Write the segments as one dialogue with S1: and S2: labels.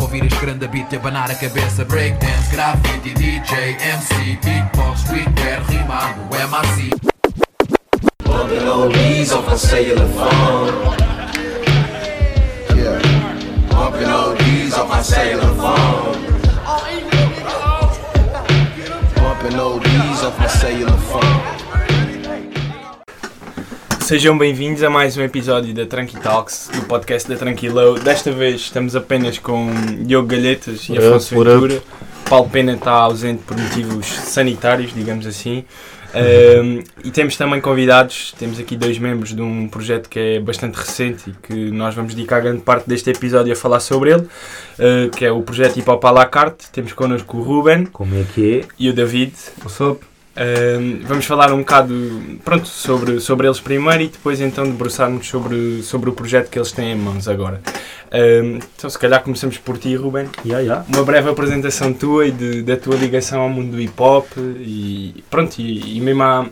S1: ouvir este grande beat e abanar a cabeça Breakdance, graffiti, DJ, MC, beatbox, Twitter, rimando, MRC
S2: On the low knees, on passeio le fond. On the low knees, on passeio le fond. Bumping ODs off my cellular phone.
S3: Sejam bem-vindos a mais um episódio da Tranqui Talks, do podcast da Tranquilo. Desta vez estamos apenas com Diogo Galhetas e
S4: Por up,
S3: Afonso
S4: por up.
S3: Ventura. Paulo Pena está ausente por motivos sanitários, digamos assim. Ahm, e temos também convidados, temos aqui dois membros de um projeto que é bastante recente e que nós vamos dedicar grande parte deste episódio a falar sobre ele, ah, que é o projeto Hip Hop à la carte. Temos connosco o Ruben
S4: Como é que é?
S3: e o David.
S4: What's up?
S3: Ahm, vamos falar um bocado pronto, sobre, sobre eles primeiro e depois então debruçarmos sobre, sobre o projeto que eles têm em mãos agora. Ahm, então se calhar começamos por ti, Ruben.
S4: Ya, ya.
S3: Uma breve apresentação tua e de- da tua ligação ao mundo do hip hop e pronto, e, e mesmo à,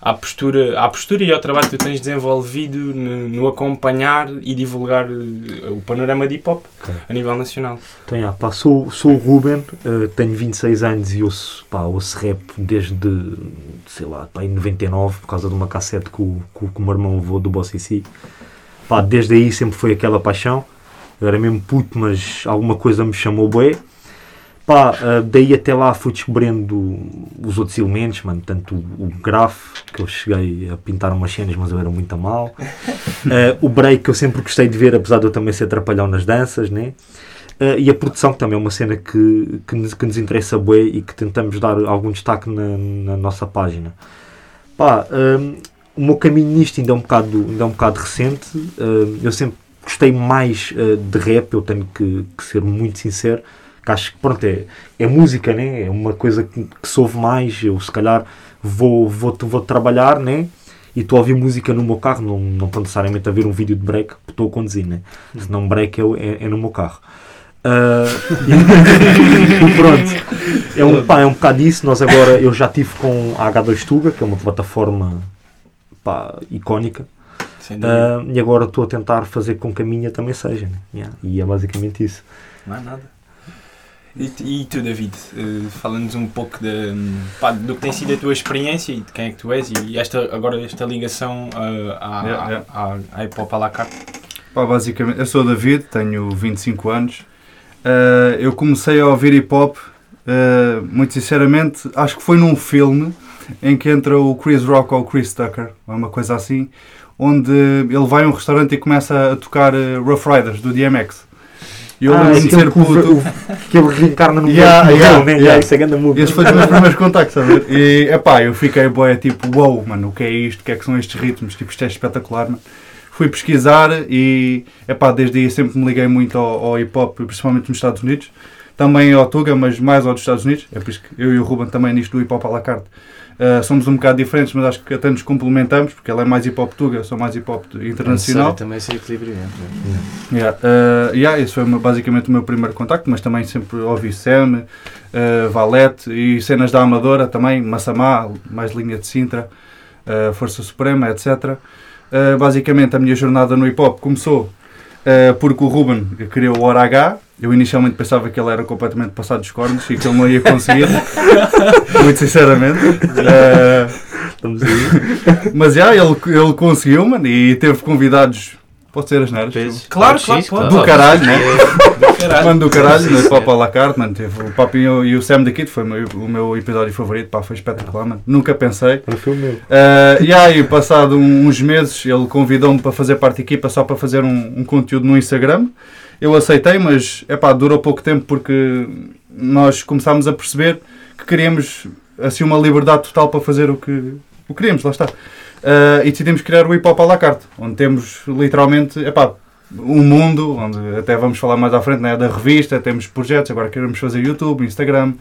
S3: à postura, à postura e ao trabalho que tu tens desenvolvido no, no acompanhar e divulgar eh, o panorama de hip hop
S4: Ok.
S3: a nível nacional.
S4: Então, ya, pá, sou, sou o Ruben, eh, tenho 26 anos e ouço, pá, ouço rap desde, sei lá, pá, em 99, por causa de uma cassete que o, que o- que o meu irmão levou do Boss C. Pá, desde aí sempre foi aquela paixão. Eu era mesmo puto, mas alguma coisa me chamou bué. Pá, eh, daí até lá fui descobrindo os outros elementos, mano, tanto o, o graf, que eu cheguei a pintar umas cenas, mas eu era muito a mal. Eh, o break que eu sempre gostei de ver, apesar de eu também ser atrapalhão nas danças, né? Eh, e a produção, que também é uma cena que, que, nos, que nos interessa bué e que tentamos dar algum destaque na, na nossa página. Pá, hum, o meu caminho nisto ainda é um bocado, ainda é um bocado recente. Hum, eu sempre gostei mais eh, de rap, eu tenho que, que ser muito sincero. Que acho que, pronto, é, é música, né? É uma coisa que, que se ouve mais. Eu, se calhar, vou, vou, vou trabalhar, né? E estou a ouvir música no meu carro, não, não estou necessariamente a ver um vídeo de break, porque estou a conduzir, né? Senão break é, é, é no meu carro. Ah, e, e pronto, é um, pá, é um bocado isso. Nós agora, eu já estive com a H2 Tuga, que é uma plataforma pá, icónica,
S3: Sem
S4: ah, e agora estou a tentar fazer com que a minha também seja. Né? Yeah, E é basicamente isso.
S3: Não há nada. E, tu- e tu, David, eh, fala-nos um pouco de, hum, pá, do que tem sido a tua experiência e de quem é que tu és e esta, agora esta ligação eh, à,
S5: Yeah, yeah.
S3: à, à, à hip hop à la carte.
S5: Pá, basicamente, eu sou o David, tenho 25 anos. Ah, eu comecei a ouvir hip hop, ah, muito sinceramente, acho que foi num filme em que entra o Chris Rock ou o Chris Tucker, ou uma coisa assim, onde ele vai a um restaurante e começa a tocar ah, Rough Riders do DMX. E eu
S4: ah,
S5: lembro-me de
S4: aquele
S5: ser
S4: que, o,
S5: puto.
S4: o, que ele reencarna no
S5: Yeah,
S4: meu
S5: yeah,
S4: né?
S5: yeah.
S4: Yeah, isso é grande movie.
S5: Esse foi os meus primeiros contactos, a ver? E epá, eu fiquei boé tipo, uou, mano, o que é isto? O que é que são estes ritmos? Tipo, isto é espetacular, mano. Fui pesquisar e epá, desde aí sempre me liguei muito ao, ao hip hop, principalmente nos Estados Unidos. Também ao Tuga, mas mais ao dos Estados Unidos. É por isso que eu e o Ruben também nisto do hip hop à la carte. ah, somos um bocado diferentes, mas acho que até nos complementamos, porque ele é mais hip hop Tuga, eu sou mais hip hop internacional.
S6: Também sei equilíbrio. Né?
S5: Yeah. Uh, yeah, esse foi o meu- basicamente o meu primeiro contacto, mas também sempre ouvi Sam, uh, Valete e cenas da Amadora também, Massamá, mais linha de Sintra, uh, Força Suprema, etc. Uh, basicamente a minha jornada no hip hop começou uh, porque o Ruben criou o Hora H. Eu inicialmente pensava que ele era completamente passado dos cornos e que ele não ia conseguir, muito sinceramente. Uh,
S4: Estamos aí.
S5: mas já, ele, ele conseguiu, mano, e teve convidados. Pode ser as neiras?
S3: Claro,
S6: Pode
S3: claro,
S6: ser,
S3: claro.
S5: Do caralho, né?
S3: Caralho.
S5: Mano do caralho, é no Pop à la carte, mano. Teve o Papinho e o Sam the Kid, foi o meu, o meu episódio favorito, pá, foi espetacular, mano. Nunca pensei.
S4: Para o filme meu.
S5: Ah, e aí, passado um- uns meses, ele convidou-me para fazer parte da equipa só para fazer um, um conteúdo no Instagram. Eu aceitei, mas epá, durou pouco tempo porque nós começámos a perceber que queríamos assim, uma liberdade total para fazer o que, o que queríamos, lá está. Ah, e decidimos criar o Hip Hop à la carte, onde temos literalmente epá, um mundo, onde até vamos falar mais à frente né, da revista, temos projetos, agora queremos fazer YouTube, Instagram.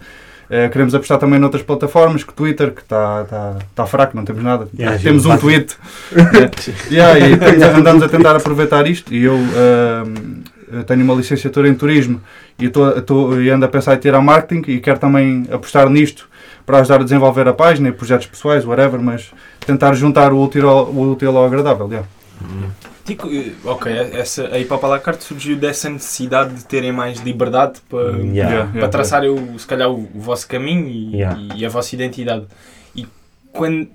S5: Eh, queremos apostar também noutras plataformas, que Twitter, que está tá, tá fraco, não temos nada.
S4: Yeah,
S5: temos
S4: gente,
S5: um
S4: bate.
S5: tweet. yeah, e estamos a- andamos a tentar aproveitar isto. E eu ahm, eu tenho uma licenciatura em turismo e, tô, tô- e ando a pensar em tirar marketing e quero também apostar nisto para ajudar a desenvolver a página e projetos pessoais, whatever, mas tentar juntar o útil ao, o útil ao agradável. yeah.
S3: Tico, eh, ok, essa, a hip hop à la carte surgiu dessa necessidade de terem mais liberdade para,
S4: Yeah.
S5: Yeah,
S3: para
S5: yeah.
S3: traçarem, o, se calhar, o, o vosso caminho e,
S4: Yeah.
S3: e a vossa identidade. E quando,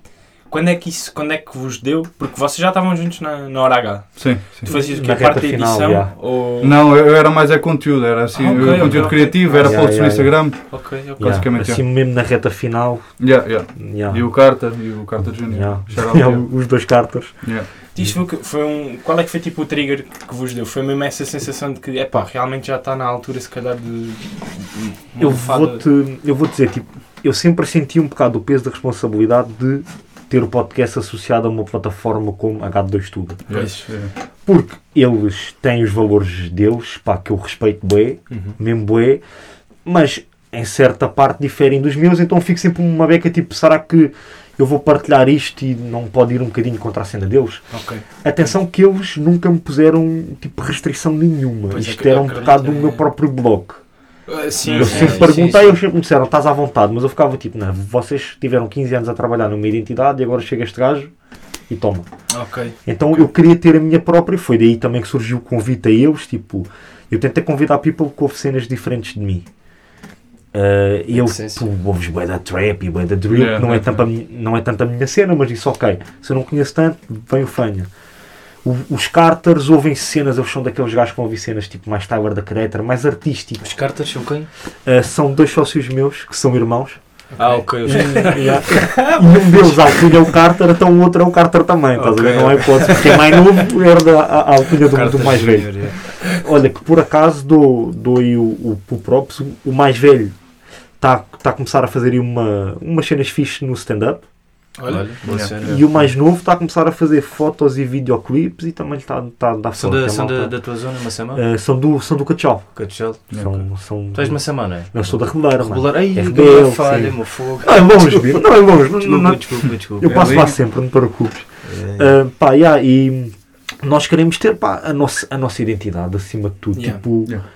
S3: quando, é que isso, quando é que vos deu? Porque vocês já estavam juntos na, na hora H.
S5: Sim, sim.
S3: Tu fazias o quê?
S4: Na reta
S3: Parte da
S4: final,
S3: edição?
S4: yeah.
S3: Ou...
S5: Não, eu eu era mais é conteúdo, era assim,
S3: Ah, ok,
S5: eu-
S3: ok,
S5: conteúdo
S3: ok.
S5: criativo, era
S4: Ah,
S5: posts
S4: yeah,
S5: no
S4: yeah,
S5: Instagram.
S3: Ok, ok.
S4: Yeah,
S5: Basicamente,
S4: assim mesmo na reta final.
S5: Yeah, yeah.
S4: yeah, Ah.
S5: E o Carter, e o Carter Jr.
S4: yeah.
S5: Shout out, yeah.
S4: Os dois cartas.
S5: Yeah.
S3: Diz foi, o que- foi um, qual é que foi tipo o trigger que vos deu? Foi mesmo essa sensação de que, é pá, realmente já está na altura, se calhar, de. de- de-
S4: Eu
S3: uma fada-
S4: vou-te eu vou dizer, tipo, eu sempre senti um bocado o peso da responsabilidade de ter o podcast associado a uma plataforma como H2 Studio.
S3: Pois.
S5: Yeah.
S4: Porque eles têm os valores deles, pá, que eu respeito bué,
S3: Uhum.
S4: mesmo bué, mas em certa parte diferem dos meus, então fico sempre uma beca tipo, será que eu vou partilhar isto e não pode ir um bocadinho contra a cena deles?
S3: Ok.
S4: Atenção que eles nunca me puseram tipo restrição nenhuma,
S3: Pois,
S4: isto
S3: ac-
S4: era um
S3: acredito,
S4: bocado do
S3: é.
S4: meu próprio blog.
S3: Ah, sim,
S4: Eu
S3: sim,
S4: sempre
S3: sim,
S4: perguntei,
S3: sim.
S4: eles sempre me disseram, estás à vontade, mas eu ficava tipo, não, vocês tiveram 15 anos a trabalhar numa identidade e agora chega este gajo e toma.
S3: Ok.
S4: Então eu queria ter a minha própria, foi daí também que surgiu o convite a eles, tipo, eu tentei convidar people que houve cenas diferentes de mim. Ah, e eu,
S6: Sim, sim.
S4: tu ouves bué da trap e bué da drill,
S5: Yeah,
S4: que não é,
S5: yeah,
S4: tanto a minha, não é tanto a minha cena, mas disse, ok, se eu não conheço tanto, bem o fanha. O- Os Carters ouvem cenas, eles são daqueles gajos que ouvem cenas tipo mais Tyler da Creator, mais artísticos.
S6: Os cartas são quem?
S4: Uh, são dois sócios meus que são irmãos.
S3: Ah,
S4: É
S3: ok. eu-
S4: Yeah. E um deles, a alcunha é o Carter, então o outro é o Carter também. Estás a ver?
S3: Ok.
S4: Não é hipótese, porque é mais novo herda a a alcunha do, do
S6: Cartas
S4: mais velho.
S6: Júnior,
S4: Olha, que por acaso dou, dou aí o, o, o props, o, o mais velho está tá a começar a fazer aí uma, umas cenas fixe no stand-up
S3: Olha.
S6: boa
S5: Yeah.
S6: cena.
S4: e o mais novo está a começar a fazer fotos e videoclips e também está tá, a dar
S6: São,
S4: sorte,
S6: da,
S4: a
S6: são da,
S4: malta.
S6: da tua zona, Massamá?
S4: Uh, são do São do Cachal.
S6: Cachel?
S4: São, são,
S6: Tu és Massamá, não é?
S4: eu sou da Rebeira, mano.
S6: Regular. Ai,
S4: É
S6: eu
S4: rebelde,
S6: dou a falha,
S4: sim.
S6: meu fogo.
S4: Não é longe, Bino, não é longe. não- não-
S6: Desculpa,
S4: não-
S6: desculpa, desculpa.
S4: eu passo lá
S5: ali.
S4: sempre, não te preocupes.
S6: É.
S4: Ah, pá, yeah, e nós queremos ter pá, a, nossa, a nossa identidade acima de tudo.
S3: Yeah.
S4: Tipo,
S5: Yeah.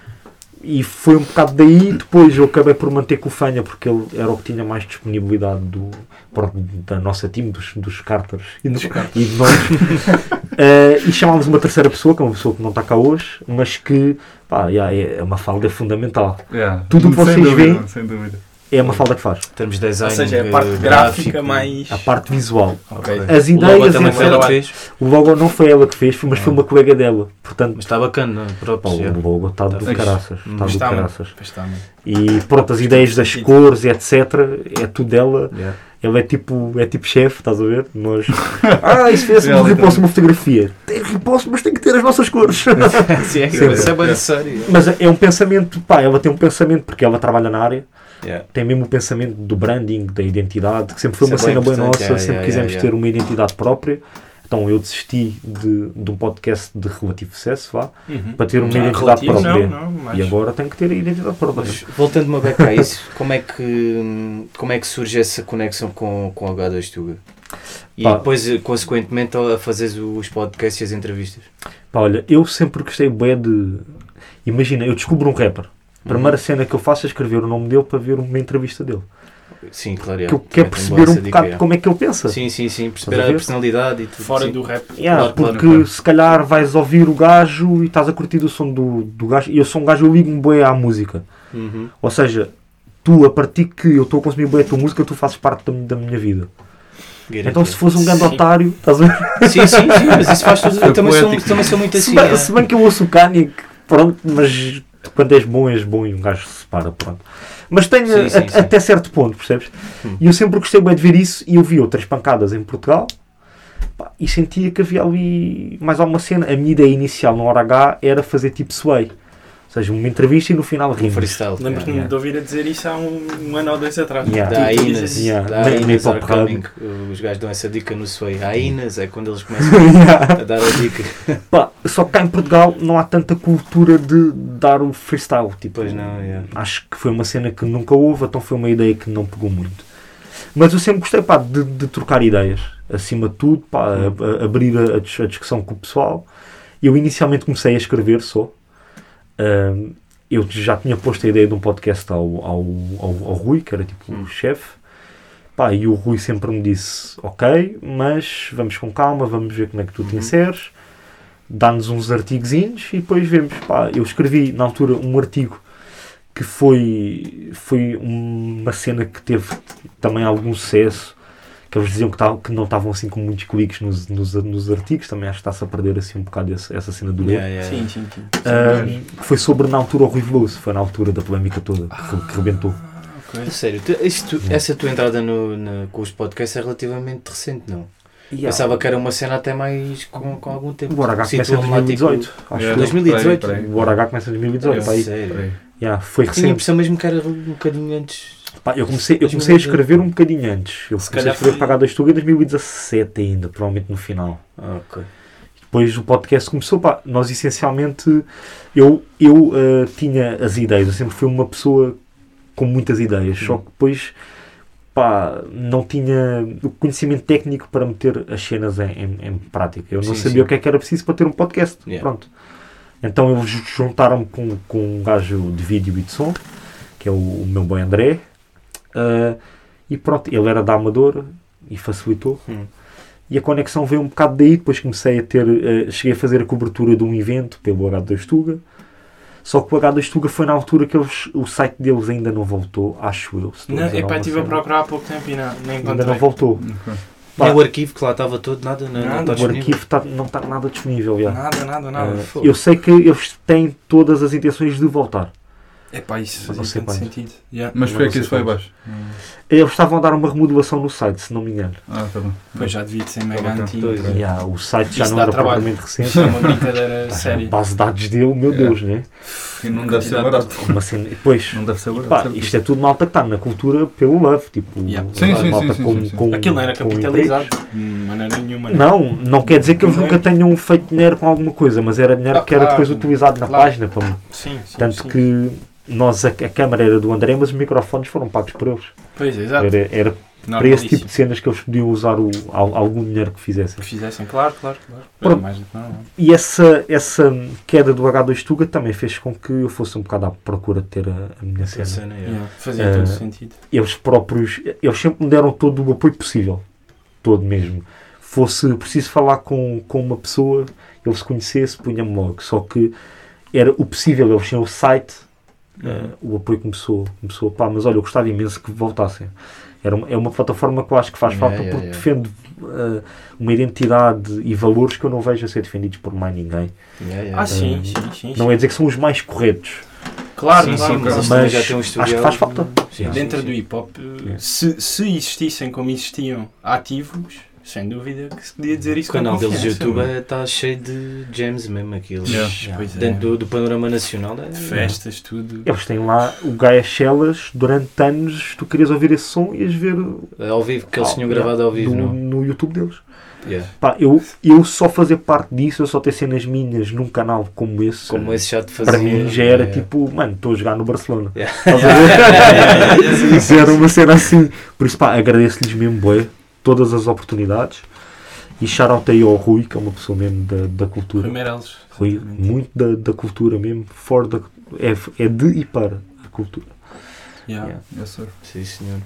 S4: E foi um bocado daí. Depois eu acabei por manter com o Fanha porque ele era o que tinha mais disponibilidade do, pronto, da nossa time, dos, dos Carters e, do- e de nós. Ah, e chamámos uma terceira pessoa, que é uma pessoa que não está cá hoje, mas que pá, yeah, é uma falda fundamental.
S5: Yeah. um
S4: Tudo o que
S5: Sem
S4: vocês
S5: dúvida,
S4: veem-
S5: Sem dúvida.
S4: É uma falda que faz.
S6: Em termos de design.
S3: Ou seja, é
S6: eh,
S3: a parte gráfica mais.
S4: A parte visual.
S3: Ok.
S4: As
S6: O logo
S4: ideias,
S6: também foi ela que
S4: etc.
S6: fez,
S4: O logo não foi ela que fez, mas foi uma colega dela. Portanto,
S6: Ah. mas está bacana, não é?
S4: pá,
S6: Próprio,
S4: o logo está do
S6: fixe.
S4: caraças. Está do
S3: Está, mano.
S4: caraças.
S3: Pois está, mano.
S4: E pronto, as ideias das cores, etc. É tudo dela.
S6: Yeah.
S4: Ela é tipo, é tipo chefe, estás a ver? Nós. Ah, isso fez
S5: Ela
S4: mas eu
S6: é.
S4: posso uma fotografia. Tem reposto, mas tem que ter as nossas cores.
S6: Sim, é,
S4: Sim,
S6: isso é bem necessário.
S4: mas é um pensamento, pá, ela tem um pensamento, porque ela trabalha na área.
S6: Yeah.
S4: Tem mesmo o pensamento do branding, da identidade, que sempre foi uma
S6: Isso é bem
S4: cena boa
S6: importante,
S4: nossa,
S6: yeah,
S4: sempre
S6: yeah,
S4: quisemos
S6: yeah,
S4: ter uma identidade própria. Então eu desisti de, de um podcast de relativo sucesso, vá,
S3: Uhum.
S4: para ter uma
S6: Ah,
S4: identidade
S6: relativo,
S4: própria.
S3: Não, não, mas.
S4: E agora tem que ter a identidade própria.
S6: Mas voltando uma beca a isso, como é que, como é que surge essa conexão com, com o H2 Tuga? E
S4: Pá.
S6: depois, eh, consequentemente, a fazeres os podcasts e as entrevistas.
S4: Pá, olha, eu sempre gostei bué de... Imagina, eu descubro um rapper. A primeira
S6: Uhum.
S4: cena que eu faço é escrever o nome dele para ver uma entrevista dele.
S6: Sim, claro. é,
S4: que eu
S6: também
S4: quero
S6: tem boa
S4: perceber um
S6: essa dica,
S4: bocado
S6: é.
S4: como é que ele pensa.
S6: Sim, sim, sim. Perceber
S4: Estás a
S6: a
S4: ver?
S6: personalidade e tudo.
S3: Fora
S6: sim.
S3: do rap.
S4: Yeah,
S6: Claro, claro,
S4: porque
S5: claro.
S4: se calhar vais ouvir o gajo e estás a curtir o som do, do gajo. E eu sou um gajo, eu ligo-me bué à música.
S6: Uhum.
S4: Ou seja, tu, a partir que eu estou a consumir bué a tua música, tu fazes parte da, mi- da minha vida.
S6: Garantia.
S4: Então se fosse um grande
S3: Sim.
S4: otário, estás a ver?
S6: Sim, sim, sim, mas isso faz tudo. Eu também sou,
S5: poético.
S6: também sou muito
S4: se,
S6: assim.
S4: bem,
S6: é.
S4: se bem que eu ouço o Kanye, pronto, mas tu, quando és bom, és bom e um gajo se separa, pronto. Mas tenho
S6: Sim, sim,
S4: a-
S6: sim.
S4: até certo ponto, percebes?
S6: Hum.
S4: E eu sempre gostei bem de ver isso e eu vi outras pancadas em Portugal pá, e sentia que havia ali mais alguma cena. A minha ideia inicial no Hora H era fazer tipo sway. Ou seja, uma entrevista e no final rimos.
S6: Freestyle.
S3: Lembro-me
S6: yeah,
S3: de ouvir a dizer isso há um, um ano ou dois atrás.
S4: Yeah.
S3: Tu-
S6: Da
S3: tu
S6: Ainas,
S3: dizes isso.
S4: Yeah.
S6: da
S4: Nem- nem
S6: Ainas
S4: pop
S6: are
S4: rap.
S6: coming. Os gajos dão essa dica no Sway. A Ainas é quando eles começam
S4: Yeah.
S6: a dar a dica.
S4: Pá, só que cá em Portugal não há tanta cultura de dar o freestyle. Tipo,
S6: Pois não, é.
S4: Acho que foi uma cena que nunca houve, então foi uma ideia que não pegou muito. Mas eu sempre gostei pá, de, de trocar ideias, acima de tudo, pá, a- a- abrir a, a dis- a discussão com o pessoal. Eu inicialmente comecei a escrever só. Ahm, eu já tinha posto a ideia de um podcast ao, ao, ao, ao Rui, que era tipo
S6: Hum.
S4: o chefe. Pá, e o Rui
S6: Uhum.
S4: sempre me disse: Ok, mas vamos com calma, vamos ver como é que tu te inseres. dá-nos uns artigozinhos e depois vemos. Pá, eu escrevi na altura um artigo que foi, foi uma cena que teve também algum sucesso, que eles diziam que, tavam- que não estavam assim com muitos cliques nos, nos, nos artigos, também acho que está-se a perder assim um bocado esse- essa cena do
S6: Yeah, é yeah.
S3: Sim, sim, sim.
S4: Ah, que foi sobre na altura o Rui Veloso, foi na altura da polémica toda que,
S6: Ah.
S4: foi- que rebentou.
S6: A Sério, tu- isto- essa tua entrada no, na- com os podcasts é relativamente recente, não? Pensava que era uma cena até mais com, com algum tempo.
S4: O Bora H começa em
S6: Situa-me lá, tipo,
S4: 2018, acho
S5: Yeah.
S4: que
S6: 2018?
S5: Peraí, peraí.
S4: o Bora H começa em 2018, pá, aí.
S6: Sério.
S4: Yeah, foi
S6: Tinha a
S4: recente.
S6: impressão mesmo que era um bocadinho antes.
S4: Pá, eu comecei, eu comecei a escrever um bocadinho antes. Eu comecei a
S3: calhar
S4: escrever
S3: foi-
S4: para a H2 Tuga em 2017 ainda, provavelmente no final.
S6: Ah, Ok.
S4: Depois o podcast começou, pá, nós essencialmente, eu, eu ah, tinha as ideias, eu sempre fui uma pessoa com muitas ideias, só que depois, pá, não tinha o conhecimento técnico para meter as cenas em, em- em prática. Eu não
S6: Sim,
S4: sabia
S6: sim.
S4: o que é que era preciso para ter um podcast,
S6: Yeah.
S4: pronto. Então eles juntaram-me com, com um gajo de vídeo e de som, que é o, o meu boy André, ah, e pronto, ele era da Amadora e facilitou.
S6: Hum.
S4: E a conexão veio um bocado daí, depois comecei a ter, eh, cheguei a fazer a cobertura de um evento pelo H2 Tuga. Só que o H2 Tuga foi na altura que eles, o site deles ainda não voltou, acho eu. se estou
S3: Não, é
S4: dizer
S3: epá,
S4: alguma
S3: estive a
S4: cena.
S3: procurar há pouco tempo e não, não
S4: Ainda não
S3: encontrei.
S4: voltou. Pá.
S6: Nem o arquivo que lá estava todo, nada, não, não,
S3: Nada,
S6: está
S4: O
S6: disponível.
S4: arquivo tá- não está nada disponível já.
S3: Nada, nada, nada.
S4: Eh,
S3: fogo.
S4: eu sei que eles têm todas as intenções de voltar.
S3: Epá, isso
S4: Mas não
S3: fazia
S4: sei
S3: tanto
S4: quanto.
S3: sentido. Yeah.
S5: Mas foi aqui, isso foi
S4: Não
S5: abaixo.
S4: Eles estavam a dar uma remodelação no site, se não me engano.
S5: Ah, tá bom.
S3: Pois já devia de ser mega
S5: Estava
S3: antigo.
S5: tanto.
S3: Yeah.
S4: Já, o site já
S3: Isso
S4: não
S3: dá
S4: era
S3: trabalho.
S4: propriamente recente.
S3: Isso é uma brincadeira séria.
S4: A base de dados dele, meu
S5: É.
S4: Deus, né?
S5: E não deve ser barato.
S4: Uma cena, assim? depois,
S5: Não deve ser
S4: Pá,
S5: barato.
S4: isto é tudo malta que está na cultura pelo love, tipo,
S3: Yeah.
S5: Sim, sim,
S4: malta
S5: sim, sim,
S4: com,
S5: sim, sim.
S4: com-
S3: Aquilo não era
S4: com
S3: capitalizado Hum, de maneira nenhuma.
S4: emprego. Não, não quer dizer que eles nunca tenham feito dinheiro com alguma coisa, mas era dinheiro
S3: Ah,
S4: que era
S3: claro.
S4: depois utilizado na
S3: Claro.
S4: página. pá.
S3: Sim, sim.
S4: Tanto
S3: sim.
S4: que nós, a, a câmara era do André, mas os microfones foram pagos por eles.
S3: Pois, exato.
S4: Era, era eh, para esse tipo de cenas que eles podiam usar o, al- algum dinheiro que fizessem.
S3: Que fizessem, claro, claro, claro.
S4: Pronto.
S3: Era mais do que normal.
S4: E essa, essa queda do H2 Tuga também fez com que eu fosse um bocado à procura de ter a, a minha
S6: Essa
S4: cena.
S6: cena, yeah.
S3: Yeah, Fazia
S4: Eh,
S3: todo sentido.
S4: eles próprios, eles sempre me deram todo o apoio possível, todo mesmo. Fosse preciso falar com, com uma pessoa, ele se conhecesse, punha-me logo. Só que era o possível, eles tinham o site, eh, o apoio começou, começou, pá, mas olha, eu gostava imenso que voltassem. Era uma, é uma plataforma que eu acho que faz
S6: Yeah,
S4: falta
S6: yeah,
S4: porque
S6: yeah.
S4: defende eh, uma identidade e valores que eu não vejo a ser defendidos por mais ninguém.
S6: Yeah, yeah.
S3: Ah, sim, sim, sim.
S4: eh, Não é dizer que são os mais corretos,
S3: Claro,
S6: Sim,
S3: claro,
S6: sim, mas
S3: claro.
S6: isto também
S4: mas
S6: já tem um
S4: acho que
S6: historial.
S4: faz falta.
S6: Sim, sim,
S3: Ah, Dentro
S6: sim.
S3: do hip hop, eh, se, se existissem como existiam ativos, sem dúvida que se podia dizer isso
S6: O canal
S3: com
S6: deles de
S3: confiança,
S6: YouTube
S3: mano.
S6: é- está cheio de gems mesmo, aquilo.
S5: Yeah.
S3: Yeah. Pois é.
S6: Dentro do, do panorama nacional é.
S3: Festas, tudo.
S4: Eles têm lá o Gaia Shellas, durante anos tu querias ouvir esse som e ias ver
S6: é ao vivo, que eles
S4: Ah,
S6: tinham
S4: yeah.
S6: gravado ao vivo,
S4: no,
S6: não?
S4: no YouTube deles.
S6: Yeah.
S4: Pá, eu, eu só fazer parte disso, eu só ter cenas minhas num canal como esse,
S6: Como esse já te fazia.
S4: para mim já era
S6: yeah.
S4: tipo, mano, estou a jogar no Barcelona.
S6: Yeah.
S4: Estás a ver? Isso era uma cena assim. Por isso, pá, agradeço-lhes mesmo, bué, todas as oportunidades. E shout aí ao Rui, que é uma pessoa mesmo da, da cultura.
S3: Primeiro eles.
S4: Rui, muito da, da cultura mesmo, fora da, é, é de e para a cultura.
S3: Yeah.
S4: Yeah.
S5: Yes, sir.
S6: Sim, senhor.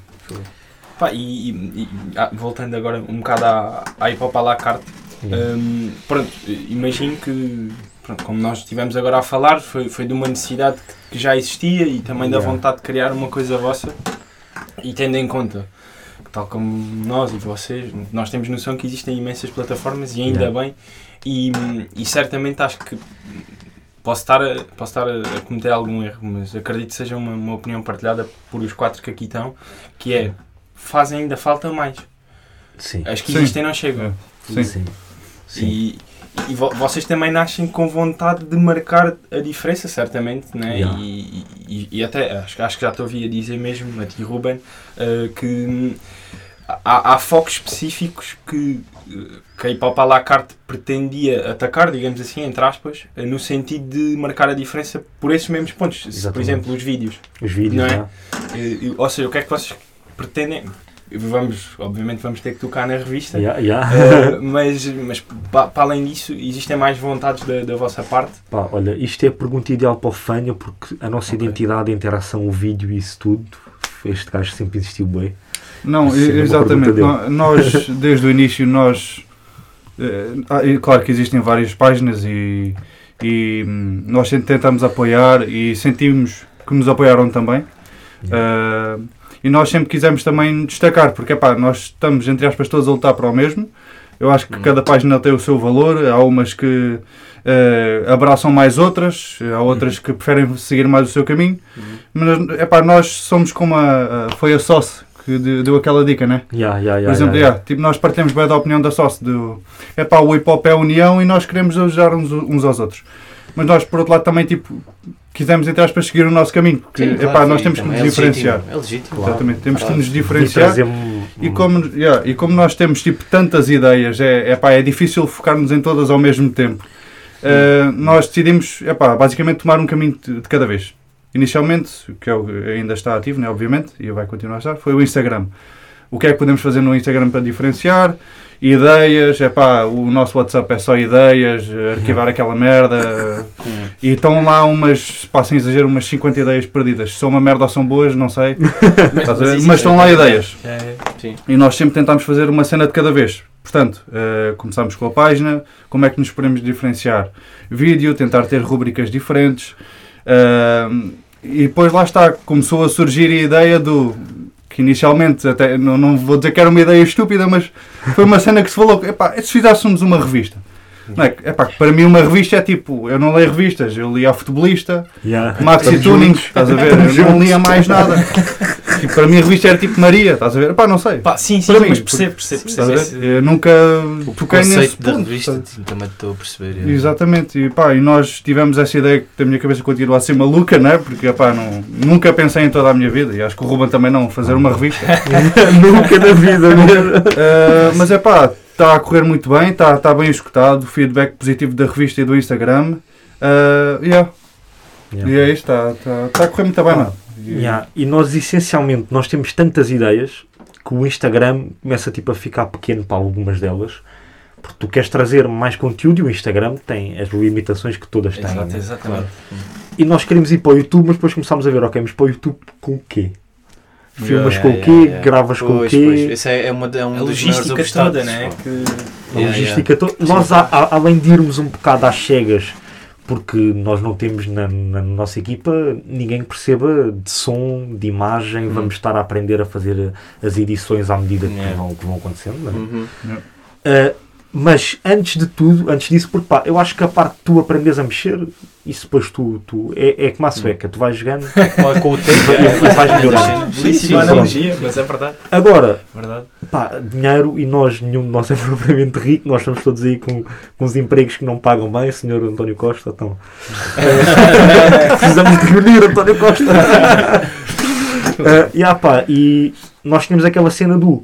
S3: Pá, e, e- e, ah, voltando agora um bocado à, à hip hop à la carte,
S4: Yeah.
S3: hum, pronto, imagino que, pronto, como nós estivemos agora a falar, foi, foi de uma necessidade que, que já existia e também da
S4: Yeah.
S3: vontade de criar uma coisa vossa, e tendo em conta que, tal como nós e vocês, nós temos noção que existem imensas plataformas e ainda
S4: Yeah.
S3: bem, e, hum, e certamente acho que. Posso estar, a, posso estar a, a cometer algum erro, mas acredito que seja uma- uma opinião partilhada por os quatro que aqui estão, que é fazem ainda falta mais.
S4: Sim.
S3: As que
S5: Sim.
S3: existem não chegam.
S5: Sim.
S4: Sim. Sim.
S3: E, e vo- vocês também nascem com vontade de marcar a diferença, certamente, né?
S4: Yeah.
S3: E, e- e até acho, acho que já te ouvi a dizer mesmo, a ti, Ruben, eh, que hum, há, há focos específicos que, eh, que a hip hop à la carte pretendia atacar, digamos assim, entre aspas, eh, no sentido de marcar a diferença por esses mesmos pontos. Se, Por
S4: Exatamente.
S3: exemplo, os vídeos.
S4: Os vídeos,
S3: Não é?
S4: né?
S3: Eh, ou seja, o que é que vocês pretendem? Vamos, obviamente vamos ter que tocar na revista,
S4: Yeah, yeah.
S3: eh, mas, mas pa- para além disso, existem mais vontades da, da vossa parte?
S4: Pá, olha, isto é a pergunta ideal para o Fania porque a nossa
S3: Ok.
S4: identidade, a interação, o vídeo e isso tudo, este gajo sempre existiu bem.
S5: Não,
S4: Isso é uma
S5: exatamente.
S4: pergunta
S5: No- Nós, desde o início, nós eh, ah, e claro que existem várias páginas e, e, hum, nós sempre tentamos apoiar e sentimos que nos apoiaram também. Ah, e nós sempre quisemos também destacar, porque epá, nós estamos, entre aspas, todos a lutar para o mesmo. Eu acho que cada página tem o seu valor. Há umas que eh, abraçam mais outras, há outras que preferem seguir mais o seu caminho. Mas, epá, nós somos como a, a- foi a SOS que de- deu aquela dica, né?
S4: Yeah, yeah,
S5: Por
S4: yeah,
S5: exemplo,
S4: yeah,
S5: yeah, tipo, nós partilhamos bem da opinião da SOS. Do, epá, o hip hop é a união e nós queremos ajudar uns, uns aos outros. Mas nós, por outro lado, também tipo, quisemos, entre aspas, seguir o nosso caminho. Porque
S6: Sim,
S5: epá,
S6: claro,
S5: nós
S6: e
S5: temos que nos
S6: também é legítimo,
S5: diferenciar.
S6: É legítimo.
S5: Exatamente, temos que
S6: Claro.
S5: nos
S4: E
S5: diferenciar.
S4: trazer um-
S6: Uhum.
S5: E como, yeah, e como nós temos tipo, tantas ideias, é, é, pá, é difícil focarmos em todas ao mesmo tempo. Uh, nós decidimos, é, pá, basicamente, tomar um caminho de, de cada vez. Inicialmente, o que é o- ainda está ativo, né, obviamente, e vai continuar a estar, foi o Instagram. O que é que podemos fazer no Instagram para diferenciar? Ideias, é pá, o nosso WhatsApp é só ideias, arquivar aquela merda. E estão lá umas, pá, sem exagero, umas 50 ideias perdidas. Se são uma merda ou são boas, não sei. Estás a ver?
S6: isso
S5: Mas
S6: é-
S5: estão lá ideias.
S3: É,
S5: E nós sempre tentámos fazer uma cena de cada vez. Portanto, eh, começámos com a página, como é que nos podemos diferenciar? Vídeo, tentar ter rubricas diferentes. eh, e depois lá está, começou a surgir a ideia do. que inicialmente, até não, não vou dizer que era uma ideia estúpida, mas foi uma cena que se falou: epá, e se fizéssemos uma revista? Não é? que- epá, que para mim, uma revista é tipo: eu não leio revistas, eu li a futebolista,
S4: Yeah.
S5: Maxi
S4: Estamos
S5: Tuning,
S4: juntos.
S5: estás a ver? Eu não lia mais nada. Tipo, para mim a revista era tipo Maria, estás a ver? Pá, não sei.
S3: Pá, sim, sim,
S5: Para mim,
S3: mas percebo, percebo,
S5: Estás
S3: percebo.
S5: a ver?
S3: esse-
S5: Eu nunca
S6: O
S5: toquei nesse
S6: conceito
S5: ponto.
S6: da revista,
S5: sabe?
S6: sim, também estou a perceber. é.
S5: Exatamente, e, pá, e nós tivemos essa ideia que da minha cabeça continua a ser maluca, não é? Porque pá, não, nunca pensei em toda a minha vida, e acho que o Ruben também não, fazer uma revista.
S4: Nunca na vida, mesmo.
S5: Uh, mas é pá, está a correr muito bem, está tá bem escutado, o feedback positivo da revista e do Instagram. Uh, yeah.
S4: Yeah.
S5: E é isto, está tá, tá a correr muito bem, mano. E-
S4: Yeah. E nós essencialmente nós temos tantas ideias que o Instagram começa tipo a ficar pequeno para algumas delas. Porque tu queres trazer mais conteúdo e o Instagram tem as limitações que todas têm.
S3: Exato,
S4: né?
S3: exatamente.
S4: E nós queremos ir para o YouTube, mas depois começámos a ver, ok, mas para o YouTube com o quê? Filmas
S6: Yeah,
S4: com o
S6: yeah,
S4: quê?
S6: yeah.
S4: Gravas com o
S6: Pois,
S4: quê?
S6: pois. Esse é, é uma, é um
S3: A
S6: dos
S3: logística
S6: maiores
S3: toda,
S6: obstáculos,
S3: né?
S6: pá.
S3: Que...
S4: A
S6: Yeah,
S4: logística toda. Nós, a- a- além de irmos um bocado às cegas, porque nós não temos na, na nossa equipa ninguém que perceba de som, de
S6: Uhum.
S4: imagem, vamos estar a aprender a fazer eh, as edições à medida que,
S6: Yeah.
S4: vão, que vão acontecendo. não é?
S6: Uhum.
S4: Uh, mas antes de tudo, antes disso, porque pá, eu acho que a parte que tu aprendes a mexer, isso depois tu, tu é, é como
S6: Uhum.
S4: a sueca, tu vais jogando e
S6: Com- Com o tempo.
S3: é
S4: e vais melhorando.
S3: Belíssima
S4: sim.
S3: analogia, mas é verdade.
S4: Agora,
S3: verdade.
S4: pá, dinheiro e nós, nenhum de nós é propriamente rico, nós estamos todos aí com, com uns empregos que não pagam bem, senhor António Costa, então. eh, precisamos de reunir António Costa. Eh, yeah, pá, e nós tínhamos aquela cena do.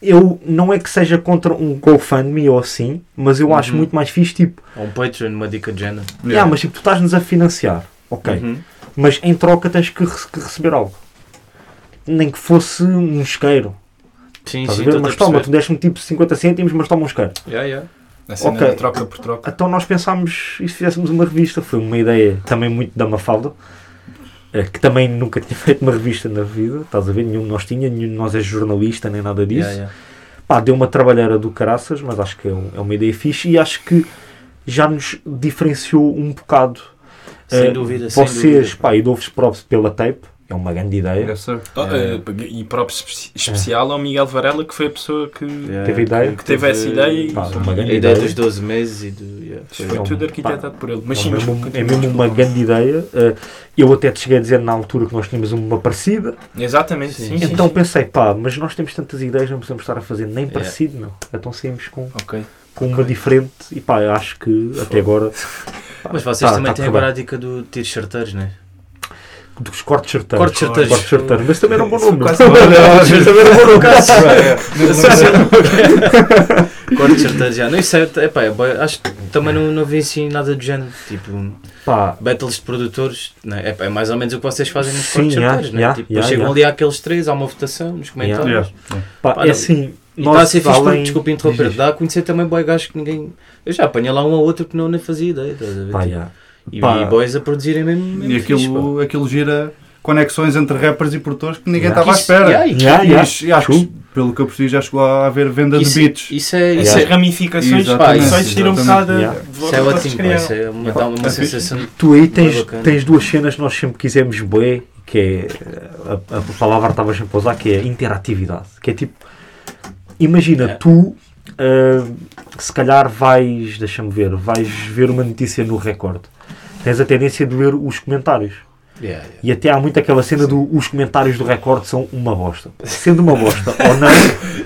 S4: Eu não é que seja contra um GoFundMe ou assim, mas eu acho
S6: Uhum.
S4: muito mais fixe, tipo,
S6: Ou um Patreon, uma dica de género.
S4: yeah, mas tipo, tu estás-nos a financiar, ok,
S6: Uhum.
S4: mas em troca tens que, rece- que receber algo. Nem que fosse um isqueiro.
S6: Sim,
S4: Estás a
S6: sim,
S4: ver?
S6: estou a
S4: Mas toma, tu
S6: perceber.
S4: deste-me tipo 50 cêntimos, mas toma uns caros.
S3: Yeah, yeah. A cena
S4: Ok.
S3: da troca por troca.
S4: Então nós pensámos, e se fizéssemos uma revista? Foi uma ideia também muito da Mafalda, eh, que também nunca tinha feito uma revista na vida, estás a ver? Nenhum de nós tinha, nenhum de nós é jornalista nem nada disso.
S6: Yeah, yeah.
S4: Pá, deu uma trabalheira do caraças, mas acho que é, um- é uma ideia fixe e acho que já nos diferenciou um bocado.
S6: Sem
S4: Eh,
S6: dúvida, sem
S4: Vocês,
S6: dúvida.
S4: pá, e dou-vos props pela tape, é uma grande ideia.
S5: Yes, sir.
S3: Oh, eh, e próprio espe- especial ao Miguel Varela, que foi a pessoa que,
S6: É.
S4: Teve ideia?
S3: que teve essa ideia e
S4: Pá, é uma
S6: A
S4: grande
S6: ideia dos 12 meses e do. yeah, foi-
S3: foi
S4: é um-
S3: tudo arquitetado por ele. Mas
S4: É
S3: sim, mas
S4: mesmo- é
S3: continua,
S4: mesmo
S3: desculpa.
S4: uma grande ideia. Uh, eu até te cheguei a dizer na altura que nós tínhamos uma parecida.
S3: Exatamente, sim.
S6: Sim.
S3: sim,
S4: então
S3: sim.
S4: pensei, pá, mas nós temos tantas ideias, não precisamos estar a fazer nem parecido, não. Então saímos com,
S3: Ok.
S4: com uma diferente e pá, eu acho que até agora
S6: Mas vocês
S4: Tá,
S6: também
S4: tá
S6: têm
S4: a correr
S6: agora a dica do tiro certeiros, não é?
S4: dos cortes certeiros.
S6: Cortes certeiros.
S4: Cortes certeiros. Mas também era um bom nome.
S3: Quase-
S4: Mas também era um bom nome.
S6: Cortes certeiros, já. Não, isso é, epá, é bué- acho que também não, não vi assim nada do género. Tipo,
S4: Pá,
S6: battles de produtores, né? é, pá, é mais ou menos o que vocês fazem nos
S4: Sim,
S6: cortes
S4: yeah,
S6: certeiros, né?
S4: yeah,
S6: Tipo,
S4: yeah,
S6: chegam
S4: yeah.
S6: ali àqueles três, há uma votação nos comentários.
S5: Yeah.
S4: pá,
S6: Pá,
S4: é
S6: não.
S4: assim.
S6: E está a ser fixe porque,
S4: além-
S6: desculpa interromper, dá a conhecer também boi gajos que ninguém. Eu já apanhei lá um ou outro que não nem fazia ideia, estás a ver?
S4: Pá,
S6: Tipo,
S4: já.
S6: e,
S4: pá.
S6: e boys a produzirem mesmo. mesmo
S5: E
S6: fixe, pá.
S5: aquilo, aquilo gira conexões entre rappers e produtores que ninguém
S4: Yeah.
S5: estava à
S6: Isso-
S5: espera.
S6: yeah, e que-
S4: Yeah,
S5: E
S4: yeah,
S5: acho- e acho
S4: true.
S5: que, pelo que eu percebi, já chegou a haver venda
S6: isso-
S5: de beats.
S6: Isso é,
S4: Yeah.
S6: isso
S3: Essas
S6: é,
S3: ramificações pá,
S6: Exatamente,
S3: isso só existir um
S5: exatamente.
S3: bocado
S4: Yeah.
S3: de
S6: isso
S3: volta
S6: é
S3: que vocês
S6: ótimo, pá,
S3: criaram.
S6: isso é uma, dá uma,
S5: Ah,
S6: sensação de
S4: Tu aí tens,
S6: Bué bacana.
S4: tens duas cenas que nós sempre quisemos bué, que é a, a palavra que estavas sempre a usar, que é interatividade. Que é tipo, imagina,
S6: É.
S4: tu ah, se calhar vais, deixa-me ver, vais ver uma notícia no Record. Tens a tendência de ler os comentários.
S6: Yeah, yeah.
S4: E até há muito aquela cena do os comentários do Record são uma bosta. Sendo uma bosta ou não,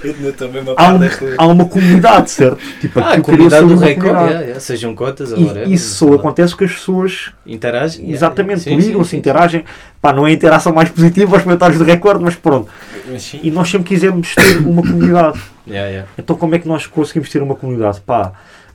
S3: Eu ainda estou mesmo a
S4: há,
S3: par
S4: um-
S3: desta-
S4: há uma comunidade, certo? Tipo,
S6: Ah,
S4: aqui
S6: a
S4: eu queria
S6: comunidade
S4: ser
S6: do
S4: uma
S6: Record,
S4: comunidade.
S6: yeah, yeah, sejam cotas
S4: E
S6: agora. é,
S4: isso
S6: sei
S4: só
S6: lá.
S4: acontece com as pessoas
S6: Interage? yeah,
S4: Exatamente,
S6: yeah. Sim, sim,
S4: ligam-se,
S6: sim.
S4: interagem. Pá, não é a interação mais positiva aos comentários do recorde, mas pronto.
S3: Mas sim.
S4: E nós sempre quisemos ter uma comunidade.
S6: Yeah, yeah.
S4: Então como é que nós conseguimos ter uma comunidade? Pá,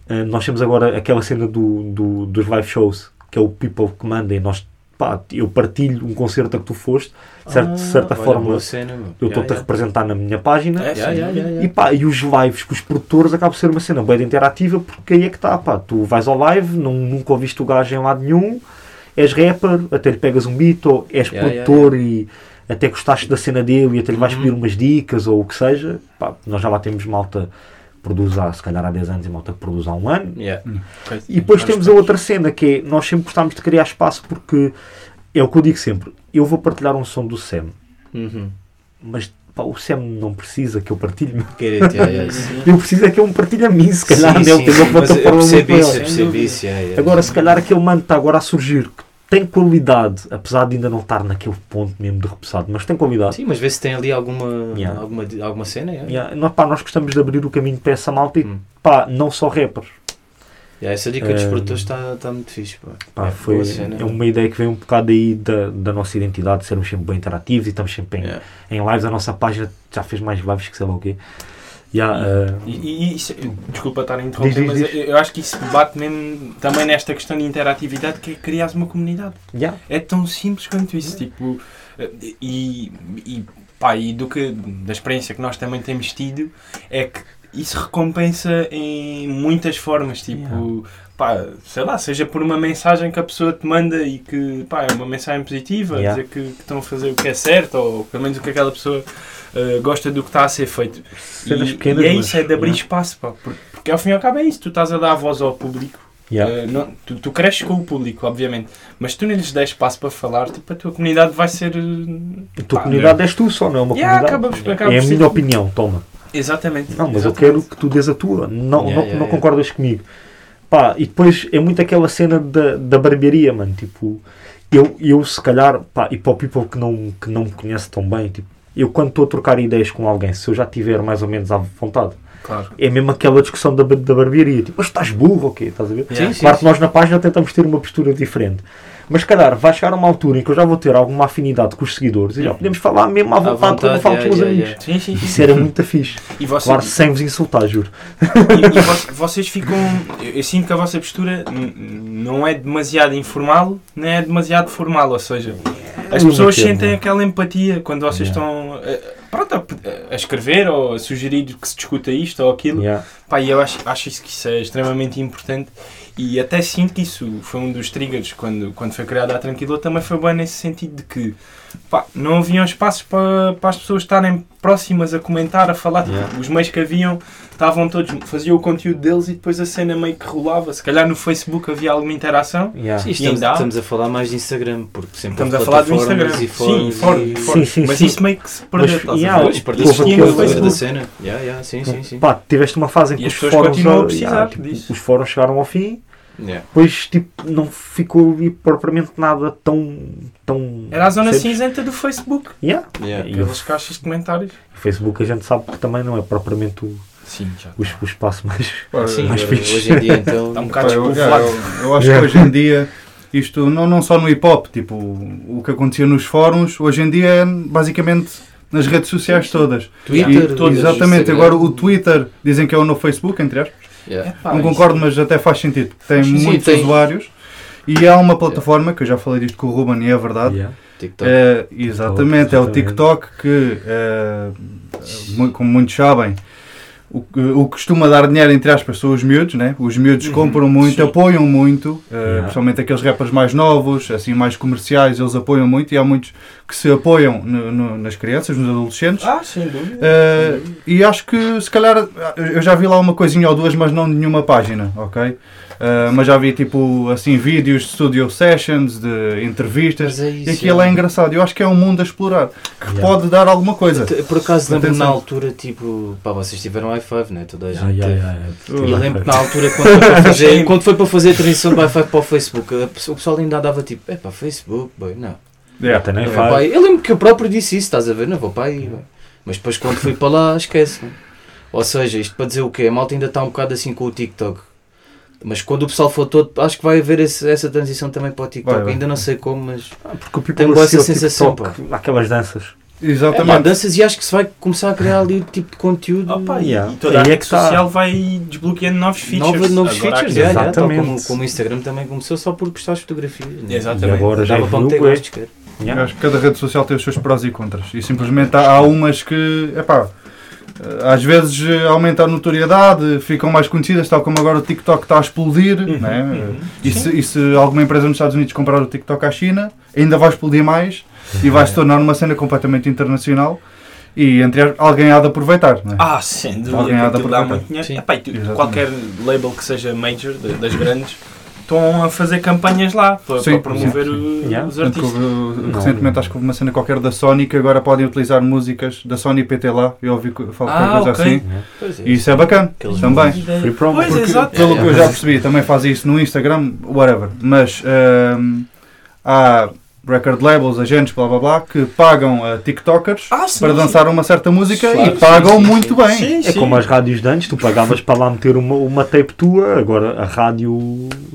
S4: eh, nós temos agora aquela cena do, do- dos live shows, que é o people que manda e nós, pá, eu partilho um concerto a que tu foste, de certa, de certa
S6: Ah, olha,
S4: forma
S6: boa
S4: eu
S6: cena, meu.
S4: estou-te
S6: Yeah,
S4: a
S6: yeah.
S4: representar na minha página.
S3: É,
S6: Yeah,
S3: sim.
S6: yeah, yeah, yeah.
S4: E pá, e os lives com os produtores acaba por ser uma cena bem interativa porque aí é que está, pá, tu vais ao live, não, nunca ouviste o gajo em lado nenhum, és rapper, até lhe pegas um beat ou és
S6: Yeah, yeah, Uhum.
S4: produtor e até gostaste da cena dele e até lhe vais pedir umas dicas ou o que seja, pá, nós já lá temos malta que produz há, se calhar há 10 anos e malta que produz há um ano
S6: Yeah.
S4: e depois temos a outra cena que é, nós sempre gostámos de criar espaço porque é o que eu digo sempre, eu vou partilhar um som do Sam,
S6: Uhum.
S4: mas pá, o Sam não precisa que eu partilhe
S6: Get it, yeah, yeah, isso.
S4: eu preciso é que ele me partilhe a mim, se calhar
S6: Sim,
S4: ele
S6: sim,
S4: tem
S6: sim,
S4: uma
S6: mas eu
S4: plataforma muito
S6: percebo isso, eu
S4: maior.
S6: percebo isso. yeah, yeah.
S4: Agora, se calhar aquele mano que está agora a surgir, que tem qualidade, apesar de ainda não estar naquele ponto mesmo de repousado, mas tem qualidade.
S6: Sim, mas vê se tem ali alguma,
S4: Yeah.
S6: alguma, alguma cena. Yeah.
S4: Yeah, nós, pá, nós gostamos de abrir o caminho para essa malta e
S6: Hum.
S4: pá, não só rappers.
S6: Yeah, essa dica dos
S4: Eh,
S6: produtores está tá muito fixe. Pá.
S4: Pá,
S6: É,
S4: foi,
S6: boa cena.
S4: é uma ideia que vem um bocado aí da, da nossa identidade, de sermos sempre bem interativos e estamos sempre em,
S6: Yeah.
S4: em lives. A nossa página já fez mais lives que sei lá o quê. Yeah, eh,
S3: E, e isso, desculpa estar a interromper,
S4: Diz, diz,
S3: mas
S4: diz.
S3: eu- eu acho que isso bate mesmo também nesta questão de interatividade que é criar uma comunidade.
S4: yeah.
S3: É tão simples quanto isso, tipo, eh, e, e, pá, e do que, da experiência que nós também temos tido, é que isso recompensa em muitas formas, tipo,
S4: Yeah.
S3: pá, sei lá, seja por uma mensagem que a pessoa te manda e que, pá, é uma mensagem positiva,
S4: Yeah.
S3: dizer que, que estão a fazer o que é certo, ou pelo menos o que aquela pessoa eh, gosta do que está a ser feito.
S4: Cenas
S3: e,
S4: pequenas,
S3: e é
S4: mas-
S3: isso, é de abrir
S4: yeah.
S3: espaço, pá, porque, porque ao fim e ao cabo é isso, tu estás a dar voz ao público,
S4: Yeah.
S3: eh, não- tu, tu cresces com o público, obviamente, mas tu não lhes des espaço para falar, tipo, a tua comunidade vai ser. eh,
S4: A tua
S3: pá,
S4: comunidade és tu só, não é uma
S3: não- Yeah,
S4: comunidade.
S3: acaba, acaba
S4: É a
S3: por ser-
S4: minha opinião, toma.
S3: Exatamente.
S4: Não, mas eu
S3: Exatamente.
S4: quero que tu des a tua. Não,
S6: Yeah,
S4: não,
S6: yeah,
S4: não
S6: yeah.
S4: concordas comigo. Pá, e depois é muito aquela cena da, da barbearia, mano. Tipo, eu, eu se calhar, pá, e para o people que não, que não me conhece tão bem, tipo, eu quando estou a trocar ideias com alguém, se eu já tiver mais ou menos à vontade,
S3: Claro.
S4: é mesmo aquela discussão da, ba- da barbearia. Tipo, mas estás burro ou quê? Estás a ver?
S6: Yeah. Sim,
S4: claro
S6: sim,
S4: que nós na página tentamos ter uma postura diferente. Mas, se calhar, vai chegar uma altura em que eu já vou ter alguma afinidade com os seguidores e já podemos falar mesmo à
S6: Uhum. À
S4: vontade, como
S6: vontade,
S4: eu falo
S6: yeah,
S4: com os
S6: yeah,
S4: amigos.
S3: Sim,
S6: yeah.
S3: sim, sim.
S4: Isso era muito fixe.
S3: E você-
S4: Claro, sem vos insultar, juro.
S3: e, e vo- vocês ficam. Eu, eu sinto que a vossa postura n- n- não é demasiado informal, nem é demasiado formal, ou seja, as
S4: Um
S3: pessoas
S4: termo.
S3: sentem aquela empatia quando vocês
S4: Yeah.
S3: estão eh, pronto, a, a escrever ou a sugerir que se discuta isto ou aquilo.
S4: Yeah.
S3: Pá, e eu acho, acho isso que isso é extremamente importante e até sinto que isso foi um dos triggers quando, quando foi criada a Tranquilo também foi bem nesse sentido de que pá, não haviam espaços para, para as pessoas estarem próximas a comentar, a falar, tipo,
S4: Yeah.
S3: os meios que haviam estavam todos, faziam o conteúdo deles e depois a cena meio que rolava, se calhar no Facebook havia alguma interação.
S4: Yeah.
S6: Sim,
S4: Sim,
S6: estamos,
S3: ainda há-
S6: estamos a falar mais de Instagram, porque sempre
S3: Estamos
S6: há
S3: a falar do
S6: plataformas
S3: Instagram.
S6: E fóruns
S3: sim, fórum,
S6: e...
S3: fórum.
S4: sim,
S3: mas
S4: sim.
S3: isso meio que se perdeu. tá? estás
S4: Mas,
S3: a
S4: yeah,
S3: ver?
S6: Pois,
S4: Houve
S6: perdeste
S4: aquele
S6: o controle da
S4: Facebook.
S6: cena. Yeah, yeah, sim, sim, sim.
S4: Pá, tiveste uma fase em
S3: E
S4: que
S3: as
S4: os
S3: pessoas
S4: fóruns,
S3: continuam a
S4: ah,
S3: precisar
S4: tipo,
S3: disso.
S4: os fóruns chegaram ao fim,
S6: Yeah.
S4: depois tipo, não ficou ali propriamente nada tão. tão
S3: Era a zona
S4: percebes?
S3: cinzenta do Facebook.
S4: Yeah.
S6: Yeah.
S4: E o
S3: Aqueles caixas de comentários.
S4: Facebook a gente sabe que também não é propriamente o,
S3: Sim, já.
S4: o, o espaço mais.
S5: Pá,
S6: Sim,
S4: mais
S6: agora,
S4: fixe.
S6: hoje em dia então...
S3: Está um assim, bocado
S5: Pá, eu, yeah,
S3: despovoado.
S5: eu- eu acho que hoje em dia isto não, não só no hip hop, tipo, o que acontecia nos fóruns, hoje em dia é basicamente nas redes sociais todas.
S6: Twitter,
S5: E-
S6: todas,
S5: exatamente,
S6: Instagram.
S5: agora o Twitter dizem que é o novo Facebook, entre aspas.
S6: Yeah.
S3: Epá,
S5: não
S3: isso-
S5: concordo, mas até faz sentido. Tem
S6: Sim,
S5: muitos
S6: tem. É.
S5: usuários e há uma plataforma que eu já falei disto com o Ruben e é verdade.
S4: Yeah.
S6: TikTok.
S5: É, exatamente, é o é,
S4: exatamente.
S5: TikTok que, eh, mu- como muitos sabem, O, que- o que costuma dar dinheiro, entre aspas, são os miúdos, né? Os miúdos compram muito, apoiam muito, eh,
S4: Yeah.
S5: principalmente aqueles rappers mais novos, assim, mais comerciais, eles apoiam muito e há muitos que se apoiam no- no- nas crianças, nos adolescentes.
S3: Ah, sem dúvida.
S5: Eh, e acho que se calhar eu já vi lá uma coisinha ou duas, mas não de nenhuma página, ok? Eh, mas já vi tipo assim vídeos de studio sessions, de entrevistas,
S6: Mas é isso,
S5: e aquilo é engraçado. Eu acho que é um mundo a explorar que
S4: Yeah.
S5: pode dar alguma coisa.
S6: Te- Por acaso lembro-me na
S5: Atenção.
S6: altura, tipo, pá, vocês tiveram i5, né? Toda a gente.
S4: Yeah, yeah,
S6: teve.
S4: yeah,
S6: E eu
S4: yeah.
S6: lembro que na altura, quando foi para fazer, quando foi para fazer a transição do i5 para o Facebook, a pessoa- o pessoal ainda andava tipo, é para Facebook, boy, não.
S5: Yeah.
S4: Até nem
S6: Eu,
S4: faz.
S6: pá, eu lembro que eu próprio disse isso, estás a ver? Não vou para aí, boy. mas depois quando fui para lá, esquece. né? Ou seja, isto para dizer o quê? A malta ainda está um bocado assim com o TikTok. Mas quando o pessoal for todo, acho que vai haver esse- essa transição também para o TikTok.
S5: Vai, vai.
S6: Ainda não sei como, mas.
S4: Ah, Porque o people
S6: Tenho boa
S4: assiste ao
S6: essa sensação,
S4: TikTok, Aquelas danças.
S6: É, pá,
S5: Exatamente.
S6: danças e acho que se vai começar a criar ali tipo de conteúdo.
S3: Opa, e-
S4: Yeah.
S3: E toda a
S4: Aí é
S3: rede
S4: que tá.
S3: social vai desbloqueando novos features.
S6: Novos, novos
S3: Agora
S6: features,
S3: há que-
S6: é, é, tal
S4: Exatamente.
S6: como, como o Instagram também começou só por postar as fotografias. Né?
S3: Exatamente.
S4: E agora já
S6: Dava para
S4: evoluiu,
S6: meter
S4: bué.
S6: gostos, cara.
S5: Eu
S4: Yeah.
S5: acho que cada rede social tem os seus prós e contras. E simplesmente há, há umas que, epá, eh, às vezes eh, aumenta a notoriedade, ficam mais conhecidas, tal como agora o TikTok está a explodir. né? E, se, e se alguma empresa nos Estados Unidos comprar o TikTok à China, ainda vai explodir mais e vai se tornar uma cena completamente internacional. E entre as- alguém há de aproveitar. né?
S3: Ah, sem dúvida.
S5: Alguém há de
S3: que aquilo dá
S5: aproveitar.
S3: muito dinheiro.
S6: Sim.
S3: Epá, e tu-
S5: Exatamente.
S3: qualquer label que seja major, de- das grandes, estão a fazer campanhas lá para,
S5: Sim,
S3: para promover o-
S4: Yeah.
S3: os
S5: Portanto,
S3: artistas.
S5: houve- uh, recentemente acho que houve uma cena qualquer da Sony que agora podem utilizar músicas da Sony PT lá. Eu ouvi co- falar
S3: Ah,
S5: qualquer coisa
S3: ok.
S5: assim.
S6: Pois é.
S5: E isso é bacana
S6: Aqueles
S5: também.
S4: Free promo.
S3: Pois,
S5: Porque,
S3: exato.
S5: pelo
S6: É,
S5: que
S6: é.
S5: eu já percebi, também faz isso no Instagram, whatever. Mas hum, há record labels, agentes, blá blá blá, que pagam a TikTokers
S3: Ah, sim,
S5: para
S3: sim.
S5: dançar uma certa música
S6: Claro,
S5: e
S6: sim,
S5: pagam
S6: sim,
S5: muito
S6: sim.
S5: bem.
S3: Sim,
S4: É
S3: sim.
S4: como as rádios de antes, tu pagavas para lá meter uma, uma tape tua, agora a rádio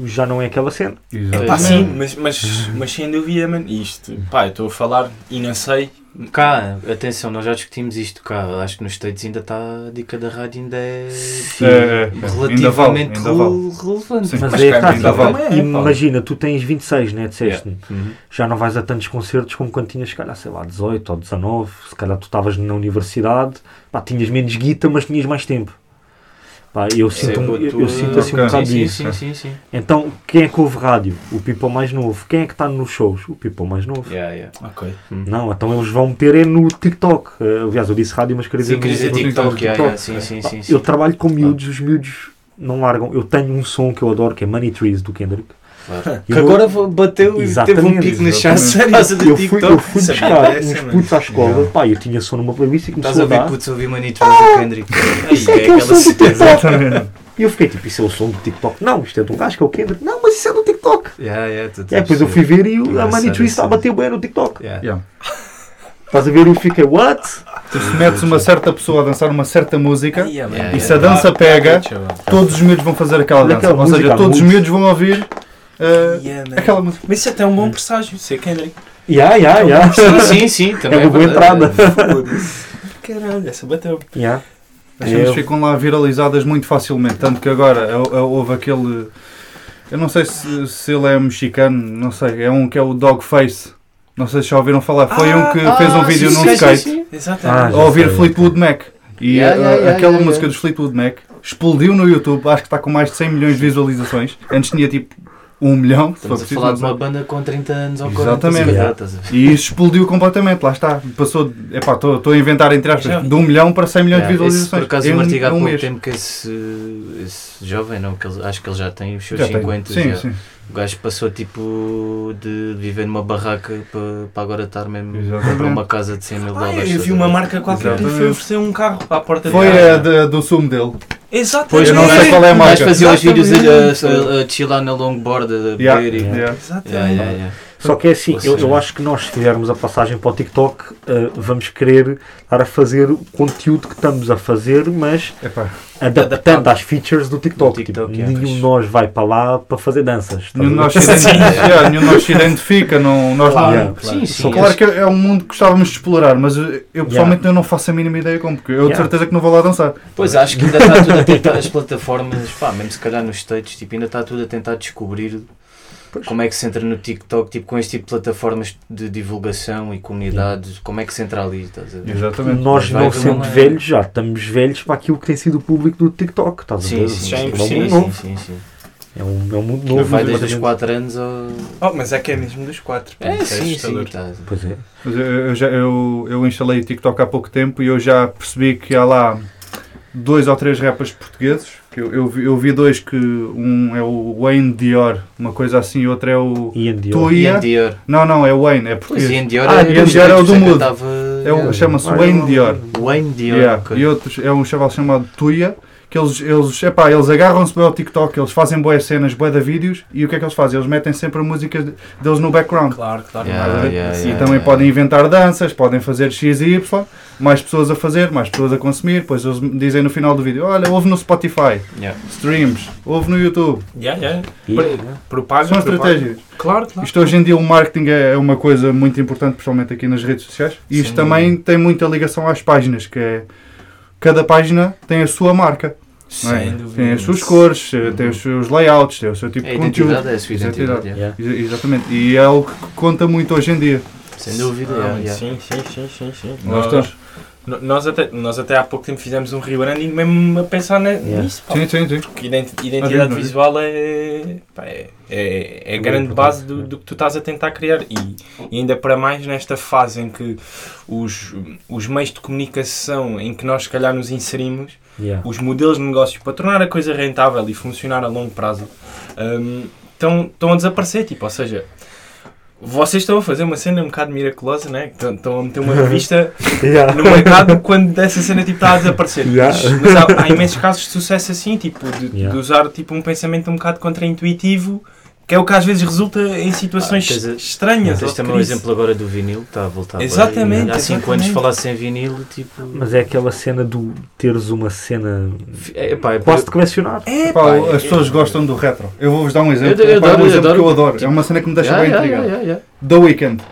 S4: já não é aquela cena.
S5: Exato.
S3: Pá,
S6: Pois
S3: Ah, sim, mas, mas, mas sem dúvida, mano. Isto, pá, eu estou a falar e não sei.
S6: Cá, atenção, nós já discutimos isto cá. Acho que nos States ainda está a dica da rádio ainda é
S5: É, é, é. Ainda vale,
S6: relativamente
S5: ainda vale.
S6: rele- relevante.
S5: Sim.
S4: Mas,
S5: Mas
S4: é que
S5: cá
S4: tá,
S5: ainda
S4: tá,
S5: vale.
S4: tá.
S3: Também é, pá.
S4: Imagina, tu tens 26, né? Disseste.
S6: Uhum.
S4: Já não vais a tantos concertos como quando tinhas, se calhar, sei lá, 18 ou 19. Se calhar tu estavas na universidade, pá, tinhas menos guita, mas tinhas mais tempo. Pá, eu sinto,
S6: Sim,
S4: eu, eu
S6: tu-
S4: sinto assim um
S5: ok.
S4: bocado
S6: Sim,
S4: disso.
S6: sim, sim, sim, sim.
S4: Então, quem é que ouve rádio? O people mais novo. Quem é que está nos shows? O people mais novo.
S6: Yeah, yeah.
S3: Ok.
S4: Não, então eles vão meter é no TikTok. Eh, aliás, eu disse rádio, mas queria dizer
S6: Sim, queria dizer
S4: no- no
S6: TikTok, yeah, yeah, sim, sim,
S4: Pá,
S6: sim, Ah. sim.
S4: Eu tá- trabalho com miúdos, os miúdos não largam. Eu tenho um som que eu adoro, que é Money Trees, do Kendrick.
S6: Claro.
S4: E
S6: Que
S4: eu-
S6: agora vo- bateu e teve um
S4: Exatamente,
S6: pico nas chances por
S3: exatamente.
S6: causa do
S4: eu fui, eu
S6: TikTok.
S4: fui
S3: Sabia
S4: buscar
S3: dessa,
S4: uns
S3: mano.
S4: putos à escola, pá, eu tinha som numa playlist e
S6: Estás
S4: começou
S6: a
S4: a
S6: ver
S4: dar.
S6: putos ouvir Money Trolls do Kendrick.
S4: Isso é
S6: Ai,
S4: que é o som do
S6: cena.
S4: TikTok. E eu fiquei tipo, isso é o som do TikTok? Não, isto é do gajo que é o Kendrick. Não, mas isso é do TikTok.
S6: Yeah, yeah, tu
S4: E aí, depois eu
S6: tens-
S4: fui ver e o- a
S6: Engraçado
S4: Money Trees
S6: isso.
S4: está a bater bem no TikTok.
S6: é Yeah.
S5: Yeah.
S4: Estás a ver e eu fiquei, what?
S5: Tu se metes uma certa pessoa a dançar uma certa música,
S6: yeah,
S5: e se a dança pega, todos os miúdos vão fazer aquela
S4: Olha
S5: dança.
S4: aquela
S5: Ou seja,
S4: música,
S5: todos os
S4: muito.
S5: miúdos vão ouvir eh,
S3: Yeah, man.
S5: aquela música.
S3: Mas isso é até um bom presságio, ser Kendrick.
S4: Ya, ya, ya.
S6: Sim, sim, sim.
S4: É
S6: Também
S4: uma boa
S6: verdade.
S4: entrada.
S3: Caralho, essa bateu.
S4: Ya.
S5: As cenas
S4: Eu-
S5: ficam lá viralizadas muito facilmente. Tanto que agora eu- eu- houve aquele. Eu não sei se, se ele é mexicano, não sei. É um que é o Dogface. Não sei se já ouviram falar. Foi
S3: Ah,
S5: um que
S6: Ah,
S5: fez um vídeo
S6: sim,
S5: num
S6: sim,
S5: skate.
S6: sim, sim.
S4: Ah,
S3: Exatamente.
S4: já
S5: A ouvir
S4: sei.
S5: Fleetwood Mac. E
S6: Yeah,
S5: uh,
S6: yeah, yeah,
S5: aquela
S6: yeah,
S5: música
S6: yeah.
S5: dos Fleetwood Mac explodiu no YouTube. Acho que está com mais de 100 milhões de visualizações. Antes tinha tipo 1 milhão, se for
S6: Estamos a
S5: preciso.
S6: falar
S5: não
S6: de
S5: sei.
S6: uma banda com 30 anos ou 40
S5: Exatamente.
S6: se calhar, estás a ver?
S5: E isso explodiu completamente, lá está. Passou, de- epá, estou a inventar entre
S3: Já
S5: aspas,
S3: vi.
S5: de 1 milhão para 100 milhões
S6: Yeah,
S5: de
S6: esse,
S5: visualizações.
S6: por acaso
S5: em
S6: eu
S5: um-
S6: martigo há
S5: um
S6: pouco
S5: mês.
S6: tempo que esse, esse jovem, não, que ele- acho que ele já tem os seus
S5: Já tem.
S6: 50.
S5: Sim,
S6: já.
S5: sim.
S6: O gajo passou tipo de viver numa barraca para, para agora estar mesmo
S5: Exatamente.
S6: para uma casa de 100 mil
S3: Ah,
S6: dólares.
S3: eu vi uma marca qualquer que lhe foi
S5: Exatamente.
S3: oferecer um carro para a porta
S5: Foi
S3: de
S5: a de- do sumo dele.
S3: Exatamente.
S6: Pois,
S5: eu não sei qual é a
S6: O gajo
S5: marca.
S6: fazia os vídeos a,
S3: Exatamente.
S6: a, a chilar na longboard, a
S5: Yeah,
S6: beber e.
S5: yeah.
S3: Exatamente.
S6: Yeah, yeah, yeah.
S4: Só que é assim,
S6: Ou
S4: eu,
S6: seja-
S4: eu acho que nós se fizermos a passagem para o TikTok, eh, vamos querer estar a fazer o conteúdo que estamos a fazer, mas
S5: Epá,
S4: adaptando
S6: Adaptado.
S4: às features do TikTok.
S6: Do TikTok,
S4: tipo,
S6: é,
S4: nenhum
S6: pois.
S4: de nós vai para lá para fazer danças. tá estás a ver?
S5: nenhum de nós se identifica, yeah, nenhum de nós se identifica, não, nós
S4: Claro.
S5: não.
S4: Yeah.
S6: Sim, sim.
S5: Claro que é um mundo que gostávamos de explorar, mas eu eu, pessoalmente eu não faço a mínima ideia como, porque eu de
S4: Yeah.
S5: certeza que não vou lá dançar.
S6: Pois acho que ainda tá tá está tudo a tentar, as plataformas, pá, mesmo se calhar nos States, tipo, ainda está tudo a tentar descobrir
S4: Pois.
S6: Como é que se entra no TikTok, tipo, com este tipo de plataformas de divulgação e comunidades, como é que se entra ali, estás a ver?
S5: Exatamente.
S4: Nós,
S6: Vai
S4: não
S6: haver
S4: sendo
S6: uma-
S4: velhos, já estamos velhos para aquilo que tem sido o público do TikTok, estás a
S6: Sim,
S4: ver?
S6: sim,
S3: já é
S4: é um
S3: impossível.
S4: mundo
S6: sim,
S4: novo.
S6: sim, sim.
S4: É um, é um mundo
S6: Não
S4: novo.
S6: vai desde os
S4: completamente.
S6: 4 anos ao...
S3: Oh, mas é que é mesmo dos quatro. pá,
S6: É,
S3: isso
S6: sim, sim,
S3: assustador.
S6: estás a ver.
S4: Pois é.
S5: Mas eu, eu, já- eu, eu instalei o TikTok há pouco tempo e eu já percebi que há lá dois ou três rappers portugueses. Que eu, eu, vi, eu vi dois que um é o Wayne Dior, uma coisa assim, e outro é o
S4: Ian Dior.
S5: Toia.
S6: Ian Dior.
S5: Não, não, é Wayne, é
S6: Pois,
S5: português.
S6: Ian Dior
S5: Ah, Ian Dior é o do
S6: que
S5: mudo.
S6: cantava-
S5: É o- Chama-se
S4: Vai,
S5: Wayne
S4: vai,
S5: Dior.
S4: vai.
S6: Wayne Dior.
S5: Yeah.
S6: ok.
S5: E outros é um chaval chamado Tuya, que eles, eles, epá, eles agarram-se bem ao TikTok, eles fazem boas cenas, boas vídeos, e o que é que eles fazem? Eles metem sempre a música de- deles no background.
S3: Claro, claro.
S6: Yeah,
S5: Estás a ver?
S6: yeah,
S5: e
S6: yeah,
S5: também
S6: yeah.
S5: podem inventar danças, podem fazer X e Y, mais pessoas a fazer, mais pessoas a consumir, depois eles dizem no final do vídeo, olha, ouve no Spotify,
S6: Yeah.
S5: streams, ouve no YouTube.
S3: Yeah, yeah.
S4: Ian,
S3: Propaga,
S5: São
S3: propaga.
S5: estratégias.
S3: Claro, claro.
S5: Isto hoje em dia o marketing é é uma coisa muito importante, principalmente aqui nas redes sociais. E isto
S3: Sim.
S5: também tem muita ligação às páginas, que é cada página tem a sua marca. não é?
S3: Sem dúvida.
S5: Tem as suas cores, eh, tem os seus layouts, tem o seu tipo
S6: É a
S5: de conteúdo.
S6: identidade, é a sua identidade.
S5: Identidade.
S6: yeah.
S4: yeah.
S5: Ex- Exatamente. E é algo que conta muito hoje em dia.
S6: Sem dúvida,
S3: Ah,
S6: yeah, yeah.
S3: Sim, sim, sim, sim, sim.
S5: Nós
S3: Nós, no- nós, até, nós até há pouco tempo fizemos um rebranding mesmo a pensar ne-
S4: Yeah.
S3: nisso. Pá.
S5: Sim, sim, sim.
S3: Porque identi-
S5: Nós
S3: identidade
S5: vimos,
S3: visual é, pá, é, é, é a grande
S4: importante,
S3: base
S4: é? é.
S3: do, do que tu estás a tentar criar. E, e ainda para mais nesta fase em que os, os meios de comunicação em que nós se calhar nos inserimos,
S4: Yeah.
S3: os modelos de negócios para tornar a coisa rentável e funcionar a longo prazo, hum, estão, estão a desaparecer. Tipo, ou seja, vocês estão a fazer uma cena um bocado miraculosa, né? Estão, estão a meter uma revista
S4: Yeah.
S3: no
S6: é
S3: mercado quando essa cena tipo, está a desaparecer.
S4: Yeah.
S3: Mas, mas há, há imensos casos de sucesso assim, tipo, de, de
S4: Yeah.
S3: usar tipo, um pensamento um bocado contraintuitivo, que é o que às vezes resulta em situações
S6: Ah, tens a-
S3: estranhas.
S6: Tens
S3: ou
S6: também o
S3: crise.
S6: exemplo agora do vinil, que está a voltar bem.
S3: Exatamente,
S6: Há 5 anos
S3: exatamente.
S6: falasse em vinil, tipo.
S4: Mas é aquela cena do teres uma cena
S6: É, pá, é
S4: quase de colecionar.
S3: É,
S5: Pá,
S3: pá,
S5: as pessoas gostam do retro. Eu vou-vos dar um exemplo.
S6: Eu- eu
S5: Epá, é
S6: adoro,
S5: um
S6: eu
S5: exemplo que eu
S6: adoro.
S5: adoro. É uma cena que me deixa
S6: Yeah,
S5: bem
S6: yeah,
S5: intrigado.
S6: yeah, yeah,
S5: The Weeknd.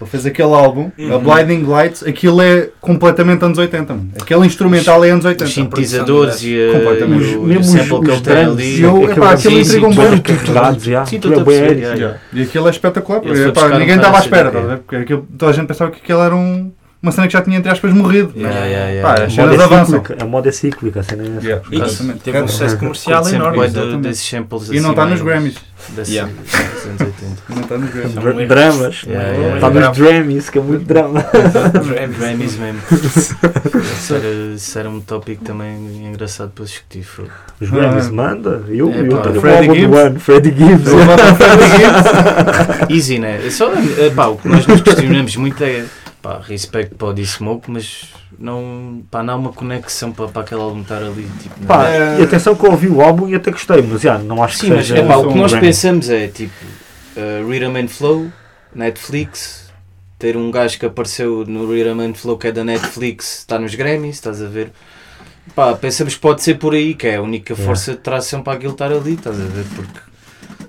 S5: Ele fez aquele álbum, a
S3: Uhum.
S5: Blinding Lights, aquilo é completamente anos 80. mano. Aquele instrumental é anos
S6: yeah. Os
S5: 80.
S6: sintetizadores e a-
S5: Completamente.
S6: e o, e
S4: Mesmo
S6: o
S4: os-
S6: sample que
S4: os
S6: ele tem
S4: grandes,
S6: ali. é
S5: Eu-
S4: aquele-
S5: epá, aquilo
S4: sim,
S5: intriga um
S4: sim,
S5: bom.
S4: todos tutelados, yeah.
S6: Sim,
S4: Aquilo é
S6: estou a perceber,
S4: bué-
S6: yeah, yeah.
S5: E aquilo é espetacular.
S6: Ele foi
S5: Epá,
S6: buscar um
S5: ninguém estava à espera,
S6: pedaço de-
S5: estás a ver? Porque aquilo- toda a gente pensava que aquilo era um- uma cena que já tinha, entre aspas, morrido.
S6: Yeah,
S5: né?
S6: yeah, yeah. Um
S5: Pá,
S4: A
S5: As
S4: moda
S5: cenas
S4: é
S5: avançam.
S4: cíclica, a moda é cíclica, a cena é essa.
S5: Yeah,
S3: E
S5: exatamente.
S3: teve um sucesso comercial
S6: Curto sempre
S3: enorme.
S6: bué de-
S5: exatamente.
S6: desses samples
S5: E não
S6: assim
S5: está nos
S6: mais
S5: Grammys.
S6: desses-
S3: Yeah.
S6: dos anos 80.
S5: Não está nos Grammys.
S3: São
S4: Dra-
S3: erros.
S4: Dramas.
S6: Yeah, yeah,
S4: Está
S6: yeah.
S4: nos Grammys, que é muito drama.
S5: É
S6: Grammys mesmo. Isso era- Isso era um tópico também engraçado para discutir. fogo.
S4: Os Grammys
S5: Ah.
S4: manda. Eu,
S6: É,
S4: eu
S6: pá,
S4: tenho
S5: Freddie
S4: um álbum do
S5: Gibbs.
S4: ano, Freddie Gibbs.
S5: Eu vou botar o Freddie Gibbs.
S6: Easy, né? É só, é, pá, o que nós nos questionamos muito é pá, respeito para o D-Smoke, mas não, pá, não há uma conexão para, para aquele álbum estar ali. Tipo, não é?
S4: Pá,
S5: É.
S4: e atenção que eu ouvi o álbum e até gostei, mas já, não acho que
S6: Sim, mas
S4: seja
S6: é, pá, o
S4: um
S6: que nós
S4: Grammy.
S6: pensamos é tipo uh, Rhythm and Flow, Netflix, ter um gajo que apareceu no Rhythm and Flow que é da Netflix, está nos Grammys, estás a ver? Pá, pensamos que pode ser por aí, que é a única
S4: Yeah.
S6: força de tração para aquilo estar ali, estás a ver? Porque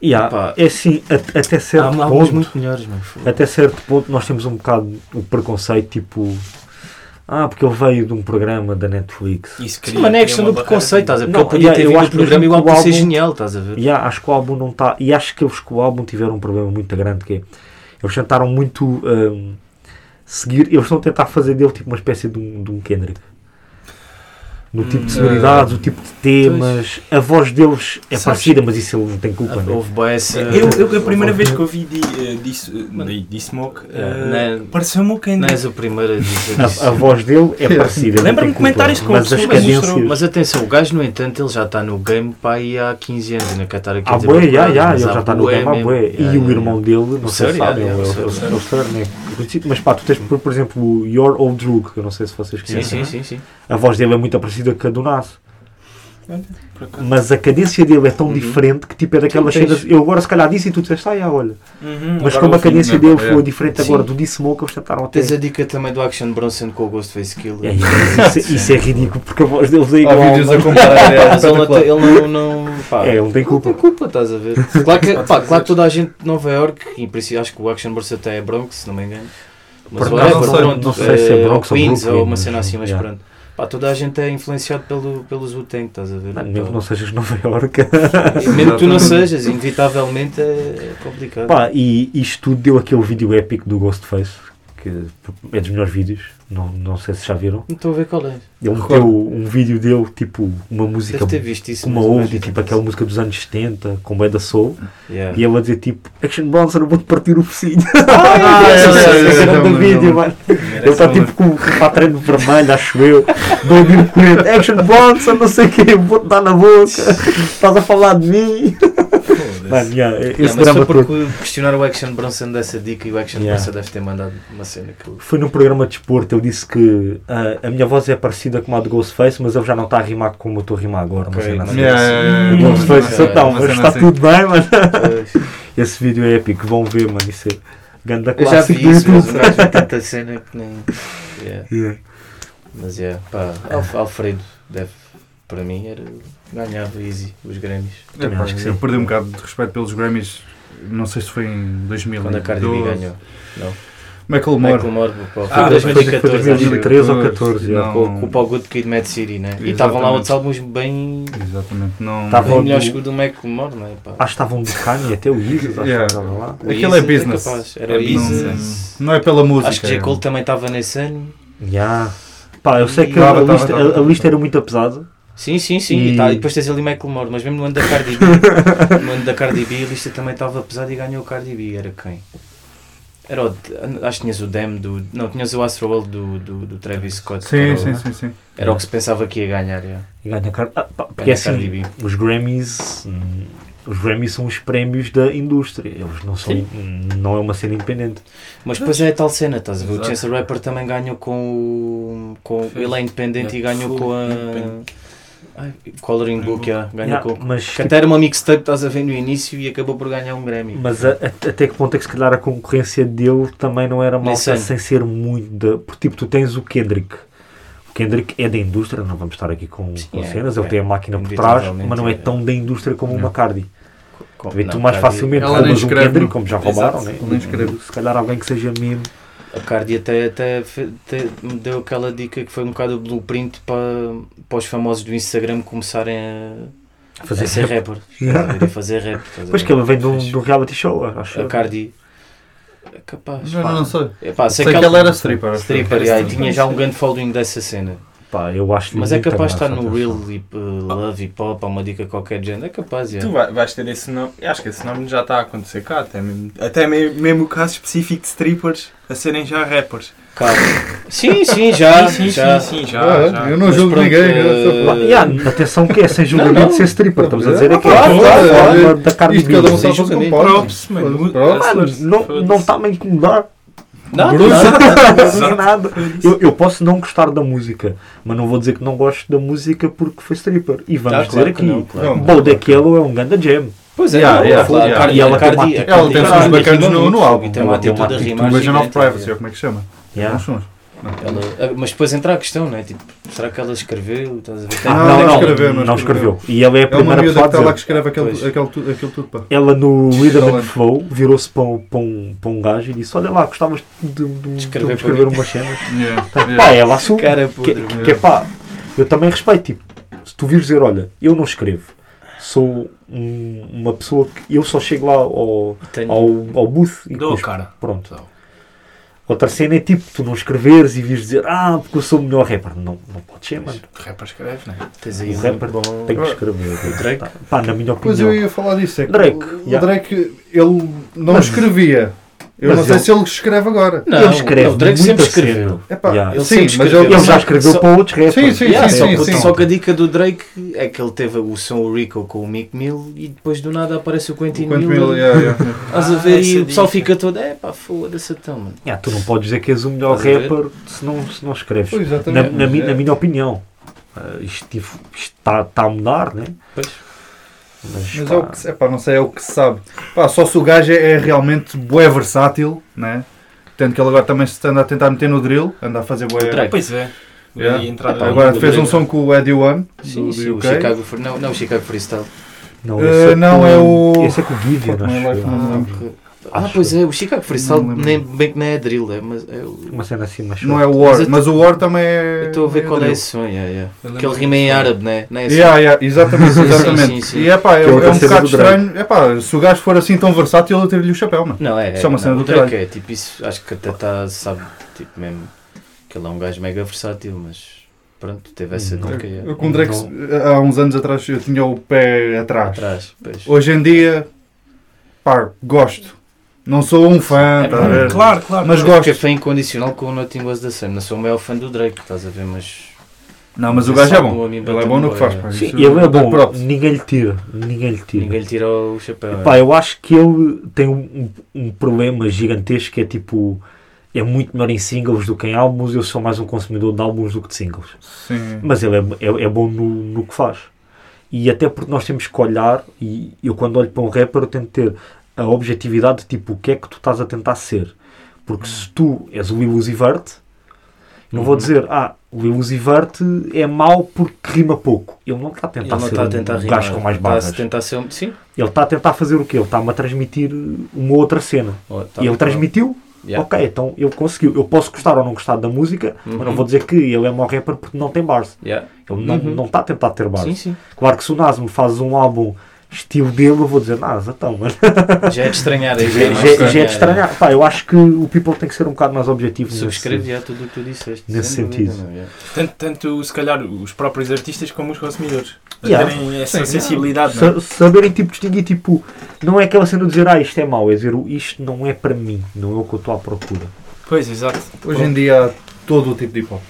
S4: Yeah,
S6: Epá.
S4: é assim, a- até
S6: há
S4: certo
S6: álbuns
S4: ponto.
S6: muito melhores, meu fogo.
S4: Até certo ponto nós temos um bocado o preconceito tipo. Ah, porque ele veio de um programa da Netflix.
S3: Isso
S6: Sim, mas não é
S3: cria
S6: questão
S3: uma
S6: do
S3: barreira.
S6: preconceito, estás a ver? Porque
S4: Não,
S6: eu podia
S4: yeah,
S6: ter
S4: eu
S6: vindo
S4: acho
S6: o programa
S4: mesmo
S6: igual
S4: que o
S6: para ser
S4: álbum-
S6: genial, estás a ver?
S4: E ah, acho que o álbum não está. E acho que eles com o álbum tiveram um problema muito grande que é. Eles tentaram muito hum, seguir. Eles estão a tentar fazer dele tipo uma espécie de um, de um Kendrick. No tipo de
S3: Hum.
S4: sonoridades, o tipo de temas, a voz deles é
S6: Sabes-
S4: parecida, mas isso ele não tem culpa,
S3: Ah,
S4: né?
S6: Houve boa essa.
S3: Eu, eu, a primeira vez que ouvi di, eh, disso, eh, di, di Smoke, eh,
S6: Não é-
S3: pareceu-me o
S6: Não
S3: Kendrick.
S6: és o primeiro a dizer isso.
S4: A, é a voz dele é parecida. não
S3: Lembra-me
S4: tem
S3: de
S4: culpa,
S3: comentários que uma
S4: Mas as
S3: pessoa mostrou,
S4: cadências.
S6: Mas atenção, o gajo, no entanto, ele já está no game pá, aí há 15 anos, ainda quer estar aqui a
S4: Ah,
S6: dizer
S4: bué,
S6: bem
S4: já,
S6: coisas,
S4: já,
S6: mas
S4: ele
S6: há
S4: já está no
S6: bué
S4: game há
S6: mesmo.
S4: bué.
S6: Já,
S4: E o
S6: já,
S4: irmão
S6: já.
S4: dele, não sei
S6: Sir,
S4: se
S6: já,
S4: sabem,
S6: já,
S4: é o-
S6: o Sir,
S4: é o
S6: Sir.
S4: é o Sir, né? Conhecido, Mas pá, tu tens, por por exemplo, o Your Old Drug, que eu não sei se vocês
S6: Sim,
S4: conhecem.
S6: sim, sim, sim.
S4: A voz dele é muito parecida com a do Nas.
S3: Por acaso.
S4: Mas a cadência dele é tão diferente que tipo é daquelas
S6: Sim, tens.
S4: cenas. Eu agora se calhar disse e tu disseste, ah, já, olha.
S3: Uhum,
S4: Mas
S3: agora
S4: como a
S3: ouvi.
S4: cadência
S5: né?
S4: dele
S5: É.
S4: foi diferente agora
S6: Sim.
S4: do D-Smoke, eles tentaram até.
S6: Tens a dica também do Action Bronson com o Ghostface Killer.
S4: É, isso, isso- isso é ridículo porque a voz deles é
S5: Há
S4: igual.
S5: vídeos a
S4: mas-
S5: comparar. é
S6: Mas ele, até-
S5: espetacular.
S6: ele não. não pá,
S4: É, ele tem
S6: Não tem
S4: culpa.
S6: culpa, estás a ver? Claro que, pá, claro que toda a gente de Nova York, em princípio acho que o Action Burst até é Bronx, se não me engano. Mas
S4: Por
S5: acaso
S6: whatever,
S5: não sei,
S6: pronto,
S4: não sei se é
S6: eh,
S4: Bronx ou
S6: Queens
S4: Brooklyn,
S6: uma
S4: mas
S6: cena assim, mas
S4: yeah.
S6: pronto. Pá, toda a gente é influenciado pelo, pelos Wu-Tang, estás a ver?
S4: Mano, mesmo que não é sejas de Nova Iorque.
S6: E mesmo que tu não sejas, inevitavelmente é é complicado.
S4: Pá, e isto tudo deu aquele vídeo épico do Ghostface, que é dos melhores vídeos, não, não sei se já viram.
S6: Não estou a ver qual é.
S4: Ele meteu um vídeo dele, tipo, uma música
S6: Deve ter visto isso.
S4: com uma
S6: mas é
S4: ouve,
S6: imagina.
S4: tipo aquela música dos anos 70, com bem da soul,
S5: É.
S6: Yeah.
S4: e ele a dizer tipo, Action Bouncer, eu vou-te partir o focinho.
S5: Ah, é, é, é,
S4: Esse era
S5: é,
S4: do
S5: é, é,
S4: vídeo,
S5: é.
S4: mano. Ele está tipo com o patrão vermelho, acho eu, doido corrente, Action Bouncer, não sei o quê, vou-te dar na boca, estás a falar de mim. Mano, yeah,
S5: É,
S4: esse
S6: Yeah, mas
S4: drama
S6: foi
S4: todo.
S6: porque questionar o Action Bronson dessa dica e o Action
S4: Yeah.
S6: Bronson deve ter mandado uma cena que eu...
S4: Foi num programa de desporto, ele disse que ah, a minha voz é parecida com a do Ghostface, mas ele já não está a rimar como eu estou a rimar agora. Mas
S6: Ok.
S4: é nada
S5: Yeah, yeah,
S4: disso.
S5: yeah,
S4: O
S5: yeah.
S4: Ghostface disse,
S5: Uma cena
S4: então, mas está
S5: assim.
S4: tudo bem, mano.
S6: Pois.
S4: Esse vídeo é épico, vão ver, mano. Isso é ganda
S6: Eu já
S4: clássico
S6: vi
S4: do
S6: isso, mas um
S4: YouTube.
S6: gajo vê tanta cena que nem. Yeah.
S4: Yeah.
S6: Mas é, pá, Al- Alfredo deve, para mim, era ganhava easy os Grêmios.
S5: É, pá,
S4: acho que
S5: eu
S4: sim.
S5: perdi um bocado de respeito pelos Grammys, não sei se foi em 2000.
S6: Quando a Cardi B ganhou.
S5: Macklemore.
S6: Macklemore, pá,
S5: Ah,
S6: foi
S5: mas
S4: foi-
S6: 2014.
S4: foi
S6: acho eu.
S4: 2013 ou 14,
S5: Não,
S4: yeah.
S6: Com com o Paul Good Kid Mad City, né? E
S5: Exatamente.
S6: estavam lá outros álbuns bem.
S5: Exatamente, não.
S4: Tá
S6: bem
S4: bom.
S6: melhores que o do Macklemore, né? Pá.
S4: Acho que estavam do Kanye, até o Isis, acho
S5: Yeah.
S4: que estava lá.
S6: O
S5: aquilo é
S6: Yeezus
S5: business.
S6: capaz, Era
S5: É
S6: o Isis.
S5: business. Não é pela música.
S6: eh, Acho que J.
S5: é-
S6: Cole também estava nesse ano.
S4: Yeah. Pá, eu sei que
S5: Tava,
S4: a,
S5: tava,
S4: lista,
S5: tava.
S4: a- a lista era muito apesada.
S6: Sim, sim, sim.
S4: E-
S6: E, tá, e depois tens ali Macklemore, mas mesmo no ano da Cardi B, no ano da Cardi B a lista também estava pesada e ganhou o Cardi B. Era quem? Era o, acho que tinhas o Dem do. Não, tinhas o Astroworld do, do, do Travis Scott. que
S5: Sim,
S6: era, o-
S5: sim, sim, sim.
S6: Era o que se pensava que ia ganhar. é.
S4: E ganha Car- ah, pá, Porque
S6: Ganha
S4: assim,
S6: Cardi B.
S4: os Grammys. hum, Os Grammys são os prémios da indústria. Eles não são.
S6: Sim.
S4: hum, Não é uma cena independente.
S6: Mas depois é a tal cena, estás a ver? O
S3: Exato.
S6: Chance the Rapper também ganhou com o. Com, ele é independente e ganhou com a. Ai, Coloring Book, é, ganhou
S4: Yeah,
S6: com.
S4: mas
S6: Que até era uma mixtape, estás a ver no início e acabou por ganhar um Grammy.
S4: Mas a- a- até que ponto é que se calhar a concorrência dele também não era mal
S6: Nesse
S4: sem
S6: ano.
S4: ser muito da. Porque tipo, tu tens o Kendrick. O Kendrick é da indústria, não vamos estar aqui com,
S6: Sim,
S4: com
S6: é,
S4: cenas, ele
S6: é.
S4: tem a máquina por trás,
S6: Inevitavelmente,
S4: mas não é
S6: é.
S4: tão da indústria como o McCarthy.
S6: Com-
S4: Vê tu
S6: não,
S4: mais
S6: Cardi-
S4: facilmente
S5: Ela nem
S4: roubas um
S5: escreve,
S4: Kendrick,
S5: não?
S4: como já
S5: Exato,
S4: roubaram, né?
S5: ela nem escreve.
S4: se calhar alguém que seja meme.
S6: A Cardi até, até fe- te- me deu aquela dica que foi um bocado o blueprint para, para os famosos do Instagram começarem a,
S4: Fazer
S6: a ser rapper. Estás é a ver? A fazer rap. estás a
S4: Pois
S6: ver?
S4: que ela vem de um, de um reality show, acho
S6: A
S4: eu.
S6: Cardi. é Capaz.
S5: Não, não, não sei.
S6: Epá,
S5: Sei que ela era stripper.
S6: stripper, yeah, e tinha já um grande following dessa cena.
S4: Pá, eu acho
S6: Mas é
S4: muito
S6: capaz de estar
S4: engraçado,
S6: no
S4: atenção.
S6: Real Hip, uh,
S5: Ah.
S6: Love Hip Hop, há uma dica qualquer de género. É capaz,
S3: Tu
S6: yeah.
S3: vai- vais ter esse nome, eu acho que esse nome já está a acontecer cá, até mesmo, até me- mesmo o caso específico de strippers a serem já rappers.
S6: Calma. Sim, sim, já.
S3: sim, sim,
S6: já.
S3: sim, sim, já.
S5: Ah,
S3: já.
S5: Eu não
S6: Mas
S5: julgo
S6: pronto,
S5: ninguém.
S6: eh,
S5: eu sou-
S4: Lá- yeah, atenção que é, sem
S6: Não,
S4: julgamento
S6: não.
S4: de ser stripper, estamos a dizer é que é.
S5: Ah, Claro, claro,
S4: Uma
S5: claro.
S4: forma da Cardi
S5: Isto
S4: B.
S5: cada
S4: Sim,
S5: um sabe o que
S6: Sim,
S5: pode.
S3: Props, mano.
S5: Props.
S3: Props.
S4: Mano, não-
S3: Foda-se.
S4: não está-me a incomodar.
S6: Não,
S5: Bruce.
S4: Não é nada. Eu, eu posso não gostar da música, mas não vou dizer que não gosto da música porque foi stripper. E vamos
S6: Ah,
S4: dizer
S6: claro que
S4: aqui:
S6: não, claro.
S5: Não.
S4: Bold Yellow é um ganda jam.
S6: Pois é,
S5: Yeah,
S6: não,
S5: yeah,
S6: claro,
S5: yeah.
S6: Cardi-
S4: E ela
S6: a Cardi-
S4: tem uma-
S6: a Cardi-
S5: Ela tem
S6: a
S5: uns
S6: Cardi
S5: bacanas
S6: rima
S5: no- no
S6: muito,
S5: álbum.
S6: e Tem uma
S4: Ela tem uma
S6: atitude a
S4: atitude
S6: rimar.
S5: Invasion of
S6: gigante,
S5: Privacy,
S6: yeah.
S5: ou como é que chama?
S4: Yeah.
S5: Uns sons.
S6: Ela- ah, mas depois entra a questão, não é? Tipo, será que ela escreveu? Estás a ver? Tem-
S5: Ah,
S4: não,
S5: não
S4: não,
S5: escreveu, não
S4: não
S5: escreveu.
S4: escreveu. E ela é a
S5: É uma
S4: primeira
S5: miúda que
S4: pessoa a
S5: está lá
S4: dizer.
S5: que escreve aquele,
S6: Pois.
S5: aquele, tu- aquilo tudo, pá.
S4: Ela no Rhythm and
S5: Talento.
S4: Flow virou-se para um, para, um, para um gajo e disse: Olha lá, gostavas de, de, de
S6: Escrever
S4: escrever,
S6: para mim.
S4: umas cenas.
S5: Yeah,
S4: Pá,
S5: yeah.
S4: ela assume.
S6: Cara
S4: que,
S6: podre,
S4: que,
S5: meu.
S4: que é pá, eu também respeito. Tipo, se tu vires dizer, olha, eu não escrevo, sou um- uma pessoa que eu só chego lá ao,
S6: Tenho-
S4: ao, ao booth e
S3: Dou a
S4: depois,
S3: cara.
S4: pronto.
S6: então.
S4: Outra cena é tipo, tu não escreveres e vires dizer, ah, porque eu sou o melhor rapper. Não, não pode ser, mano.
S3: Rapper escreve, né?
S6: Tens
S4: O
S6: aí um
S4: rapper tem que escrever. Tá. Pá, na minha
S5: Pois eu
S4: opinião.
S5: ia falar disso. É que
S4: Drake,
S5: O
S4: yeah.
S5: Drake, ele não
S4: Mas-
S5: escrevia. Eu
S4: mas
S5: não sei
S4: ele-
S5: se ele escreve agora.
S6: Não,
S4: ele escreve.
S6: o Drake
S4: muita
S6: sempre
S4: cena.
S6: escreveu.
S5: Epá,
S4: Yeah.
S6: Ele
S5: Sim,
S6: sempre
S5: mas
S6: escreveu.
S5: ele
S4: Ele
S6: Só-
S4: já escreveu
S6: só-
S4: para outros rappers.
S5: sim,
S6: Yeah,
S5: sim,
S6: só,
S5: sim,
S6: que,
S5: sim.
S6: só que a dica do Drake é que ele teve o som Rico com o Mick Mill e depois do nada aparece o Quentin
S5: O Quanto
S6: Miller.
S5: mil, yeah, yeah.
S6: Estás a
S3: Ah, essa
S6: ver? e o
S3: dica.
S6: pessoal fica todo, é pá, foda-se então, mano.
S4: Yeah, tu não podes dizer que és o melhor
S6: Estás a ver?
S4: rapper se não, se não escreves.
S5: Pois,
S4: na,
S5: exatamente.
S4: na, mi-
S5: É.
S4: na minha opinião. Ah, isto está a mudar, né?
S6: Pois.
S4: Mas,
S5: Mas
S4: pá,
S5: é o que se, epá, não sei, é o que se sabe. Pá, só se o gajo é, é realmente bué versátil, né? Tanto que ele agora também se anda a tentar meter no drill, anda a fazer bué.
S6: O Drake.
S3: Pois é.
S5: Yeah.
S3: E entrar
S4: tá
S5: Pá,
S3: lá.
S5: agora
S6: do
S5: fez
S4: né?
S5: um
S6: Drake.
S5: som com o Eddie One,
S6: Sim,
S5: do,
S6: sim,
S5: do
S6: o
S5: UK.
S6: Chicago Fre- não, não, o Chicago Freestyle.
S4: não,
S5: Eh, não,
S4: com-
S5: é o-
S4: Esse é com o Gideon,
S5: Fuck my
S4: acho
S5: life,
S4: eu.
S5: não.
S6: Ah,
S5: Hum.
S6: ok. Ah,
S4: Acho
S6: pois
S4: eu.
S6: é, o Chicago Freestyle
S5: Não me lembro.
S6: nem, bem que não é drill, é, mas é o-
S4: Uma cena assim, mas.
S5: Não é o
S6: Mas
S5: War,
S6: eu tô-
S5: mas o War também é.
S6: Eu estou a ver qual é
S5: drill.
S6: esse som, yeah, yeah.
S3: Eu lembro
S6: aquele rima em
S3: desse som.
S6: árabe, né? não é? assim?
S5: Yeah, yeah, exatamente,
S6: Sim, sim,
S5: exatamente.
S6: sim, sim.
S5: E é pá, é,
S4: Que é outra
S5: é um
S4: cena
S5: bocado
S4: do drag.
S5: estranho. É pá, se o gajo for assim tão versátil, eu tiro-lhe o chapéu, mano.
S6: Não, é.
S5: Isso é uma cena
S6: não,
S5: do
S6: o Drake
S5: caralho.
S6: é tipo isso, acho que até está, sabe, tipo mesmo, que ele é um gajo mega versátil, mas pronto, teve essa
S4: Não.
S6: dica. yeah.
S5: Uhum. Eu com o Drake, há uns anos atrás, eu tinha o pé atrás.
S6: Atrás, pois.
S5: Hoje em dia, pá, gosto. Não sou um fã,
S6: É,
S5: tá a ver?
S3: Claro, claro.
S5: mas
S6: Gosto.
S5: gosto.
S6: Café é incondicional com o Nothing Was The Same. Não sou o maior fã do Drake, estás a ver, mas...
S5: Não, mas o
S6: Esse
S5: gajo é
S6: álbum
S5: bom.
S6: a mim
S5: Ele é
S6: bateu-me
S5: bom no
S6: bué,
S5: que faz,
S6: é.
S5: pá.
S4: Sim,
S5: Isso
S4: ele é
S5: dá
S4: bom.
S5: props.
S4: Ninguém lhe tira. Ninguém lhe tira.
S6: Ninguém lhe tira o chapéu. é.
S4: Pá, eu acho que ele tem um, um problema gigantesco que é tipo. É muito melhor em singles do que em álbuns. Eu sou mais um consumidor de álbuns do que de singles.
S5: Sim.
S4: Mas ele é, é, é bom no, no que faz. E até porque nós temos que olhar, e eu quando olho para um rapper, eu tento ter a objetividade de tipo o que é que tu estás a tentar ser. Porque se tu és o Lil Uzi Vert, eu
S6: Uhum.
S4: não vou dizer, ah, o Lil Uzi Vert é mau porque rima pouco. Ele não está a
S6: Ele
S4: tentar
S6: não
S4: ser
S6: está a tentar
S4: um
S6: rimar.
S4: gajo com mais
S6: Está
S4: barras.
S6: a tentar ser um... Sim.
S4: Ele está a tentar fazer o quê? Ele está-me a transmitir uma outra cena.
S6: Oh, tá
S4: e ele
S6: muito
S4: transmitiu,
S6: bom. Yeah.
S4: ok, então ele conseguiu. Eu posso gostar ou não gostar da música, mas não
S6: Uhum.
S4: vou dizer que ele é mau rapper porque não tem bars.
S6: Yeah.
S4: Ele não,
S6: Uhum.
S4: não está a tentar ter base.
S6: Sim, sim.
S4: Claro que se o Nas me faz um álbum estilo dele, eu vou dizer, Nas, então, mas
S6: Já é de estranhar. aí,
S4: já,
S6: não
S4: já- já é
S6: estranhar,
S4: de estranhar. Pá, eu acho que o People tem que ser um bocado mais objetivo. nesse-
S6: Subscrevo já tudo o que tu disseste.
S4: Nesse
S6: sem dúvida,
S4: sentido.
S6: não, é? yeah.
S3: Tanto, tanto, se calhar, os próprios artistas como os consumidores. A
S4: Yeah.
S3: Terem essa
S5: Sim,
S3: sensibilidade. não é?
S4: Sa- Saberem, tipo, distinguir, tipo, não é aquela cena de dizer, ah, isto é mau, é dizer, isto não é para mim, não é o que eu estou à procura.
S3: Pois, exato.
S5: Hoje em dia há todo o tipo de hip hop.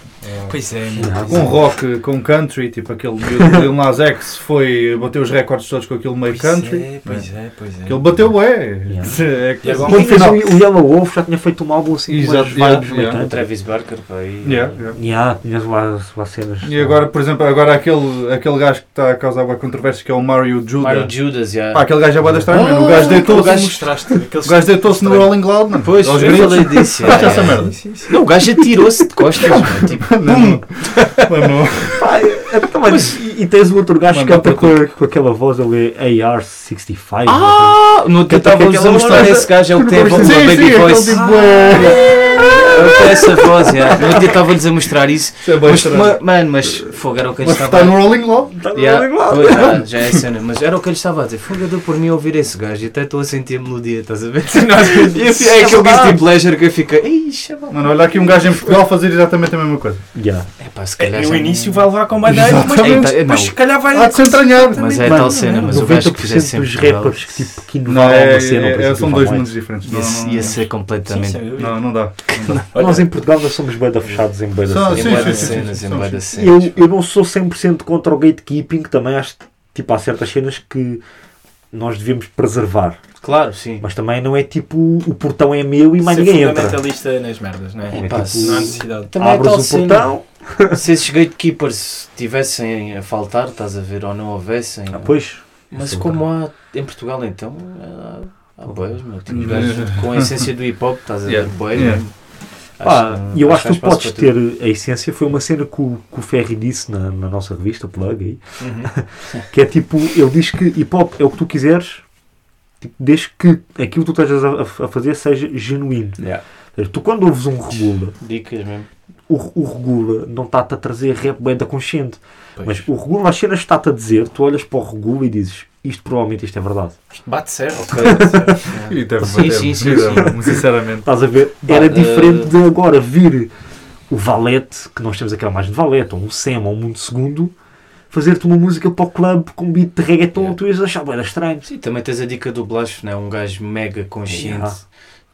S3: Pois é,
S5: Com rock, com country, tipo aquele miúdo do Lil Nas X foi, bateu os recordes todos com aquele meio
S3: Pois
S5: Um country.
S3: é, pois é, pois é.
S5: Ele bateu é. É que-
S3: E agora-
S4: Quando fez
S5: Não.
S4: um o, o Yellow Wolf, já tinha feito um álbum assim,
S5: Exato,
S4: umas vibes
S5: yeah,
S4: meio
S5: yeah.
S6: O
S4: tanto.
S6: Travis Barker, pá, eh, aí...
S5: Yeah, yeah.
S4: Yeah, tinhas lá, lá cenas.
S5: E agora, por exemplo, agora aquele, aquele gajo que está a causar uma controvérsia que é o Mario Judah.
S6: Mario Judas, yeah.
S5: Pá, aquele gajo é boa estranho, mano. O gajo
S3: O gajo
S5: deitou-se
S3: mostraste aqueles
S5: o gajo deitou-se no Rolling Loud, mano.
S6: Pois,
S5: Aos
S6: eu
S5: gritos.
S6: falei disso.
S5: Acha
S6: é.
S5: essa merda?
S6: Não, o gajo atirou-se de costas, mano, tipo,
S5: Não, não. Não, não.
S4: Pá, é- é- tá, mas, e, e tens o outro gajo que
S5: Manda
S4: canta
S5: outra
S4: com, a- com aquela voz é ali, AR65.
S6: Ah, no outro
S4: Que- que-
S6: estava-vos
S4: aquela
S6: a mostrar
S4: hora-
S6: esse gajo, é ele tipo. tem a
S5: Sim,
S6: vo- uma
S5: sim,
S6: baby
S5: aquele
S6: voice.
S5: tipo, é.
S6: Ele tem essa voz, yeah. no outro dia estava-lhes a mostrar isso.
S5: Isso é bué
S6: Mas,
S5: estranho.
S6: ma- mano, mas tá fogo era o que eles
S5: Mas está
S6: estavam
S5: no Rolling Loud.
S4: Tá
S6: Yeah, pois, ah, já é cena, mas era o que eles estavam a dizer. Fogo, eu dou por mim a ouvir esse gajo e até estou a sentir a melodia, estás a ver? E eu fi- é aquele guilty pleasure que eu fiquei. Ih, chaval.
S5: Mano, olha aqui um gajo em Portugal fazer exatamente a mesma coisa.
S4: Yeah.
S6: É pá, se
S3: É,
S6: calhar.
S3: no
S6: já
S3: início
S6: não-
S3: vai levar com bandeiras, mas,
S6: Exatamente.
S3: depois-
S6: Então,
S3: mas
S6: não.
S3: se calhar vai.
S5: Há de se entranhar.
S6: Mas é
S4: Mano,
S6: tal cena, mas o gajo que fizer
S4: 90%
S6: sempre.
S4: dos
S6: inovar,
S4: rappers que, tipo, que
S5: Não,
S4: inovam
S5: é,
S4: uma cena, por
S5: é-
S4: exemplo,
S5: são
S4: do
S5: dois
S4: Van
S5: mundos
S4: White.
S5: diferentes.
S6: Ia,
S5: Não, não,
S6: ia ser
S3: Sim,
S6: completamente.
S3: sem dúvida.
S5: não, não dá. Não dá.
S4: Nós em Portugal nós somos bem fechados em bem
S5: Só-
S4: cenas.
S5: sim,
S6: Em bué
S5: sim,
S6: de
S5: sim,
S6: cenas,
S5: sim,
S6: em
S5: sim,
S6: bué de
S5: sim.
S6: cenas.
S4: Eu, eu não sou 100% contra o gatekeeping, também acho que tipo, há certas cenas que nós devemos preservar,
S6: Claro, sim.
S4: mas também não é tipo o portão é meu e mais
S3: ser
S4: ninguém entra.
S3: fundamentalista nas merdas, não é?
S4: É,
S6: Pá,
S4: tipo,
S6: se-
S3: Não há necessidade.
S6: Também é tal
S4: Abres um o
S6: cena.
S4: portão,
S6: Se esses gatekeepers tivessem a faltar, estás a ver, ou não houvessem.
S4: ah, pois
S6: Mas
S4: Sim,
S6: como há em Portugal então, há, há boias, meu. Tipo, gajos com a essência do hip hop, estás a ver,
S5: Yeah.
S6: boias.
S5: Uhum. Yeah.
S6: mesmo.
S4: Pá,
S6: não-
S4: e eu acho que tu
S6: há espaço
S4: podes
S6: para tudo.
S4: ter eh, a essência. Foi uma cena que o, que o Ferry disse na, na nossa revista, Plug, aí, que é tipo: ele diz que hip hop é o que tu quiseres, tipo, desde que aquilo que tu estejas a, a fazer seja genuíno.
S6: Yeah.
S4: Ou seja, Tu, quando ouves um Regula,
S6: Dicas mesmo.
S4: o, o Regula não está-te a trazer rap bem da consciente,
S3: Pois.
S4: mas o Regula, as cenas que está-te a dizer, tu olhas para o Regula e dizes: Isto provavelmente isto é verdade.
S3: Isto bate certo.
S5: E deve
S6: Sim,
S5: bater,
S6: sim, sim,
S5: e deve, Sinceramente.
S4: Estás a ver?
S6: Bah,
S4: Era
S6: eh,
S4: diferente de agora vir o Valete, que nós temos aquela mais de Valete, ou um Sema, ou um Mundo Segundo, fazer-te uma música para o clube com um beat de reggaeton,
S6: Yeah.
S4: tu ias achar bem estranho.
S6: Sim, também tens a dica do Blasfo, né? um gajo mega consciente.
S4: Yeah.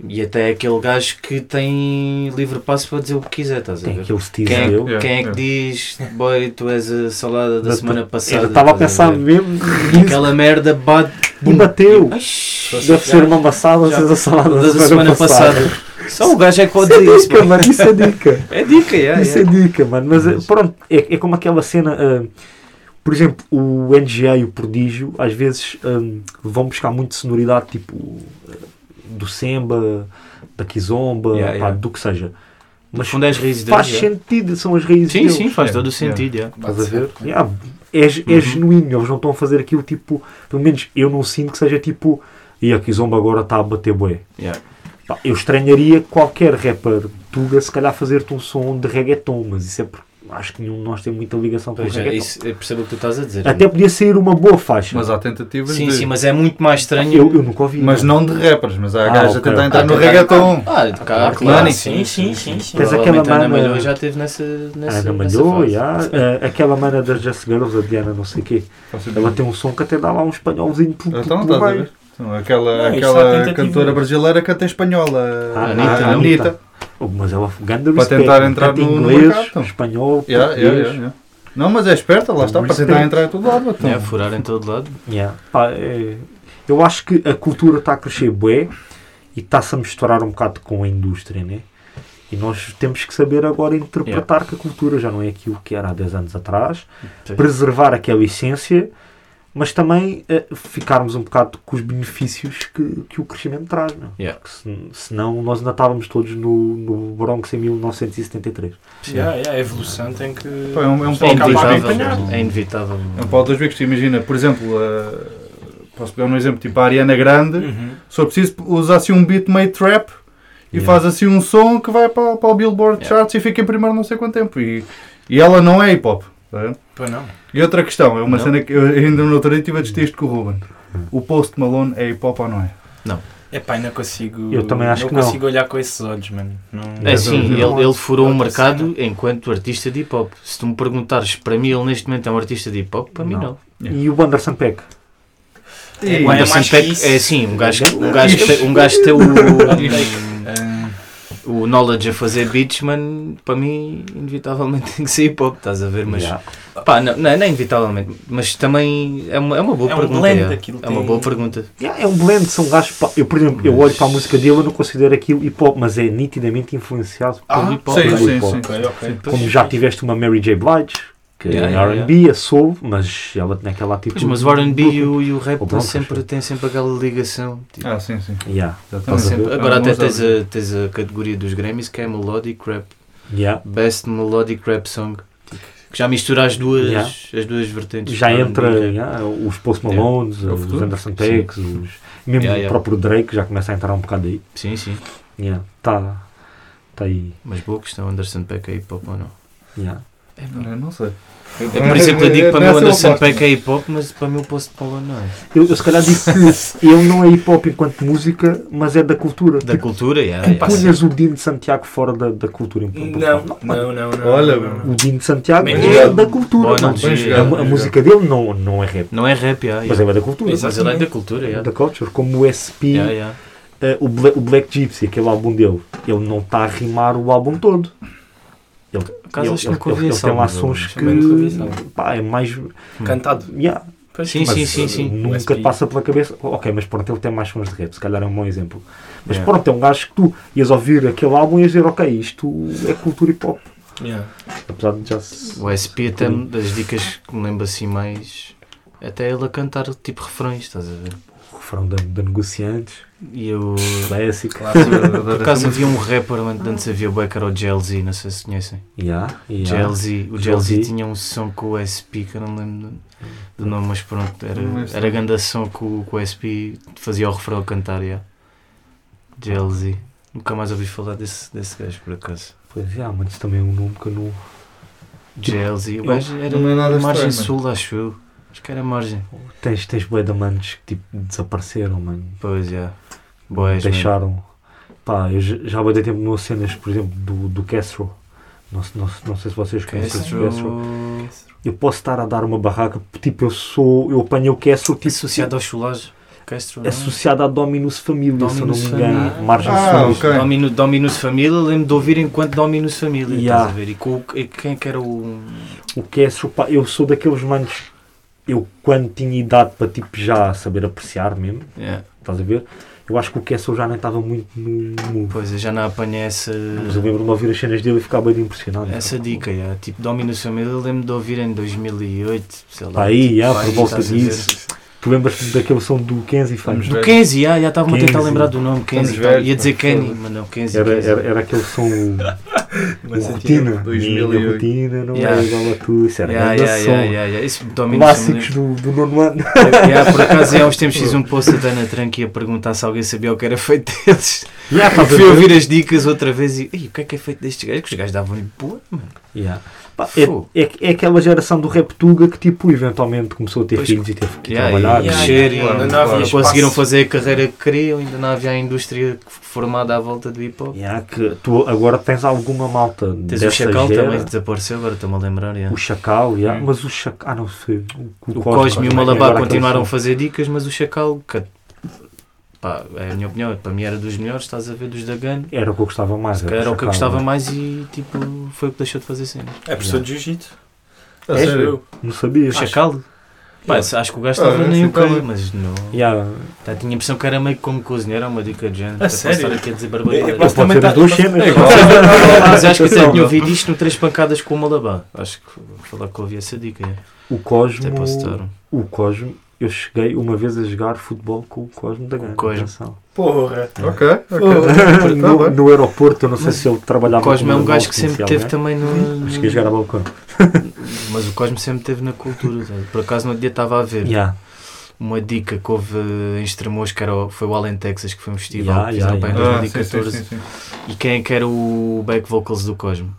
S6: E até é aquele gajo que tem livre passo para dizer o que quiser, estás a
S4: Tem
S6: ver?
S4: aquele teaser
S6: Quem é,
S4: eu.
S5: Yeah,
S6: quem é que
S5: yeah.
S6: diz, boy, tu és a salada da
S4: Da-
S6: semana
S4: Eu
S6: passada?
S4: estava a
S6: estás
S4: pensar
S6: ver? é
S4: mesmo
S6: E
S4: nisso.
S6: aquela merda bate.
S4: E bateu.
S6: Ai,
S4: Deve ser uma amassada, às
S6: já-
S4: vezes a salada
S6: da semana passada. Só o gajo é que pode
S4: Isso é
S6: dizer isso.
S4: dica,
S6: mano.
S4: mano, isso é dica.
S6: É dica, yeah,
S4: Isso é dica, mano. Mas eh, pronto, é, é como aquela cena. ah, por exemplo, o NGA e o Prodígio às vezes ah, vão buscar muito sonoridade tipo ah, do Semba, da Kizomba,
S6: Yeah,
S4: pá,
S6: yeah.
S4: do que seja.
S6: No fundo é as raízes
S4: faz
S6: deles,
S4: sentido, são as raízes
S6: Sim,
S4: deles.
S6: sim, faz
S5: Yeah,
S6: todo o
S5: yeah.
S6: sentido. yeah.
S4: Estás a ver? é Yeah, é ge- é genuíno, eles não estão a fazer aquilo tipo. Pelo menos eu não sinto que seja tipo. e a Kizomba agora está a bater bué.
S3: Yeah.
S4: Pá, eu estranharia qualquer rapper tuga se calhar fazer-te um som de reggaeton, mas isso é porque acho que nenhum de nós tem muita ligação com o
S6: Pois é,
S4: reggaeton.
S6: isso, é eu percebo o que tu estás a dizer.
S4: Até podia sair uma boa faixa.
S5: Mas há tentativas
S6: sim,
S5: de...
S6: sim, mas é muito mais estranho.
S4: eu, eu nunca ouvi.
S5: Mas não de rappers, mas há
S4: Ah,
S5: gajos
S4: ok.
S5: a tentar entrar
S6: Ah,
S5: no
S6: tentar-
S5: reggaeton.
S6: Ah, de cá,
S5: Claro,
S6: claro.
S3: sim, sim, sim, sim.
S4: Tens
S6: Provavelmente
S4: aquela
S6: a Ana
S4: mana-
S6: Malhoa já teve nessa, nessa,
S4: Ana
S6: nessa
S4: Malhou,
S6: fase.
S4: já, eh, aquela mana das Just Girls, a Diana não sei o quê, ela tem um som que até dá lá um espanholzinho pelo
S5: Então,
S4: pelo
S5: estás a
S4: meio.
S5: ver? Então, aquela
S3: Não, isso há
S5: aquela
S3: tentativas.
S5: cantora brasileira canta em espanhola.
S4: Ah,
S5: a
S6: Anitta,
S5: a
S4: Anitta.
S5: Anitta.
S4: Oh, Mas ela ganda
S5: Para
S4: respeito,
S5: tentar entrar
S4: canta
S5: no- no
S4: inglês,
S5: mercado, então.
S4: espanhol,
S5: Yeah,
S4: português.
S5: yeah, yeah, yeah. Não, mas é esperta, lá está, para tentar
S4: Respeito.
S5: entrar em todo lado. Então.
S6: É, furar em todo lado.
S4: Yeah. Pá, é, eu acho que a cultura está a crescer bué e está-se a misturar um bocado com a indústria, né? E nós temos que saber agora interpretar que a cultura já não é aquilo que era há 10 anos atrás,
S6: Sim.
S4: preservar aquela essência, mas também eh, ficarmos um bocado com os benefícios que, que o crescimento traz, não?
S6: Yeah.
S4: Porque se, senão nós ainda estávamos todos no, no Bronx em 1973.
S3: Yeah, yeah, a evolução tem que.
S5: Pô, é um, é um
S3: Sim,
S5: pau de dois
S3: inevitável.
S5: bicos.
S6: É inevitável.
S5: É um pau de dois bicos. Imagina, por exemplo, a- posso pegar um exemplo, tipo a Ariana Grande,
S3: Uhum.
S5: só preciso usar assim um beat meio trap e
S4: Yeah.
S5: faz assim um som que vai para, para o Billboard
S6: Yeah.
S5: Charts e fica em primeiro não sei quanto tempo. E, e ela não é hip hop. tá vendo?
S3: Pois não.
S5: E outra questão, é uma
S6: Não.
S5: cena que eu ainda no outro dia estive a discutir isto com o Ruben. O Post Malone é hip hop ou não é?
S3: Epá, eu não consigo.
S4: Eu também acho que não.
S3: consigo olhar com esses olhos, mano. Não...
S6: É sim,
S4: Mas,
S6: ele, ele furou o
S3: outra
S6: mercado enquanto artista de hip hop. Se tu me perguntares, para mim ele neste momento é um artista de hip hop, para mim
S4: Não.
S6: não.
S5: Yeah.
S4: E o Anderson Peck?
S5: E-
S6: O
S3: Ainda
S6: Anderson
S3: mais que
S6: Peck
S3: isso.
S6: é assim, um gajo, um gajo, que tem- um gajo ter o,
S3: É,
S6: o knowledge a fazer beats, mano, para mim inevitavelmente tem que ser hip hop, estás a ver? Mas
S4: Yeah.
S6: pá, não, não, não é inevitavelmente, mas também é uma, é uma boa
S3: É um
S6: pergunta.
S3: blend
S6: yeah.
S3: aquilo
S6: é uma
S3: tem-
S6: boa pergunta.
S4: Yeah, é um blend, são gajos. pa- Eu, por exemplo, eu olho para a música dele, eu não considero aquilo hip hop, mas é nitidamente influenciado
S6: Ah,
S4: pelo hip hop.
S5: sim,
S4: pelo
S5: sim,
S4: hip hop.
S5: sim.
S3: Ok, ok.
S6: é,
S4: Como já tiveste uma Mary J. Blige, que
S6: Yeah,
S4: é
S6: yeah,
S4: RB, é soul, mas ela tem aquela atitude.
S6: Pois, mas o RB e o, e o
S4: O
S6: rap têm
S4: Bronx,
S6: sempre, têm sempre aquela ligação. tipo,
S5: Ah, sim, sim.
S4: Yeah,
S5: Exatamente.
S4: Estás a ver?
S6: sempre- agora
S5: Ah,
S6: até
S5: vamos lá
S6: tens
S5: ver.
S6: a, tens a categoria dos Grammys que é Melodic Rap.
S4: yeah.
S6: Best Melodic Rap Song. Que já mistura as duas,
S4: Yeah.
S6: as duas vertentes.
S4: Já
S6: R&B,
S4: entra
S6: rap.
S4: yeah, os Post Malones,
S5: É o
S4: os
S5: futuro.
S4: Anderson Paaks, os, mesmo
S6: Yeah, yeah.
S4: o próprio Drake já começa a entrar um bocado aí.
S6: Sim, sim.
S4: Yeah, tá, tá aí.
S6: Mas boa questão, Anderson Peck é hip hop ou não?
S4: Yeah.
S5: Não, não sei.
S6: É por isso que eu digo que
S5: Nessa
S6: para mim o
S5: eu
S6: Anderson
S5: gosto.
S6: Peck é hip hop, mas para mim o Post Malone não é.
S4: Eu, eu se calhar digo que ele não é hip hop enquanto música, mas é da cultura.
S6: Da cultura, yeah,
S4: Tu
S6: yeah.
S4: punhas o Dino de Santiago fora da, da cultura em Portugal.
S3: Não, não, não. não
S5: Olha,
S3: não, não.
S4: O Dino de Santiago
S3: Bem
S4: é
S3: jogado.
S4: da cultura.
S6: Boa
S4: mano.
S5: Bem
S6: analogia.
S4: a,
S5: jogado.
S4: a música dele não, não é rap,
S6: Não é rap, yeah,
S4: mas
S6: yeah.
S4: é da cultura.
S6: mas ele é da cultura.
S4: É
S6: Yeah.
S4: da culture. Como o SP,
S6: Yeah, yeah.
S4: eh, o, Bla- o Black Gypsy, aquele álbum dele, ele não está a rimar o álbum todo. Ele,
S6: acaso
S4: ele,
S6: acho que
S4: ele-
S6: nunca ouvi
S4: ele
S6: esse
S4: tem lá
S6: álbum né? dele,
S4: sons
S3: mas também nunca ouvi esse
S4: que
S3: álbum.
S4: pá, é mais.
S3: Cantado.
S4: yeah, eh,
S3: Pois,
S6: Sim,
S3: mas,
S6: sim, sim, sim.
S3: o
S4: uh, nunca
S3: SP.
S4: te passa pela cabeça. Ok, mas pronto, ele tem mais sons de rap, se calhar é um bom exemplo. Mas
S6: Yeah.
S4: pronto, é um gajo que tu ias ouvir aquele álbum e ias dizer, ok, isto é cultura hip hop.
S3: Yeah.
S4: Apesar de já se.
S6: O SP até me- das dicas que me lembro assim mais. Até ele a cantar tipo refrões, estás a ver?
S4: O refrão da, da Negociantes,
S6: E eu.
S4: clássico.
S6: Por acaso havia um rapper, mano, antes havia o Becker ou o Jelzy, não sei se conhecem.
S4: Yeah, yeah.
S6: Jelzy, o Jelzy
S4: Jelzy.
S6: tinha um som com o SP, que eu não me lembro do nome, mas pronto, era,
S5: Não lembro.
S6: era grande som que o, que o SP fazia o refrão a cantar. Yeah. Jelzy, nunca mais ouvi falar desse, desse gajo por acaso.
S4: Pois é, mas isso também é um nome que eu não.
S6: Jelzy,
S5: Eu-
S6: o gajo era
S5: não é nada
S6: da margem
S5: estranho,
S6: sul, acho eu. Acho que era margem.
S4: Tens, tens bué de amantes que tipo desapareceram, mano.
S6: Pois é. Yeah. Boas, mano.
S4: Deixaram. Pá, eu já já botei tempo nas cenas, por exemplo, do, do Castro. Não, se- não, se- não sei se vocês conhecem o Castro.
S6: Castro.
S4: Eu posso estar a dar uma barraca, tipo, eu sou. Eu apanhei o Castro tipo,
S6: Associado ao chulage. Castro,
S5: É
S6: não? é?
S4: associado à Dominus Família, se eu não me
S6: Dominus
S4: engano.
S6: Família.
S4: Margem
S5: Ah,
S4: Sul.
S5: ok.
S6: Domino, Dominus Família, lembro de ouvir enquanto Dominus Família,
S4: Yeah.
S6: estás a ver? E, com, o- e quem é que era o.
S4: O Castro, pá, eu sou daqueles manos. Eu, quando tinha idade para tipo já saber apreciar mesmo,
S6: Yeah.
S4: estás a ver? Eu acho que o Kessel já nem estava muito no no-
S6: Pois, eu já não apanhei essa,
S4: Mas eu lembro-me de ouvir então. as cenas dele e ficar bem impressionado.
S6: essa dica. Yeah. Tipo, Dominus Família, eu lembro de ouvir em 2008, sei lá.
S4: Pá, aí, yeah,
S6: pá,
S4: por volta
S6: estás a ver?
S4: disso. Tu lembras-te daquele som do Kenzie Fans?
S5: Vamos ver.
S6: Do Kenzie, yeah, já estava-me a tentar
S4: Kenzie.
S6: lembrar do nome. Kenzie, tá.
S5: Estamos velhos,
S6: ia dizer
S5: pá,
S6: Kenny,
S5: foda-se.
S6: mas não, Kenzie.
S4: Era,
S6: Kenzie.
S4: era, era aquele som. O
S6: é tipo
S4: Rotina.
S5: 2008.
S4: Minha Rotina não
S6: Yeah.
S4: é igual a tu. Isso era
S6: Yeah,
S4: grande
S6: yeah,
S4: som.
S6: yeah, yeah, yeah. Esse domínio
S4: Clássicos do, do nono ano.
S6: yeah, Por acaso, há uns tempos fiz um post da Dana Tranqui a perguntar se alguém sabia o que era feito deles.
S4: Yeah,
S6: Eu fui ouvir as dicas outra vez e "Ei, o que é que é feito destes gajos? Que os gajos davam-lhe boa, mano.
S4: Yeah. Pá,
S6: Fogo.
S4: é, é, é aquela geração do rap tuga que tipo eventualmente começou a ter
S6: Pois,
S4: filhos e teve que
S6: Yeah,
S4: trabalhar. né?
S6: e
S3: yeah,
S6: crescer
S3: yeah,
S6: e
S3: yeah.
S6: não,
S3: Não havia
S6: conseguiram
S3: espaço.
S6: fazer a carreira que queriam, ainda não havia a indústria formada à volta do hip hop.
S4: Yeah, que tu agora tens alguma malta
S6: Tens
S4: dessa
S6: o Chacal
S4: gera.
S6: também que desapareceu, agora estou-me a lembrar. yeah.
S4: O Chacal, yeah,
S3: Hum.
S4: mas o Chacal, ah não sei, o,
S6: O Cosme e o Malabar
S4: agora
S6: continuaram a
S4: aquele
S6: fazer dicas, mas o Chacal, que- pá, é a minha opinião, para mim era dos melhores, estás a ver, dos da Gun.
S4: som. Era o que eu gostava mais.
S6: que Era o que eu gostava
S4: Chacal, né?
S6: mais e tipo, foi o que deixou de fazer cenas.
S3: É professor de jiu-jitsu.
S5: A
S4: É?
S5: sério.
S4: Não sabia.
S6: O Chacal? Pá, acho que o gajo
S5: Ah,
S6: estava nem o
S5: ficava.
S6: que, mas não.
S4: Yeah.
S6: Tá, tinha a impressão que era meio como cozinheiro, era uma dica de género.
S3: A
S6: Até posso
S3: sério?
S6: estar aqui a dizer
S3: Eu
S6: barbaridade.
S3: posso-
S4: Pode
S3: também
S4: ser as
S3: tá-
S4: duas
S3: mas-
S4: cenas.
S3: é
S4: pá.
S6: Mas acho que até
S4: Atenção.
S6: tinha ouvido isto no Três Pancadas com o Malabar. Acho que vou falar que ouvi essa dica. é.
S4: O
S6: Até
S4: Cosmo,
S6: posso um. estar.
S4: o Cosmo, eu cheguei uma vez a jogar futebol com o Cosmo da Gana.
S6: Cosmo.
S4: atenção.
S3: Porra.
S5: Ok,
S4: no,
S5: ok. Tá bem.
S4: no aeroporto, eu não sei se ele trabalhava
S6: O Cosme é
S4: como
S6: um gajo que
S4: balcão
S6: sempre
S4: oficial,
S6: teve
S4: né?
S6: também no.
S4: Acho que ia jogar a balcão.
S6: Mas o Cosme sempre teve na cultura. tá? Por acaso no outro dia estava a ver
S4: Yeah.
S6: uma dica que houve eh, em Estremoz, que era, o- foi o Allen Texas, que foi um
S4: Yeah,
S6: festival que fizeram
S4: yeah,
S6: para em
S5: Ah, sim, sim,
S6: 2014.
S5: sim, sim.
S6: E quem é que era o back vocals do Cosme?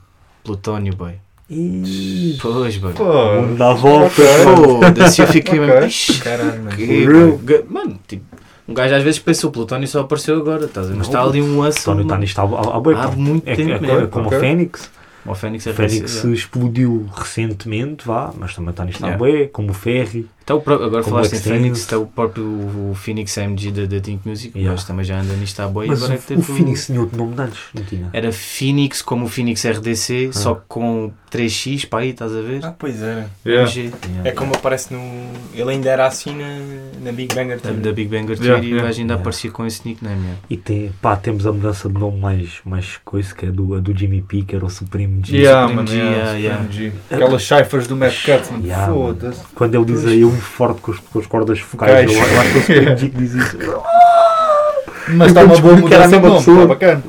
S6: Plutónio, boy.
S4: E...
S6: Pois, boy.
S4: O
S5: Pô,
S4: mundo dá a volta.
S6: Foda-se, eu fiquei
S5: Ok.
S6: mesmo. "Ixi,
S3: Caralho, mano.
S6: que-
S4: real.
S6: ga- Mano, tipo, um gajo às vezes pensa o Plutónio só apareceu agora, estás a ver? Mas
S4: Não,
S6: está ali um
S4: O
S6: lance.
S4: Tony está
S6: mano.
S4: nisto há, há, há boi,
S6: Há
S4: pá.
S6: muito
S4: É,
S6: tempo
S4: é,
S6: mesmo.
S4: é como
S5: Ok.
S4: a Fênix.
S6: O Fênix é
S4: A Fênix
S6: racista.
S4: explodiu recentemente, vá, mas também está nisto há
S6: Yeah.
S4: bué, como o Ferry.
S6: Então, o pró- agora
S4: Como
S6: falaste em
S4: Black
S6: Phoenix,
S4: Sabbath.
S6: está o próprio o Phoenix AMG da, da Think Music,
S4: Yeah.
S6: mas também já anda nisto à boia. e
S4: Mas
S6: agora é que
S4: o,
S6: teve
S4: o Phoenix tinha outro nome de antes, não tinha?
S6: Era Phoenix como o Phoenix RDC,
S4: Ah.
S6: só que com 3x para aí, estás a ver?
S3: Ah, pois era.
S5: yeah.
S6: MG.
S3: É como aparece no. Ele ainda era assim na, na Big Banger
S6: Da-
S3: Theory.
S6: Da Big Banger
S5: Yeah,
S6: Theory, o
S5: yeah.
S6: gajo ainda
S4: Yeah.
S6: aparecia com esse é, nickname. yeah.
S4: E tem, pá, temos a mudança de nome mais, mais coisa, que é do, a do Jimmy P, que era o Supreme G.
S5: Yeah,
S6: Supreme
S5: mano,
S6: G,
S5: yeah,
S6: yeah,
S5: Supreme G. Aquelas cifras do Mad Cut, mano.
S4: Yeah, mano.
S5: Foda-se.
S4: Quando ele diz aí eu me forte com, os- com as cordas focais,
S5: Focais.
S4: eu, eu acho que o Supreme G que diz isso.
S5: Mas está uma boa
S4: descobri que era a
S5: mudança de
S4: mesma
S5: nome,
S4: pessoa.
S5: está bacana.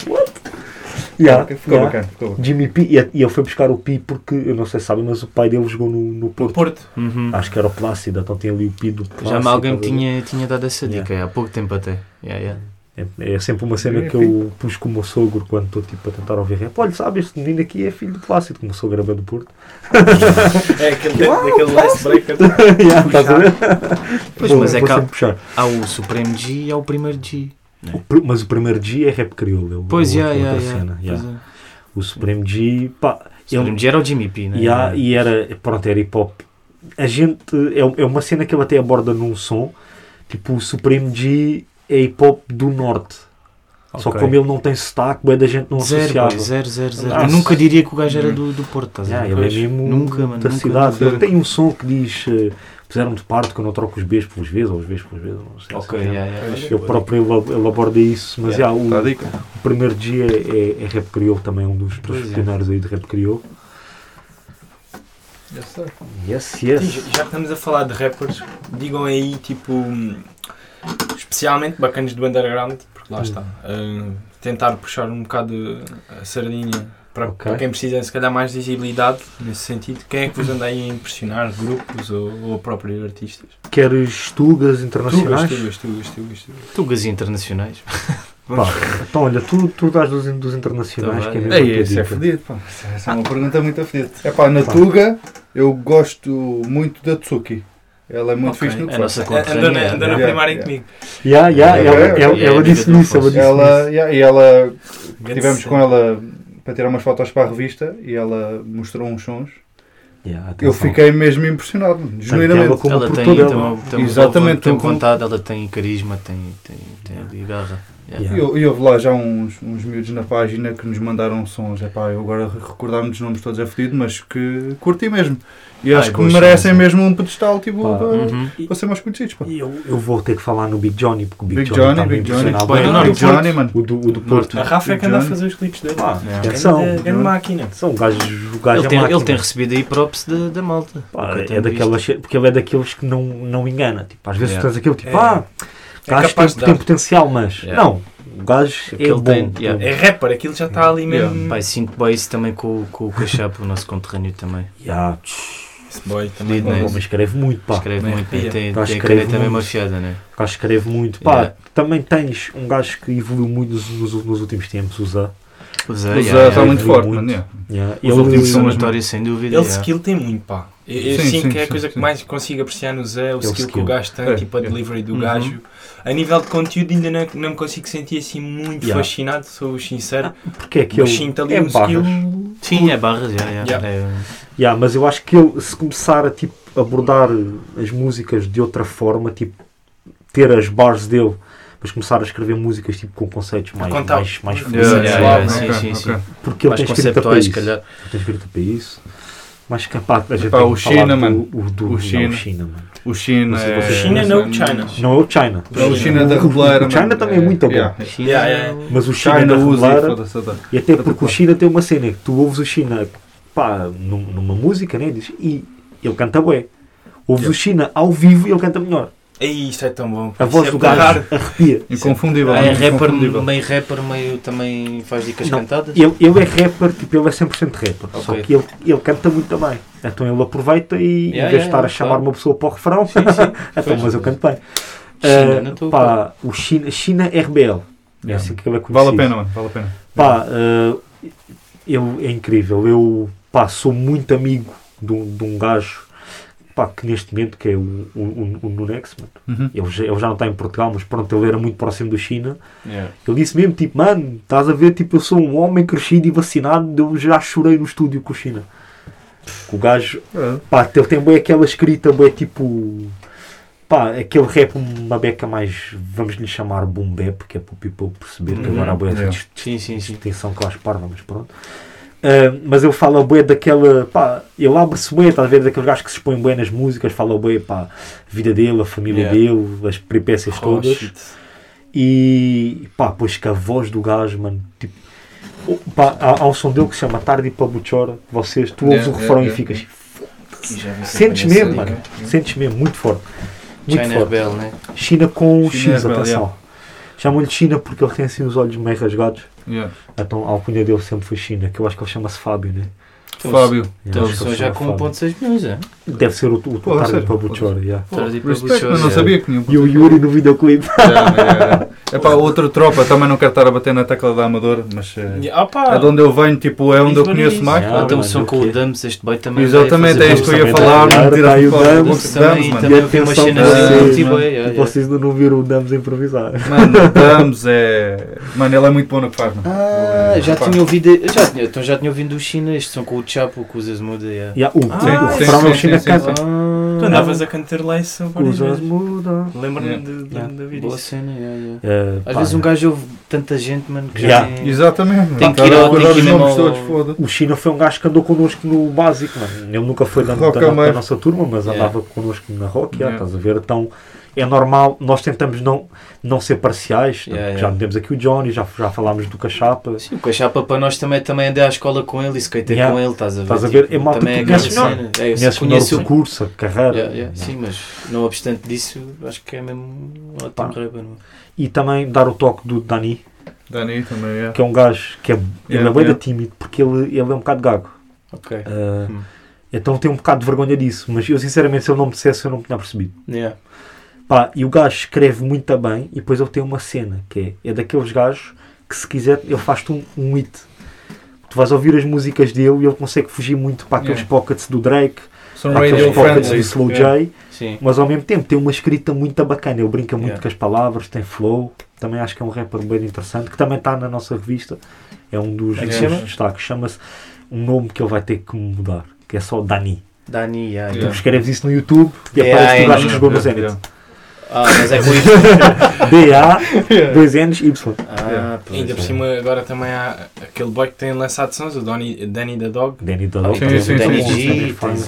S4: Yeah,
S5: Ficou
S4: yeah.
S5: bacana, ficou bacana.
S4: Jimmy P, e e ele foi buscar o P porque, eu não sei se sabem, mas o pai dele jogou no, no Porto.
S3: Porto.
S6: Uhum.
S4: Acho que era o Plácido, então tem ali o P do Plácido.
S6: Já me alguém me
S4: tá a ver?
S6: tinha, tinha dado essa
S4: Yeah.
S6: dica, yeah, há pouco tempo até. Yeah, yeah.
S4: É, é sempre uma cena que eu pus com o meu sogro quando estou tipo, a tentar ouvir rap. Olha, sabe, este menino aqui é filho do Plácido, que o meu sogro era bem do Porto.
S3: É aquele, daquele last breaker.
S4: yeah, estás a ver?
S6: Pois,
S4: Vou-
S6: mas é
S4: vou
S6: que há,
S4: sempre puxar.
S6: há o Supremo G e há o primeiro G.
S4: O pr- mas o primeiro G é rap crioulo. é o-
S6: Pois,
S4: é
S6: yeah,
S4: outra
S6: yeah,
S4: cena,
S6: yeah.
S4: yeah.
S6: Pois é.
S4: O Supremo G, pá,
S6: O
S4: ele-
S6: Supremo G era o Jimmy P, né?
S4: E, há- e era, pronto, era hip hop. A gente, é, é uma cena que ele até aborda num som, tipo, o Supreme G é hip hop do Norte. Só que
S6: Ok.
S4: como ele não tem sotaque, bem da gente não
S6: Zero,
S4: associava.
S6: boy, zero, zero, zero.
S4: Ah,
S6: Eu
S4: se-
S6: nunca diria que o gajo era do, do Porto, estás a
S4: Yeah,
S6: ver?
S4: ele é mesmo
S6: Nunca, mano,
S4: da
S6: nunca.
S4: cidade. Ele
S5: Nunca.
S4: tem um som que diz, eh, fizeram de parte que eu não troco os Bs pelos Vs ou os Vs pelos Bs, não sei.
S6: Ok, é.
S4: assim,
S6: yeah, yeah.
S4: Ele próprio ele, ele aborda isso, mas yeah, o-
S5: Está Tá a dica.
S4: o primeiro G é, é, é rap crioulo também, um dos, dos
S6: Tá. Pois é.
S4: pioneiros aí de rap crioulo. Yes, yes.
S3: Já que estamos a falar de rappers, digam aí, tipo, especialmente bacanas do underground, porque
S4: Hum.
S3: lá está. ah, tentar puxar um bocado a sardinha para,
S4: Ok.
S3: para quem precisa, se calhar, mais visibilidade nesse sentido. Quem é que vos anda aí a impressionar? Grupos ou, ou próprios artistas?
S4: Queres tugas internacionais?
S3: Tugas, tugas, tugas, tugas, tugas.
S6: Tugas internacionais.
S4: Pá, então, olha, tu, tu dás dos, dos internacionais
S6: Tá
S4: que é
S6: bem.
S4: mesmo a
S5: Ei,
S4: tua
S5: esse é
S4: dica.
S5: fedido, pá. Essa é uma pergunta muito fedida. É pá, na Tuga, eu gosto muito da Tsuki. Ela é muito
S3: Ok,
S5: fixe no
S6: É a
S5: que faz.
S6: nossa
S3: Andou na,
S6: conterrânea.
S3: andou
S6: né?
S3: na
S5: Yeah,
S3: primária
S5: yeah.
S3: comigo.
S4: Yeah, yeah,
S5: É,
S4: ela,
S5: é,
S4: ela,
S6: é,
S4: ela
S6: é,
S4: disse
S6: é,
S4: isso, ela
S6: é,
S4: disse
S5: Ela,
S4: isso.
S5: yeah, e ela,
S3: Grande
S5: tivemos com
S3: cena.
S5: ela para tirar umas fotos para a revista e ela mostrou uns sons.
S4: Yeah,
S5: Eu
S3: Ah,
S4: atenção.
S5: fiquei mesmo impressionado,
S4: ela
S5: genuinamente.
S4: como é
S6: ela tem,
S4: produtora,
S6: tem, uma-
S4: mano.
S6: tem uma
S5: Exatamente,
S6: boa- tem
S5: com-
S6: vontade, ela tem carisma, tem, tem, tem ali garra. Yeah.
S4: Yeah.
S5: E hou- e houve lá já uns, uns miúdos na página que nos mandaram sons. Epá, eu agora recordar-me dos nomes todos é fedido, mas que curti mesmo. E
S6: Ah,
S5: acho
S6: é
S5: que
S6: boas
S5: merecem
S6: sons, é.
S5: mesmo um pedestal tipo,
S4: Pá,
S5: para,
S6: Uhum.
S5: para ser mais conhecidos. Pá.
S4: E eu, eu vou ter que falar no Big Johnny, porque o Big,
S5: Big
S4: Johnny,
S5: Johnny,
S4: tá
S5: Big Johnny.
S4: impressionado.
S6: Big
S5: Big
S6: Norte,
S5: Johnny, mano.
S4: O do, o do Porto.
S3: A Rafa é que anda a
S5: Johnny.
S3: fazer os clipes dele. É
S4: Pá,
S6: Yeah.
S4: atenção.
S3: Grande, grande máquina.
S4: São gajos, o gajo
S6: Ele,
S4: é
S6: tem,
S4: máquina.
S6: ele tem recebido aí props da, da malta.
S4: Pá,
S6: O que eu
S4: é
S6: tenho
S4: daquelas, porque ele é daqueles que não, não engana. Tipo, às vezes
S6: Yeah.
S4: tu tens aquele tipo,
S3: É.
S4: ah,
S3: É
S4: gajo
S3: capaz
S4: tem,
S3: de
S4: tem
S3: dar.
S4: potencial, mas
S6: Yeah.
S4: não. O gajo é
S6: Aquele
S4: bom.
S6: tem- yeah.
S3: É rapper, aquilo já está ali
S5: Yeah.
S3: mesmo.
S6: Pai, sinto bem isso também com, o- com o Cachapo, o nosso conterrâneo também.
S4: Yeah, tch,
S3: Esse boy
S4: o
S3: também.
S6: Fudido, né?
S4: homem escreve muito, pá.
S6: Escreve
S3: né?
S6: muito, pá, e
S3: Yeah.
S6: tem,
S4: Pá,
S6: tem a
S4: escreve
S6: caneta mesmo
S4: muito.
S6: afiada, né?
S4: O gajo escreve muito. Pá,
S6: Yeah.
S4: também tens um gajo que evoluiu muito nos, nos- nos últimos tempos, o Zé.
S6: Usa,
S5: Mas
S6: yeah,
S5: está é,
S6: yeah,
S5: tá muito
S4: evoluiu
S5: forte,
S4: muito.
S5: mano. yeah.
S4: Yeah.
S5: Os últimos
S4: Ele,
S5: são-
S6: somatório sem dúvida.
S3: Ele
S6: yeah.
S3: skill tem muito, pá. Eu, eu
S5: Sim,
S3: sinto
S5: sim,
S3: que é a
S5: sim,
S3: coisa
S5: sim.
S3: que mais consigo apreciar no Zé, o
S4: Ele
S3: skill, que
S4: skill.
S3: o gajo tem,
S5: É,
S3: tipo a
S5: é.
S3: delivery do
S5: Uhum.
S3: gajo. A nível de conteúdo ainda não, não me consigo sentir assim muito
S4: Yeah.
S3: fascinado, sou sincero.
S4: porque é que
S3: mas
S4: ele.
S3: sinto ali
S4: é
S3: um skill.
S4: barras.
S6: Sim, é barras, yeah, yeah.
S3: Yeah.
S6: É,
S4: Yeah, mas eu acho que ele, se começar a tipo, abordar as músicas de outra forma, tipo, ter as bars dele, mas começar a escrever músicas tipo, com conceitos mais,
S3: contar.
S4: mais, mais
S3: Yeah,
S4: felizes,
S6: yeah,
S4: lá,
S6: yeah,
S4: não é?
S6: sim,
S5: Ok,
S6: sim, sim.
S5: ok.
S4: porque ele
S6: mais
S4: tem escrita para
S6: conceptuais, se
S4: isso.
S6: calhar.
S4: Ele tem escrita para isso. Mas capaz, a gente
S5: Pá,
S4: tem
S5: Ah, o
S4: que falar
S5: China,
S4: do-
S5: mano.
S4: o do-
S5: O
S4: não, o
S5: China.
S4: China, mano.
S5: O China
S4: Não sei
S5: é...
S4: se vocês-
S3: China no China.
S4: Não é o China.
S5: É O China da
S4: O- o-
S5: Revelator.
S4: o China também é muito bom.
S6: China,
S3: Yeah, yeah.
S4: Mas o China,
S5: China
S4: da
S5: usa e
S4: Revelator-
S5: foda-se. adoro.
S4: E até porque o China tem uma cena que tu ouves o China pá, num- numa música, né? Diz, e ele canta bué. Ouves o China ao vivo e ele canta melhor.
S3: Ei, isto é tão bom. pá.
S4: A voz
S3: Isso
S4: do
S3: é tão raro.
S4: gajo arrepia.
S5: Inconfundível.
S6: Ah, é rapper,
S5: inconfundível.
S6: meio rapper, meio também faz dicas
S4: Não,
S6: cantadas.
S4: Ele, ele é rapper, tipo, ele é 100% rapper. Só
S6: Ok.
S4: que ele, ele canta muito também. Então ele aproveita e, em
S6: Yeah,
S4: vez de
S6: yeah,
S4: estar a
S6: yeah,
S4: chamar
S6: claro.
S4: uma pessoa para o refrão, então,
S6: Pois.
S4: mas eu canto bem.
S6: China,
S4: Ah,
S6: não estou a
S4: pá, o China, China RBL. É
S5: Yeah.
S4: assim que ele é
S5: Vale a
S4: conhecido.
S5: pena, mano. Vale a pena.
S4: Pá, eh, ele é incrível. Eu pá, sou muito amigo de um, de um gajo pá, que neste momento que é o, o, o, o Nunex. mano.
S5: Uhum.
S4: Ele, já- ele já não está em Portugal, mas pronto, ele era muito próximo do China.
S6: Yeah.
S4: Ele disse mesmo, tipo, mano, estás a ver, tipo, eu sou um homem crescido e vacinado, eu já chorei no estúdio com o China. O gajo,
S5: É.
S4: pá, ele tem bem aquela escrita, bem tipo... Pá, aquele rap, uma beca mais, vamos lhe chamar boom bap, que é para o people perceber que
S3: Uhum,
S4: agora há boé
S5: yeah.
S6: Sim, sim, sim.
S4: distinção que eu acho parva, mas pronto. Ah, mas ele fala bué daquela, pá, ele abre-se bué, estás a ver, daqueles gajos que se expõem bué nas músicas, fala bué, pá, a vida dele, a família
S3: Yeah.
S4: dele, as peripécias
S3: Oh,
S4: todas.
S3: shit.
S4: E, pá, pois que a voz do gajo, mano, tipo, oh, pá, há, há um som dele que se chama Tarde para Buchora, vocês, tu ouves
S5: Yeah,
S4: o refrão
S5: yeah,
S4: e ficas,
S6: E já vi
S4: sentes
S6: sempre
S4: mesmo,
S6: essa
S4: mano,
S6: dica.
S4: sentes mesmo, muito forte. Muito
S6: China
S4: forte.
S6: Rebel, né?
S4: China com
S5: China
S4: X,
S5: Rebel,
S4: atenção. Chamam-lhe China porque ele tem assim os olhos meio rasgados.
S5: Yeah.
S4: Então, a alcunha dele sempre foi China, que eu acho que ele chama-se Fábio, né?
S6: Então,
S5: Fábio.
S4: Eu
S6: Então,
S4: acho que
S6: são
S4: ele
S6: já
S4: chama
S6: com
S4: Fábio.
S6: 1.6 milhões, é?
S4: Deve ser o, o, o
S5: Pô, a
S4: Tarde
S5: sério?
S4: para Buchora, yeah.
S6: Tarde para
S5: Respeito,
S6: Buchora,
S5: mas não
S6: yeah.
S5: sabia que nenhum.
S4: E o Yuri no videoclipe.
S5: É pá, outra tropa, também não quero estar a bater na tecla da Amador, mas eh,
S3: Ah, pá.
S5: é de onde eu venho, tipo, é onde eu
S3: Isso,
S5: conheço
S3: isso.
S5: mais.
S4: Yeah.
S6: Ah, então
S4: mano,
S6: são
S4: o
S6: com o
S4: quê?
S6: Dames, este boy também.
S5: Exatamente,
S6: vai
S5: é
S6: fazer
S5: isto que eu ia
S4: também
S6: parte.
S5: falar,
S4: dá-
S5: me
S4: dá-
S5: tirar
S4: dá-
S5: de fora,
S4: dá-
S5: vou
S6: dá-
S5: damos,
S6: dá-
S5: mano.
S6: Também ouvi umas cenas
S5: assim,
S4: vocês,
S5: tipo,
S4: mano,
S6: é, é, é.
S4: vocês ainda não viram o Damos a improvisar.
S5: Mano, damos é... Mano, ele é muito bom no que faz, mano.
S6: Ah, já
S5: Pá.
S6: tinha ouvido. eu Já tinha, então já tinha ouvido o China, estes são com o Chapo, com o é. Ah, Zazmuda. Yeah.
S4: Yeah, o
S3: Ah,
S4: o
S3: sim,
S4: refrão
S5: sim,
S4: é o China
S5: sim, sim,
S4: Casa.
S6: Uhum.
S3: Tu andavas a cantar lá isso várias
S4: Os olhos
S3: vezes.
S4: mudam.
S3: Lembro-me
S5: Yeah.
S3: de, de,
S4: Yeah.
S3: de ouvir
S6: Boa
S3: isso.
S6: cena, yeah, yeah.
S4: Eh,
S6: Às
S4: pá,
S6: vezes um gajo ouve tanta gente, mano, que já
S4: Yeah.
S6: tem.
S5: É. Exatamente,
S6: Tem
S5: mano.
S6: que ir
S5: Estava a
S6: ao- tem
S5: guardar
S6: que ir
S5: os nomes
S6: mesmo ao-
S5: todos, foda
S4: O China foi um gajo que andou connosco no básico, mano. Ele nunca foi da, da-
S5: Rock
S4: da
S5: Amar.
S4: nossa turma, mas
S6: Yeah.
S4: andava connosco na rock, yeah,
S5: Yeah.
S4: estás a ver? Então é normal, nós tentamos não, não ser parciais.
S6: Yeah,
S4: já
S6: yeah.
S4: temos aqui o Johnny, já, já falámos do Cachapa.
S6: Sim, com a chapa para nós também, também andei à escola com ele e skatei
S4: Yeah.
S6: com ele, estás a ver?
S4: Estás a ver?
S6: tipo,
S4: É malta
S6: também
S4: que
S6: aquela
S4: conheces melhor.
S6: cena. É, eu
S4: Conheces
S6: conheço
S4: melhor
S6: o
S4: o curso, a carreira.
S6: Yeah, yeah, Sim, mas não obstante disso, acho que é mesmo um
S4: Pá.
S6: ótimo rapper. mano.
S4: E também dar o toque do Dani,
S5: Dani também, é.
S4: que é um gajo que é, ele é
S5: Yeah,
S4: bem
S5: yeah.
S4: tímido, porque ele, ele é um bocado gago.
S6: Ok.
S4: Ah,
S6: Hum.
S4: Então tem um bocado de vergonha disso, mas eu sinceramente, se ele não me dissesse, eu não me tinha percebido.
S6: é? Yeah.
S4: Pá, e o gajo escreve muito bem e depois ele tem uma cena que é, é daqueles gajos que se quiser ele faz-te um, um hit. Tu vais ouvir as músicas dele e ele consegue fugir muito para aqueles
S5: Yeah.
S4: pockets do Drake,
S5: São
S4: para
S5: radio É.
S4: aqueles pockets
S5: friendly.
S4: do Slow
S5: Yeah.
S4: J,
S6: Sim.
S4: mas ao mesmo tempo tem uma escrita muito bacana. Ele brinca muito
S6: Yeah.
S4: com as palavras, tem flow. Também acho que é um rapper bem interessante, que também está na nossa revista. É um dos,
S5: É que
S4: dos
S5: chama?
S4: destaques. Chama-se um nome que ele vai ter que mudar, que é só Dani.
S6: Dani, yeah,
S4: Tu
S5: Yeah.
S6: yeah.
S4: escreves isso no YouTube e
S6: Yeah,
S4: aparece o
S6: yeah,
S4: gajo que jogou no Zenit.
S6: Ah, mas é com isso.
S4: DA, dois N's, Y.
S6: Ah, pois
S3: Ainda por
S6: é.
S3: cima, agora também há aquele boy que tem lançado sons, o Donny, Danny da Dog.
S4: Danny da
S6: Ah,
S4: Dog.
S5: Sim,
S6: tens
S5: sim,
S6: o
S5: sim,
S6: Danny
S5: sim.
S6: G, tens
S3: Mas da
S6: o- tens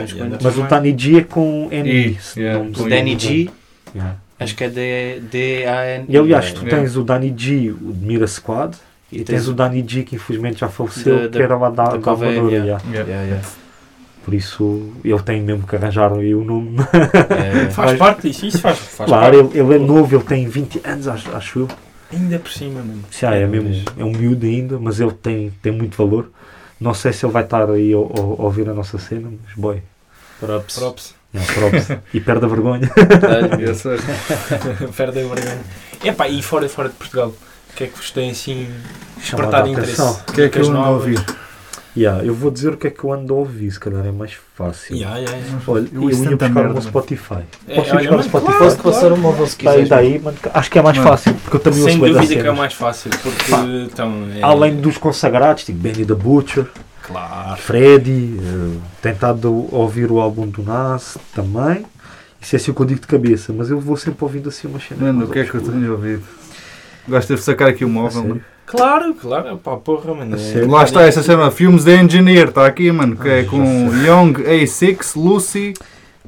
S6: uns
S3: Vega,
S6: quantos.
S4: Mas o Tani G é com N.
S5: E, yeah,
S4: Não-
S5: com
S6: O
S5: I.
S6: Danny G,
S4: Yeah.
S6: acho que é D- D-A-N.
S4: E aliás, tu
S5: Yeah.
S4: tens o Danny G o de Mira Squad e tens o Danny G que infelizmente já
S6: Da-
S4: faleceu,
S6: da-
S4: que era lá da
S6: da Coven,
S4: Governora.
S6: yeah.
S4: yeah.
S5: Yeah.
S6: Yeah, yeah.
S4: Por isso ele tem mesmo que arranjar aí o nome.
S6: É,
S3: Faz
S4: Mas-
S3: parte disso, isso faz, faz
S4: claro,
S3: parte.
S4: ele, ele é novo, ele tem 20 anos, acho, acho eu.
S3: Ainda por cima, mano.
S4: Já é mesmo, é um miúdo ainda, mas ele tem, tem muito valor. Não sei se ele vai estar aí a, a- a ouvir a nossa cena, mas boy,
S6: Props.
S3: Props.
S4: é, props. e perde a vergonha.
S5: É.
S6: Dá-lhe.
S3: Perde a vergonha. Epá, e fora, fora de Portugal? O que é que vos tem assim
S4: Chamada
S3: despertado
S4: a
S3: interesse?
S4: atenção.
S5: O que é que eu
S3: Músicas
S5: ando a
S3: novas?
S5: ouvir?
S4: Yeah, eu vou dizer o que é que eu ando a ouvir, se calhar é mais fácil.
S3: Ya, ya, ya.
S4: Olha, eu,
S5: Eu ouço
S4: ia
S5: tanta
S4: buscar
S5: merda,
S4: no
S5: mano.
S4: Spotify.
S3: É,
S4: Posso ir
S3: olha,
S4: buscar no
S3: mas
S4: Spotify?
S3: claro,
S6: Posso-te passar o móvel se
S4: Está aí,
S6: quiseres.
S4: está aí, mano. Acho que é mais
S5: Mano,
S4: fácil, porque eu também
S3: Sem
S4: ouço bué das
S3: dúvida que é
S4: cenas.
S3: mais fácil, porque então, é,
S4: Além dos consagrados, tipo Benny the Butcher,
S3: Claro.
S4: Freddy, eh, tentado ouvir o álbum do Nas também. Isso é assim o que eu digo de cabeça, mas eu vou sempre ouvindo assim uma cena.
S5: Mano, o que é que eu tenho ouvido? Gosto de sacar aqui o móvel, mano.
S3: Claro, claro. Pá, porra, mano.
S4: A
S3: é-
S4: sério?
S5: Lá está essa cena, Filmes de Engineer, está aqui, mano, que é com Young A6, Lucy,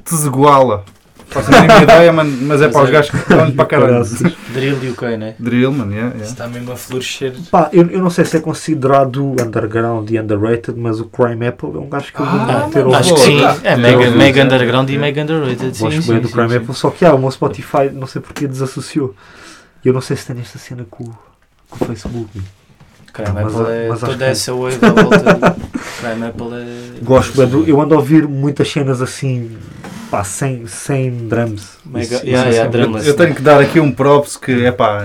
S5: Tzeguala. Faço a minha ideia, mano, mas é
S6: Mas
S5: para os
S6: é-
S5: gajos que estão para caralho.
S6: Drill e o quem, né?
S5: Drill, mano, yeah, yeah.
S3: Está tá mesmo a florescer.
S4: Pá, eu, eu não sei se é considerado underground e underrated, mas o Crime Apple é um gajo que eu vou
S3: Ah,
S4: ter
S3: mano,
S4: ouvido.
S7: Acho que sim. É mega,
S5: Sim.
S7: mega underground e mega underrated. Sim,
S4: Gosto
S7: sim,
S4: bem do
S7: sim,
S4: Crime
S7: sim.
S4: Apple, só que ah, o meu Spotify, não sei porque, desassociou. E eu não sei se tem esta cena com, o- com o Facebook.
S6: Crime
S4: Mas-
S6: Apple é
S4: mas acho que-
S6: toda essa wave à volta. Crime Apple é.
S4: Gosto, bué do- eu ando a ouvir muitas cenas assim, pá, sem, sem drums.
S6: Mega-
S4: Isso- isso
S6: yeah,
S4: é
S6: yeah,
S4: sempre-
S5: Eu,
S6: Drumless,
S5: eu tenho que dar aqui um props que, é pá,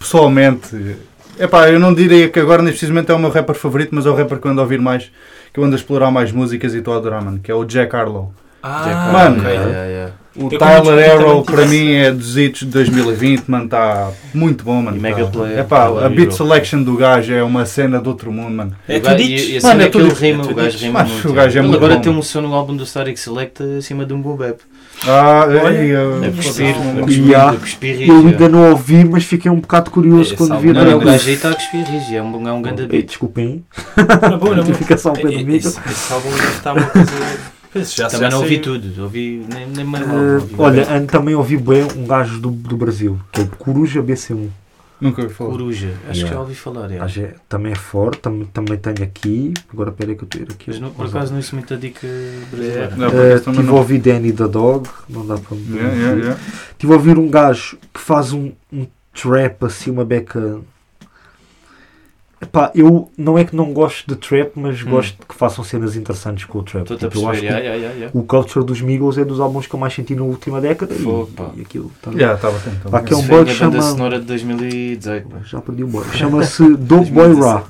S5: pessoalmente, é pá, eu não diria que agora neste precisamente é o meu rapper favorito, mas é o rapper que eu ando a ouvir mais, que eu ando a explorar mais músicas e estou a adorar, mano, que é o Jack Harlow.
S3: Ah,
S5: Mano,
S3: ok.
S6: yeah, yeah, yeah.
S5: O
S3: Eu como
S5: Tyler
S3: descobri também
S5: Arrow
S3: tive
S5: para
S3: essa-
S5: mim é dos hits de 2020, mano, está muito bom, mano.
S6: E mega
S5: tá.
S6: player.
S5: É pá,
S6: Player
S5: a beat
S6: hero.
S5: selection do gajo é uma cena do outro mundo, mano.
S3: É
S6: O gajo-
S3: tu
S6: E,
S3: dito.
S6: e a
S5: Mano,
S6: cena
S5: é
S6: é que ele
S5: tudo-
S6: rima,
S3: é
S6: o
S3: tudo
S6: gajo
S3: dito.
S6: rima
S5: Mas
S6: muito.
S5: o gajo é
S6: Ele
S5: muito
S6: agora
S5: bom.
S6: tem um som no álbum do Static Select acima de um boom-bap.
S5: Ah,
S3: Olha,
S5: ei, eu-
S6: A cuspir, a
S4: E
S6: cuspir,
S4: há-
S6: a cuspir
S4: Eu
S6: rígido.
S4: ainda não ouvi, mas fiquei um bocado curioso
S3: Esse
S4: quando
S3: álbum
S4: vi.
S6: Não, não, o
S4: Não,
S6: gajo aí está a cuspir rígido, é um, é um ganda
S4: Ei,
S6: beat.
S4: Desculpem,
S3: Na boa, na boa.
S4: notificação pelo
S3: É, é,
S4: micro.
S3: Esse esse álbum deve estar uma coisa. Pois, Já já
S6: Também não ouvi
S3: saiu.
S6: tudo, ouvi nem, nem mais mal.
S4: Eh, olha, ando também ouvi bem um gajo do, do Brasil, que é o Coruja BC1.
S5: Nunca ouvi falar.
S6: Coruja, acho
S4: Yeah.
S6: que já ouvi falar. é.
S4: O gajo é- também é forte, tam- também tenho aqui. Agora peraí que eu tenho aqui.
S6: Mas não, por acaso não isso muito a dica brasileira.
S5: Não, por
S4: Eh,
S5: acaso também
S4: Estive a
S5: não.
S4: ouvir Danny da Dog, não dá para
S5: Yeah, yeah, yeah.
S4: Estive a ouvir um gajo que faz um, um trap assim, uma beca. Epá, eu não é que não gosto de trap, mas
S6: Hum.
S4: gosto que façam cenas interessantes com o trap.
S6: Estou-te a
S4: Tipo, eu acho
S6: perceber,
S4: que
S6: yeah, yeah, yeah, yeah.
S4: o culture dos Migos é dos álbuns que eu mais senti na última década e-
S6: Opa.
S4: e, aquilo. tá ligado?
S5: Yeah, tá bom, tá bom.
S4: Vá, que é um
S6: Isso
S4: boy
S6: foi a
S4: que
S6: banda
S4: chama-
S6: sonora de 2018. pá.
S4: Já perdi o boy. Chama-se Dope Boy Ra.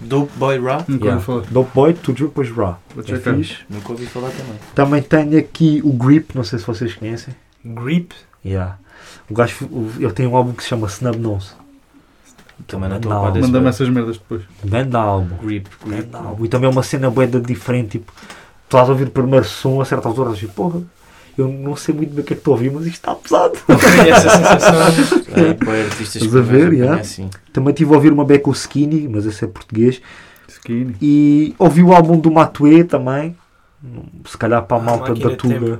S6: Dope Boy Ra,
S5: Nunca
S4: um- Yeah.
S5: ouvi falar.
S4: Dope Boy, tu depois Ra.
S5: Vou
S4: É
S5: checar.
S4: fixe.
S6: nunca ouvi falar também.
S4: Também tenho aqui o Grip, não sei se vocês conhecem.
S3: Grip.
S4: Yeah. O gajo, o- ele tem um álbum que se chama Snub Nose.
S6: Também não estou
S4: Não.
S6: a par desse.
S5: Manda-me
S6: bem.
S5: essas merdas depois.
S4: Grande álbum.
S6: Grip, grip.
S4: Grande álbum. E também é uma cena boeda diferente. Tipo, tu estás a ouvir o primeiro som a certa altura, tipo, porra, eu não sei muito bem o que é que estou a ouvir, mas isto está pesado.
S3: Essa sensação.
S6: É, boy, artistas
S4: Estás
S6: que
S4: a ver,
S6: mais
S4: yeah?
S6: conhecem.
S4: Também estive a ouvir uma beca o Skinny, mas esse é português.
S5: Skinny.
S4: E ouvi o álbum do Matuê também. Se calhar para a
S3: Ah,
S4: malta
S3: Máquina
S4: da
S3: de
S4: Tuga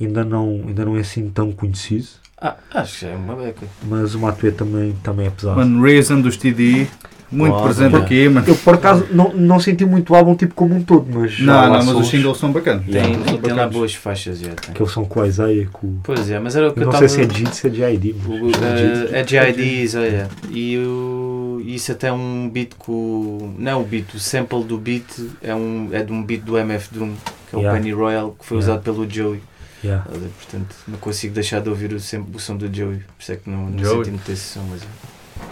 S4: ainda não, ainda não é assim tão conhecido.
S6: Ah, acho que é uma beca.
S4: Mas o Matuê também, também é
S6: Ah.
S4: pesado.
S5: Mano, Reason dos TDI. Muito
S6: Oh,
S5: presente
S6: yeah.
S5: aqui, mano.
S4: Eu por acaso não, não senti muito o álbum tipo como um todo, mas. há lá
S5: Não, não, mas os
S4: sons
S5: singles são bacanas.
S6: Tem,
S5: São
S6: tem lá
S5: bacanas.
S6: boas faixas, yeah, tem.
S4: Que eles são com a Isaiah, com.
S6: Pois é, mas era o que
S4: Eu
S6: eu
S4: não
S6: estava...
S4: sei se é JIT, se é JID. mas
S6: O,
S4: é JIT.
S6: eh, é GIDs, olha. E o, isso até é um beat com. Não, é o beat, o sample do beat é, um, é de um beat do MF Doom, que é
S4: Yeah.
S6: o Penny Royal, que foi
S4: Yeah.
S6: usado pelo Joey.
S4: Yeah.
S6: Olha, Portanto, não consigo deixar de ouvir o, sam- o som do Joey. Por isso é que não, não
S5: Joey.
S6: senti muito esse som, mas. é.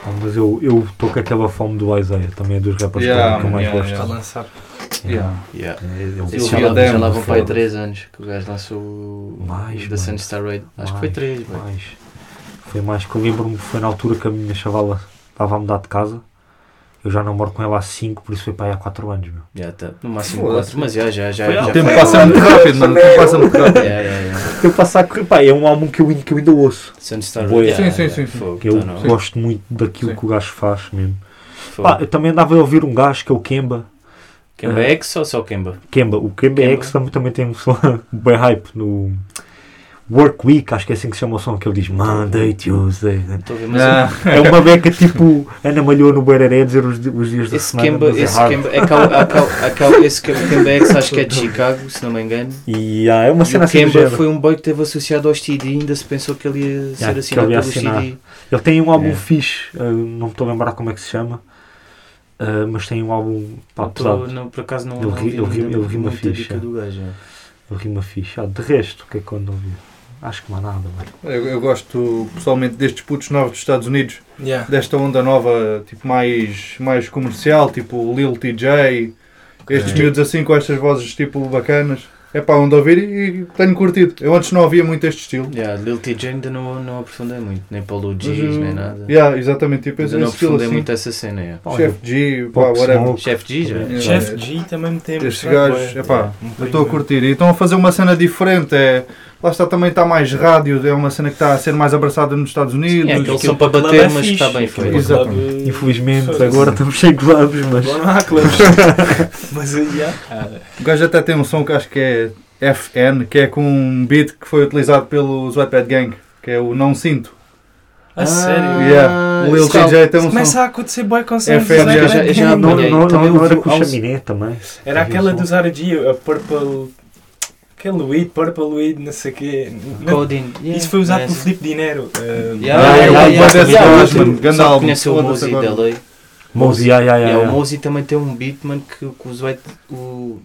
S4: Ah, mas eu eu estou com aquela fome do Isaiah, também é dos rappers
S5: Yeah,
S4: que eu mais
S5: yeah,
S4: gosto.
S3: Está
S5: yeah.
S3: a lançar.
S5: Yeah.
S6: Yeah.
S4: É, eu-
S6: Esse
S5: vi
S6: já,
S5: a
S6: lá,
S5: demo,
S6: já lá vão para aí
S5: foda-se.
S6: 3 anos que o gajo lançou o-
S4: Mais,
S6: o da
S4: mano.
S6: Sunstar Raid. Acho que foi
S4: Mais,
S6: 3,
S4: mais. Foi mais que eu lembro-me, foi na altura que a minha chavala estava a mudar de casa. Eu já namoro com ela há 5, por isso foi para aí há 4 anos, meu.
S6: Já está. No máximo
S5: Foda-se.
S6: 4, mas já, já, já.
S3: Foi
S6: já
S3: há
S5: O
S6: foi.
S5: tempo passa muito rápido, mano. O tempo passa muito rápido.
S6: Yeah, yeah, yeah.
S4: Eu passo a correr, pá, é um álbum que eu, in- que eu ainda ouço.
S6: Sunstar
S4: Boa.
S6: Raid. yeah,
S5: Sim, sim,
S6: yeah,
S5: sim, sim.
S6: fogo,
S4: Que eu
S6: tá, não?
S4: gosto muito daquilo
S5: Sim.
S4: que o gajo faz mesmo.
S6: Fogo.
S4: Pá, eu também andava a ouvir um gajo que é o Kemba.
S6: Kemba
S4: Ah.
S6: X ou só Kemba?
S4: Kemba, é o Kemba,
S6: Kemba.
S4: X também, também tem um som bem hype no. Work Week, acho que é assim que se chama o som, que ele diz Monday, Tuesday.
S6: Estou a ver, mas
S5: Ah,
S4: É uma beca tipo Ana Malhou no Beiraré dizer os, di- os dias da
S6: esse
S4: semana.
S6: Kemba,
S4: mas é
S6: esse
S4: hard.
S6: Kemba, é cal, a cal, a cal, esse Kemba- Kemba é que se acho que é de Chicago, se não me engano.
S4: E ah, é uma
S6: E
S4: cena
S6: o
S4: assim do
S6: Kemba
S4: género.
S6: foi um boy que esteve associado aos TD e ainda se pensou que ele ia ser
S4: que
S6: assinado
S4: ele ia
S6: pelos
S4: assinar.
S6: TD.
S4: Ele tem um álbum
S3: É.
S4: fixe, ah, não me estou a lembrar como é que se chama, ah, mas tem um álbum pá,
S6: Não tô-
S4: pesado.
S6: não, por acaso não
S4: Eu
S6: não
S4: vi- eu vi-
S6: ainda
S4: eu vi uma
S6: muita dica
S4: ficha.
S6: do gajo.
S4: Eu rima fixe. Ah, de resto, o que é que eu ando a ouvir? Acho que não há nada, mano.
S5: eu, eu gosto pessoalmente destes putos novos dos Estados Unidos,
S3: Yeah.
S5: desta onda nova, tipo mais, mais comercial, tipo Lil TJ, estes miúdos assim com estas vozes tipo bacanas. É pá, onde ouvir e, e tenho curtido. Eu antes não ouvia muito este estilo.
S6: Yeah, Lil TJ ainda não, não aprofundei muito, nem para o
S5: Mas
S6: G's,
S5: eu-
S6: nem nada.
S5: Yeah, exatamente, tipo
S6: Ainda
S5: esse
S6: não
S5: estilo
S6: aprofundei
S5: assim.
S6: muito essa cena. Yeah.
S5: Chef G, pá,
S4: Pop
S5: whatever.
S4: Smoke.
S6: Chef G já.
S5: Yeah.
S3: Chef G também me tem
S5: É, Estes
S3: mostrado,
S5: gajos,
S3: bué.
S5: epá,
S3: Um
S5: Eu estou a
S3: bocadinho.
S5: curtir. E estão a fazer uma cena diferente. É, lá está também está mais rádio, é uma cena que está a ser mais abraçada nos Estados Unidos.
S6: É,
S3: aquele
S6: aqueles são para
S3: club
S6: bater,
S3: é
S6: mas
S3: fixe,
S6: está bem
S3: aquele
S6: feito.
S3: club,
S5: Exatamente.
S3: eh,
S4: Infelizmente,
S3: foda-se.
S4: agora
S5: tá-
S4: estamos cheios de lábios, mas.
S3: Agora não há clubes. Mas aí já.
S5: O gajo até tem um som que acho que é FN, que é com um beat que foi utilizado pelos Whitehead Gang, que é o Não Sinto. Ah,
S3: A sério.
S5: Yeah. O Lil
S6: isso
S5: TJ tem um
S3: Começa
S5: som.
S3: a acontecer boa concertos.
S5: FM,
S3: Zara
S5: É já-
S3: G.
S6: já
S4: Não,
S6: apanhei.
S4: não,
S6: Também
S4: não, não era
S6: ouvi
S4: com
S6: aos-
S4: chaminé também.
S5: um
S3: Era
S4: Havia
S3: aquela
S4: som.
S3: dos G, a Purple. Aquele weed, Purple weed, não sei o quê. Não-
S6: Coding. Yeah.
S3: Isso foi usado
S6: É,
S3: por
S6: sim.
S3: Filipe Dinero. eh,
S6: Yeah,
S5: Ah, é
S6: yeah, yeah,
S5: o
S6: yeah,
S5: Bandeirantes
S6: yeah,
S5: do
S6: yeah,
S5: Osman,
S6: yeah.
S5: grande
S6: Só
S5: álbum,
S6: conhece o
S5: foda-se
S6: Mozi
S5: agora.
S6: da lei.
S4: Mozi, ai, ai, ai.
S6: Yeah, É o
S4: ai.
S6: Mozi também tem um beat, mano, que, que os Wet. O,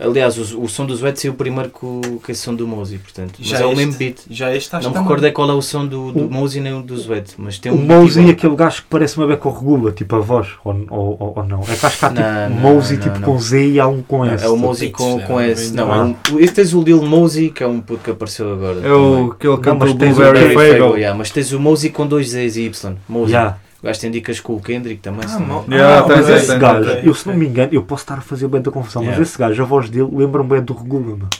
S6: aliás, o, o som dos Wet saiu primeiro que, o, que esse som do Mozi, portanto. Mas
S3: Já
S6: é o
S3: este?
S6: mesmo beat.
S3: Já este acho
S6: Não
S3: que
S6: me
S3: tá
S6: recordo
S3: mal.
S6: é qual é o som do, do
S4: O-
S6: Mozi nem o dos Wet, mas tem
S4: O
S6: um
S4: Mozi é
S6: beat.
S4: aquele gajo que parece uma beca regula, tipo a voz, ou, ou, ou- ou não. É que acho que há tipo
S6: Não, não,
S4: Mozi
S6: não,
S4: tipo
S6: não.
S4: com Z e há um com
S6: igual.
S4: S.
S6: É o Mozi
S3: Beats,
S6: com,
S3: é,
S6: com
S3: não
S6: esse.
S3: vem
S6: Não,
S4: nada.
S6: é um, este tens o Lil Mozi, que é um puto que apareceu agora.
S5: É o que ele
S4: Não,
S5: canta
S4: mas
S5: o
S4: tens o
S5: Blueberry
S4: Barry
S5: Fable.
S6: yeah, mas tens o Mozi com dois Z's e Y. Mozi.
S4: Yeah.
S6: O gajo tem dicas com o Kendrick também. se
S3: Ah,
S6: não-
S3: mo- ah,
S5: Yeah, tá, tens
S3: mas
S6: É,
S5: esse,
S4: Esse
S5: tem,
S4: gajo,
S3: tem,
S5: tá.
S4: eu se não
S3: tem.
S4: me engano, eu posso estar a fazer bem da confusão,
S6: Yeah.
S4: mas esse gajo, a voz dele, lembra-me bem do regula, mano.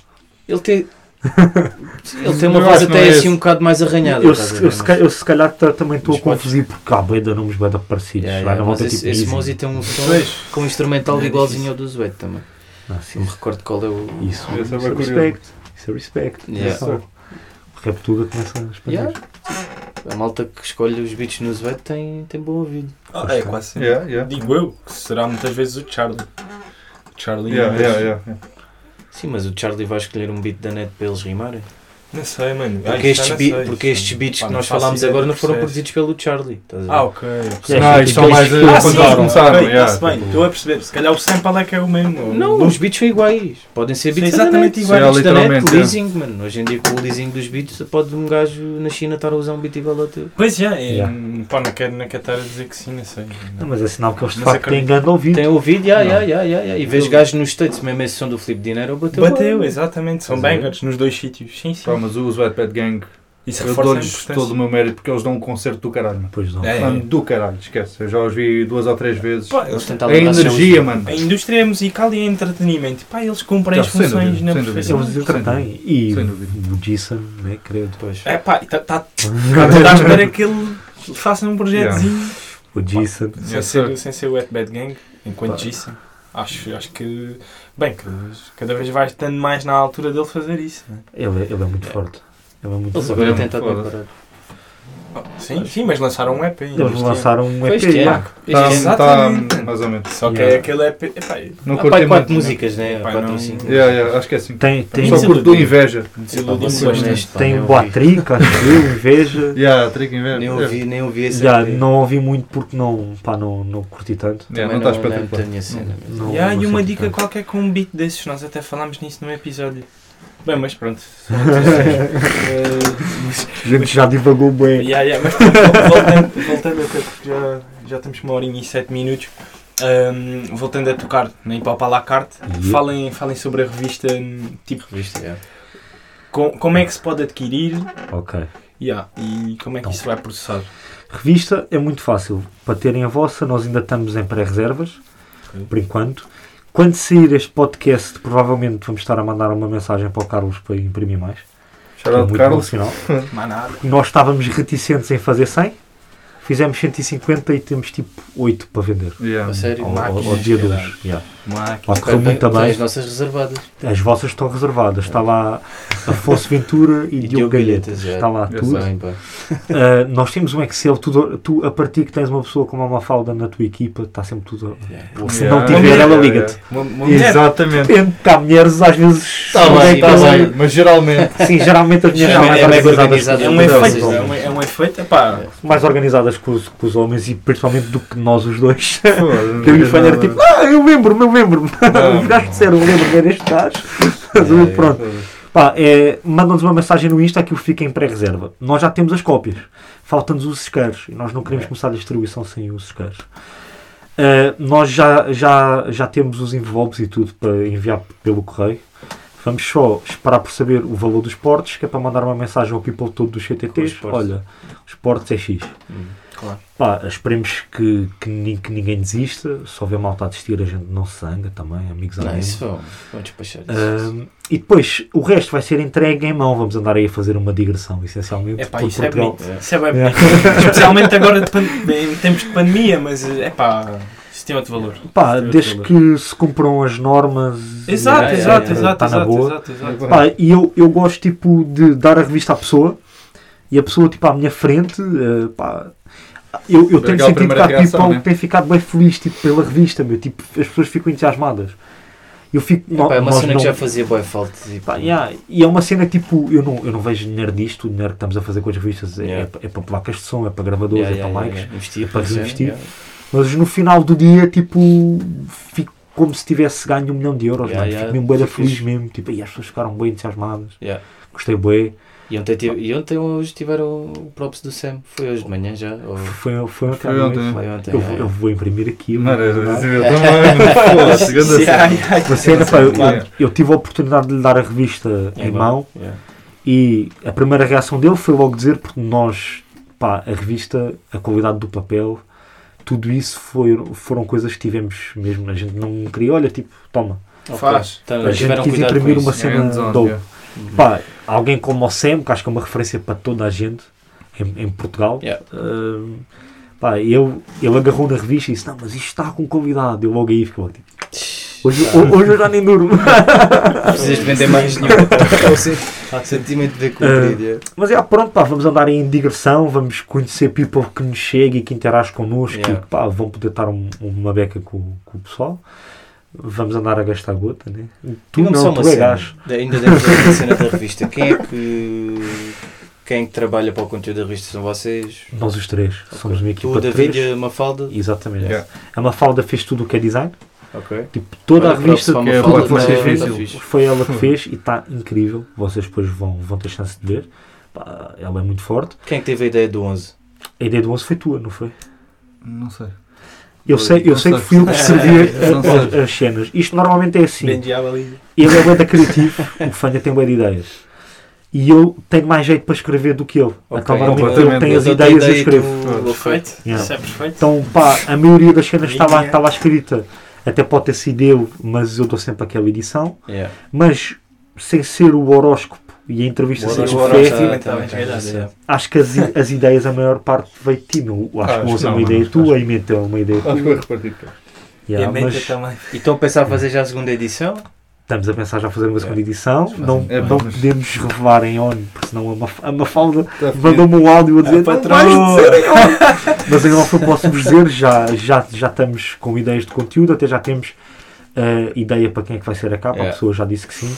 S6: Ele tem. Ele tem
S5: Eu
S6: uma voz
S5: acho que não
S6: até
S5: é
S6: assim
S5: esse.
S6: um bocado mais arranhada.
S4: Eu,
S6: estás a
S4: se-
S6: ver,
S4: eu
S6: é?
S4: se
S6: tá, mas-
S4: ca- eu se calhar ta- também estou a
S6: Mas pode-
S4: confundir porque há bué de nomes bué de parecidos.
S6: Yeah,
S4: vai na
S6: yeah,
S4: volta
S6: mas
S4: tipo
S6: esse, esse
S4: Easy.
S6: Mozi tem um som
S3: Pois.
S6: com um instrumental
S3: É
S6: igualzinho
S3: difícil.
S6: ao do Zuete também.
S4: Ah, sim.
S6: Não me recordo qual é o.
S4: Isso,
S5: Esse é
S4: isso é
S5: bem curioso.
S4: respect. Isso é respect.
S6: Yeah.
S4: Atenção. O rap tudo começa a expandir.
S6: Yeah. A malta que escolhe os beats no Zuete tem, tem bom ouvido.
S3: Ah, é quase sempre.
S5: Yeah, yeah.
S3: Digo eu, que será muitas vezes o Charlie. O Charlie.
S5: Yeah,
S3: mas-
S5: yeah, yeah, yeah.
S6: Sim, mas o Charlie vai escolher um beat da net para eles rimarem.
S3: Não sei, mano. Ah,
S6: Porque
S3: isso já
S6: estes,
S3: não
S6: bi-
S3: sei,
S6: porque
S3: isso
S6: estes
S3: não-
S6: beats
S3: pá,
S6: que nós
S3: faço
S6: falámos
S3: ideia
S6: agora
S3: do
S6: não foram
S3: processo.
S6: produzidos pelo Charlie. Estás a ver?
S3: Ah, ok.
S4: Yeah.
S5: Não, isto são mais eh,
S3: Ah,
S5: quando
S3: sim,
S5: eles começaram.
S3: ok,
S5: yeah.
S3: tá-se bem. Estou a perceber. Se calhar o sample é que é o mesmo.
S6: Não, os beats são iguais. Podem ser
S3: Sim,
S6: beats
S3: exatamente
S6: da net.
S3: iguais.
S5: Sim, é,
S6: Beats da net,
S5: literalmente, é.
S6: leasing, mano. Hoje em dia com o leasing dos beats pode um gajo na China estar a usar um beat igual ao teu.
S3: Pois já, é,
S4: Yeah.
S3: pá, não quero, não quero estar a dizer que sim, não sei.
S5: eh,
S4: Não, mas é sinal que eles de
S3: Mas
S4: facto
S3: é que-
S4: têm grande ouvido.
S6: Tem ouvido, yeah, yeah, yeah, yeah, yeah. e vês gajos nos States, mesmo esse som do Felipe Dinero bateu.
S3: Bateu, exatamente, são
S6: Pois é.
S3: bangers nos dois sítios. Sim,
S5: Pá,
S3: sim.
S5: mas os Whitehead Gang,
S3: Isso
S5: eu
S3: reforça a
S5: dou-lhes
S3: importância.
S5: todo o meu mérito porque eles dão um concerto do caralho. mano.
S4: Pois não.
S3: É, é.
S5: Mano, do caralho, esquece. Eu já os vi duas ou três vezes.
S3: Pá,
S6: Eles
S3: eles-
S6: tentam
S5: A
S6: lembrar-se
S5: É energia,
S6: deles.
S5: mano.
S3: a indústria é musical e entretenimento, pá, eles cumprem
S5: Já,
S3: as
S5: sem
S3: funções
S5: dúvida,
S3: na
S5: sem dúvida.
S6: é
S3: perfeição.
S4: Eles
S5: Sem dúvida.
S4: entretêm. E
S5: Sem dúvida.
S4: o Jason, né, credo. é
S6: Pois.
S3: É pá, está tá, tá toda à espera que ele faça um projetozinho
S4: O Jason.
S3: sem, ser, sem ser o Wet Bad Gang, enquanto disse. Acho, acho que, bem, que cada vez vai estando mais na altura dele fazer isso. né?
S4: Ele, é- ele é muito forte. Ele é muito
S6: Eles
S4: forte.
S6: agora tentam
S5: Foda-se. Tá
S6: comparar.
S5: Ah,
S3: Sim, sim, mas lançaram um EP. ainda
S4: Eles
S3: este ano.
S4: lançaram um
S6: Foi
S4: EP.
S6: este
S4: yeah.
S3: é.
S6: ano. Este
S5: Tá-
S6: ano.
S3: Exato.
S5: tá, mais ou menos.
S3: Só que é
S4: Yeah.
S3: aquele EP. Epá,
S5: Não
S6: Há Ah, pá,
S5: curti
S6: aí
S5: muito.
S6: quatro músicas, né?
S3: Pá,
S6: Quatro ou
S3: não-
S6: cinco.
S5: Yeah, yeah, acho que é assim.
S4: Tem, tem,
S5: Só curto do inveja.
S3: desiludimos
S6: Pá,
S5: um
S4: Pois,
S3: bastante.
S6: honesto, pá,
S4: tem
S6: nem
S4: o
S6: ouvi.
S4: Boatrica, acho que eu, Inveja.
S5: Yeah, trick inveja.
S6: Nem ouvi, nem ouvi esse.
S3: é
S4: Já,
S6: EP.
S4: não ouvi muito porque não, pá, não, não curti tanto.
S5: Yeah,
S6: Também
S5: não está
S6: não é muito a
S5: espetacular.
S6: minha cena. mas-
S4: Não,
S3: Yeah,
S4: não
S3: e uma
S4: senti
S3: dica
S4: tanto.
S3: qualquer com um beat desses, nós até falámos nisso num episódio. Bem, mas pronto.
S4: A gente já divagou bem.
S3: Yeah, yeah, mas pronto, vol- voltando, voltando até porque já, já estamos uma horinha e sete minutos. Ahm, voltando a tocar na Hip Hop à la carte,
S4: Yeah.
S3: falem, falem sobre a revista, hum, tipo,
S6: Viste, yeah.
S3: com- como é que se pode adquirir
S4: Ok.
S3: yeah, e como é que
S4: Não.
S3: isso vai processar.
S4: Revista é muito fácil. Para terem a vossa, nós ainda estamos em pré-reservas,
S3: Ok.
S4: por enquanto. Quando sair este podcast, provavelmente vamos estar a mandar uma mensagem para o Carlos para imprimir mais. que é
S5: Shout out
S4: muito bom
S5: Carlos.
S4: sinal.
S3: Mas nada.
S4: Nós estávamos reticentes em fazer 100, fizemos 150 e temos tipo 8 para vender.
S5: Yeah.
S6: A sério?
S4: Ao, ao- ao
S6: Máquinas,
S4: dia de
S6: caralho.
S4: hoje. yeah.
S3: Máquina.
S4: Pode correr muito
S6: Tem- tem
S4: bem.
S6: As nossas reservadas.
S4: As vossas estão reservadas. Está lá Afonso Ventura e, Diogo Galhetas.
S6: já.
S4: Está lá
S5: Eu
S4: tudo.
S6: Bem, pá.
S4: Uh, nós temos um Excel. Tudo, tu, a partir que tens uma pessoa como a Mafalda na tua equipa, está sempre tudo. Se não tiver, ela liga-te.
S3: Uma- uma mulher.
S5: Exatamente.
S4: Depende, que há mulheres às vezes.
S6: Tá
S4: são
S6: bem,
S4: bem-
S6: tá bem.
S5: Mas geralmente.
S4: Sim, geralmente as mulheres
S6: É
S4: são mais organizadas,
S6: mega organizada.
S4: que-
S3: É um
S6: Não,
S3: efeito,
S6: não.
S3: é um, é um efeito, pá.
S4: mais organizadas que os, que os homens e principalmente do que nós os dois.
S5: Foda-se, é
S4: Eu e o Fanny era
S5: nada.
S4: tipo, ah, eu lembro-me, eu lembro-me.
S5: Não. É,
S4: Os gajos disseram, eu lembro-me, era este gajo. Mas eu, Pronto. Pá, é, mandam-nos uma mensagem no Insta que o fica em pré-reserva. Nós já temos as cópias. Faltam-nos os isqueiros. E nós não
S5: É.
S4: queremos começar a distribuição sem os isqueiros. Ah, nós já, já, já temos os envelopes e tudo para enviar pelo correio. Vamos só esperar por saber o valor dos portes, que é para mandar uma mensagem ao people todo dos
S3: Os
S4: CTTs.
S3: portes.
S4: Olha, os portes é X.
S3: claro.
S4: Pá, esperemos que, que, ni- que ninguém desista. Se houver malta a desistir, a gente não se zanga também, amigos
S6: Não,
S4: amigos.
S6: isso vão. Vão despachar isso.
S4: Ahm, e depois o resto vai ser entregue em mão. Vamos andar aí a fazer uma digressão, essencialmente.
S3: É pá,
S4: por
S3: isso é
S4: Portugal.
S3: bonito. Isso é bem
S4: É.
S3: bonito. Especialmente agora de pan- em tempos de pandemia, mas é pá, isso tem outro valor.
S4: Pá,
S3: Isso tem
S4: desde
S3: outro
S4: que se cumpram as normas. e-
S3: Exato,
S6: É, é,
S3: exato,
S6: é, é.
S3: exato,
S4: Tá na
S3: exato,
S4: boa.
S3: exato, exato.
S4: Pá, e eu, eu gosto tipo de dar a revista à pessoa e a pessoa tipo à minha frente, eh, pá, eu, eu tenho
S5: Legal
S4: sentido
S5: a
S4: que
S5: primeira
S4: há
S5: reação,
S4: people
S5: né?
S4: que tem ficado bem feliz tipo, pela revista, meu, tipo, as pessoas ficam entusiasmadas. Eu fico, no-
S6: Pá, é uma
S4: nós
S6: cena
S4: não-
S6: que já fazia boa falta. Tipo,
S4: Pá, yeah, E é uma cena que tipo, eu não, eu não vejo dinheiro disto, o dinheiro que estamos a fazer com as revistas é-
S6: Yeah.
S4: é, pa- é para placas de som, é para gravadores,
S6: yeah,
S4: é para
S6: yeah,
S4: likes.
S6: yeah. Investir,
S4: é para
S6: fazer,
S4: investir.
S6: yeah.
S4: Mas no final do dia, tipo, fico como se tivesse ganho um milhão de euros,
S6: Yeah,
S4: mano.
S6: yeah.
S4: fico mesmo bué da
S6: Fico fixe.
S4: feliz mesmo. Tipo, e as pessoas ficaram bem entusiasmadas,
S6: Yeah.
S4: gostei bué.
S6: E ontem, tive- e ontem hoje tiveram o props do Sam. Foi hoje de manhã já? Ou...
S4: Foi, foi ontem à
S5: Foi
S4: noite.
S5: ontem.
S6: Foi ontem.
S4: Eu,
S6: é.
S4: vou- eu vou imprimir é? aqui. vou
S5: Mano, eu
S4: mandar.
S5: também. Foda-se, grande cena.
S3: Ai, ai,
S4: Uma cena, pá, eu,
S5: Claro.
S4: eu tive a oportunidade de lhe dar a revista
S6: É
S4: em
S6: bom.
S4: mão
S6: Yeah.
S4: e a primeira reação dele foi logo dizer, porque nós, pá, a revista, a qualidade do papel, tudo isso foi, foram coisas que tivemos mesmo. A gente não queria, olha, tipo, toma.
S6: Ok.
S3: Faz.
S6: Então,
S4: a gente
S6: tiveram
S4: quis
S6: cuidado com
S4: imprimir
S6: isso. né?
S4: uma cena
S5: Hands on,
S4: dope.
S6: é.
S5: yeah.
S4: Pá, alguém como o Sam, que acho que é uma referência para toda a gente em, em Portugal,
S6: Yeah.
S4: eh, pá, eu, ele agarrou na revista e disse: Não, mas isto está com qualidade. Eu logo aí ficou tipo: Hoje, ho- hoje eu já nem durmo.
S6: Precisas de vender mais nenhum. É o sen- o sentimento de ver cumprido. yeah.
S4: Eh, mas é, pronto, pá, vamos andar em digressão, vamos conhecer people que nos chega e que interage connosco e
S6: Yeah.
S4: que, pá, vão poder dar um- uma beca com, com o pessoal. Vamos andar a gastar gota, né? Tu
S6: Digam-me só
S4: não,
S6: uma
S4: tu é
S6: cena.
S4: gajo.
S6: Da- Ainda dentro da cena da revista. Quem é que. Quem é que trabalha para o conteúdo da revista são vocês?
S4: Nós os três somos uma equipa
S6: Tu,
S4: de
S6: David
S4: três.
S6: e a Mafalda?
S4: Exatamente.
S5: Yeah.
S4: A Mafalda fez tudo o que é design.
S6: Ok.
S4: Tipo, toda
S6: Olha,
S4: a revista
S6: props para
S5: que é
S6: Mafalda,
S5: a parte mais
S6: tá-
S5: difícil.
S6: tá fixe.
S4: foi ela que fez e está incrível. Vocês depois vão, vão ter chance de ver. Pá, ela é muito forte.
S6: Quem é que teve a ideia do 11?
S4: A ideia do 11 foi tua, não foi?
S5: Não sei.
S4: Eu sei, eu
S5: Não
S4: sei que
S5: sei.
S4: fui eu que servi
S5: Não sei.
S4: as, as cenas. Isto normalmente é assim.
S3: Bem diabo ali.
S4: Ele é bué da criativo, o Fanha tem bué de ideias. E eu tenho mais jeito para escrever do que ele. então normalmente ele
S5: completamente.
S4: tem as
S6: Eu dou-te a
S4: ideias e eu
S6: ideia e tu-
S4: escrevo.
S3: Perfeito.
S4: Yeah.
S3: Isso é perfeito.
S4: Então pá, a maioria das cenas estava
S3: Yeah.
S4: estava escrita. Até pode ter sido eu, mas eu dou sempre aquela edição.
S6: Yeah.
S4: Mas sem ser o horóscopo e a entrevista sem
S3: Horóscopo,
S4: o
S3: horóscopo,
S4: fé,
S3: sim. Tá
S6: Ah, tá
S3: bem,
S6: bem,
S3: calhar,
S6: sim.
S3: é.
S4: Acho que as, i- as ideias, a maior parte veio de ti. Não, acho
S5: Acho
S4: que o Onze é
S5: que não,
S4: uma ideia
S5: mano,
S4: tua, a Imenta é uma ideia
S5: Acho que
S4: tua.
S5: vou repartir depois.
S3: E
S4: Yeah,
S3: a
S4: mas
S3: mente
S5: então?
S3: também.
S6: E estão a pensar fazer já a segunda edição?
S4: estamos a pensar já fazer uma segunda edição. Não,
S5: É,
S4: não
S5: mas-
S4: podemos revelar em ON, porque senão a, Maf a Mafalda
S5: Tá fedido.
S4: mandou-me um áudio a dizer. não vais
S3: patroa."
S4: dizer em ON. Mas então, em off eu posso vos dizer, já, já, já estamos com ideias de conteúdo, até já temos eh, ideia para quem é que vai ser a capa.
S6: Yeah.
S4: A pessoa já disse que sim.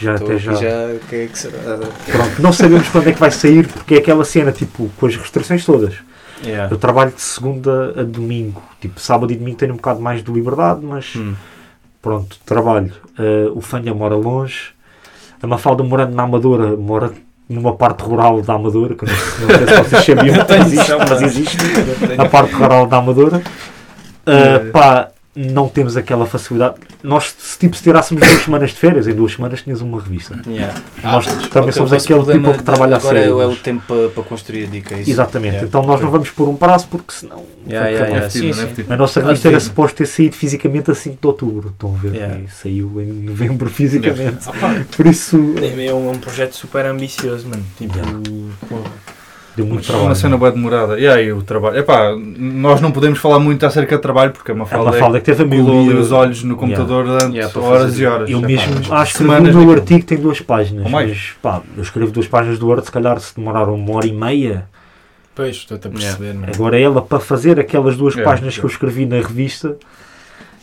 S4: Já,
S6: Estou
S4: até
S6: aqui
S4: já,
S6: já. Quem é que será?
S4: Pronto, não sabemos quando é que vai sair, porque é aquela cena, tipo, com as restrições todas.
S6: Yeah.
S4: Eu trabalho de segunda a domingo. Tipo, sábado e domingo tenho um bocado mais de liberdade, mas
S6: Hum.
S4: pronto, trabalho. Eh, o Fanha mora longe. A Mafalda morando na Amadora mora numa parte rural da Amadora, que eu não sei, não sei se vocês sabiam, mas existe,
S6: é
S4: mas existe a parte rural da Amadora. Eh, pá, não temos aquela facilidade. Nós, se, tipo, se tirássemos duas semanas de férias, em duas semanas tinhas uma revista.
S6: Yeah.
S4: Nós também
S6: Ah, Ok,
S4: somos
S6: o vosso
S4: aquele
S6: problema
S4: tipo que
S6: de-
S4: trabalha a
S6: Agora
S4: sério,
S6: é o- é
S4: mas-
S6: o tempo para, para construir a dica. é Isso.
S4: Exatamente.
S6: Yeah.
S4: Então nós não vamos pôr um prazo porque senão.
S6: Yeah, yeah,
S5: É
S6: yeah.
S5: fedido,
S6: Sim,
S5: não é
S6: sim.
S5: fedido?
S4: A nossa
S6: Ah,
S4: revista era
S6: sim.
S4: suposto ter saído fisicamente a 5 de outubro. Estão a ver?
S6: Yeah.
S4: E saiu em novembro fisicamente. Por isso.
S3: É um, é um projeto super ambicioso, mano. Tipo,
S4: Yeah.
S3: pô,
S4: Deu muito
S5: Mas é uma
S4: trabalho.
S5: cena
S4: mano.
S5: bem demorada. E aí o trabalho. Epá, nós não podemos falar muito acerca de trabalho porque a
S4: Ela
S5: Mafalda é
S4: fala que teve a
S5: colou ali
S4: miúda-
S5: os olhos no computador durante
S6: Yeah, para fazer-
S5: horas e horas.
S4: Eu
S5: Epá,
S4: mesmo
S5: mas
S4: acho que o
S5: semanas tipo,
S4: meu
S5: naquilo.
S4: artigo tem duas páginas.
S5: Ou mais.
S4: Mas pá, eu escrevo duas páginas do Word, se calhar se demoraram uma hora e meia.
S3: Pois, estou-te a perceber,
S6: é?
S3: mano.
S4: Agora é ela para fazer aquelas duas
S5: É,
S4: páginas
S5: é.
S4: que eu escrevi na revista.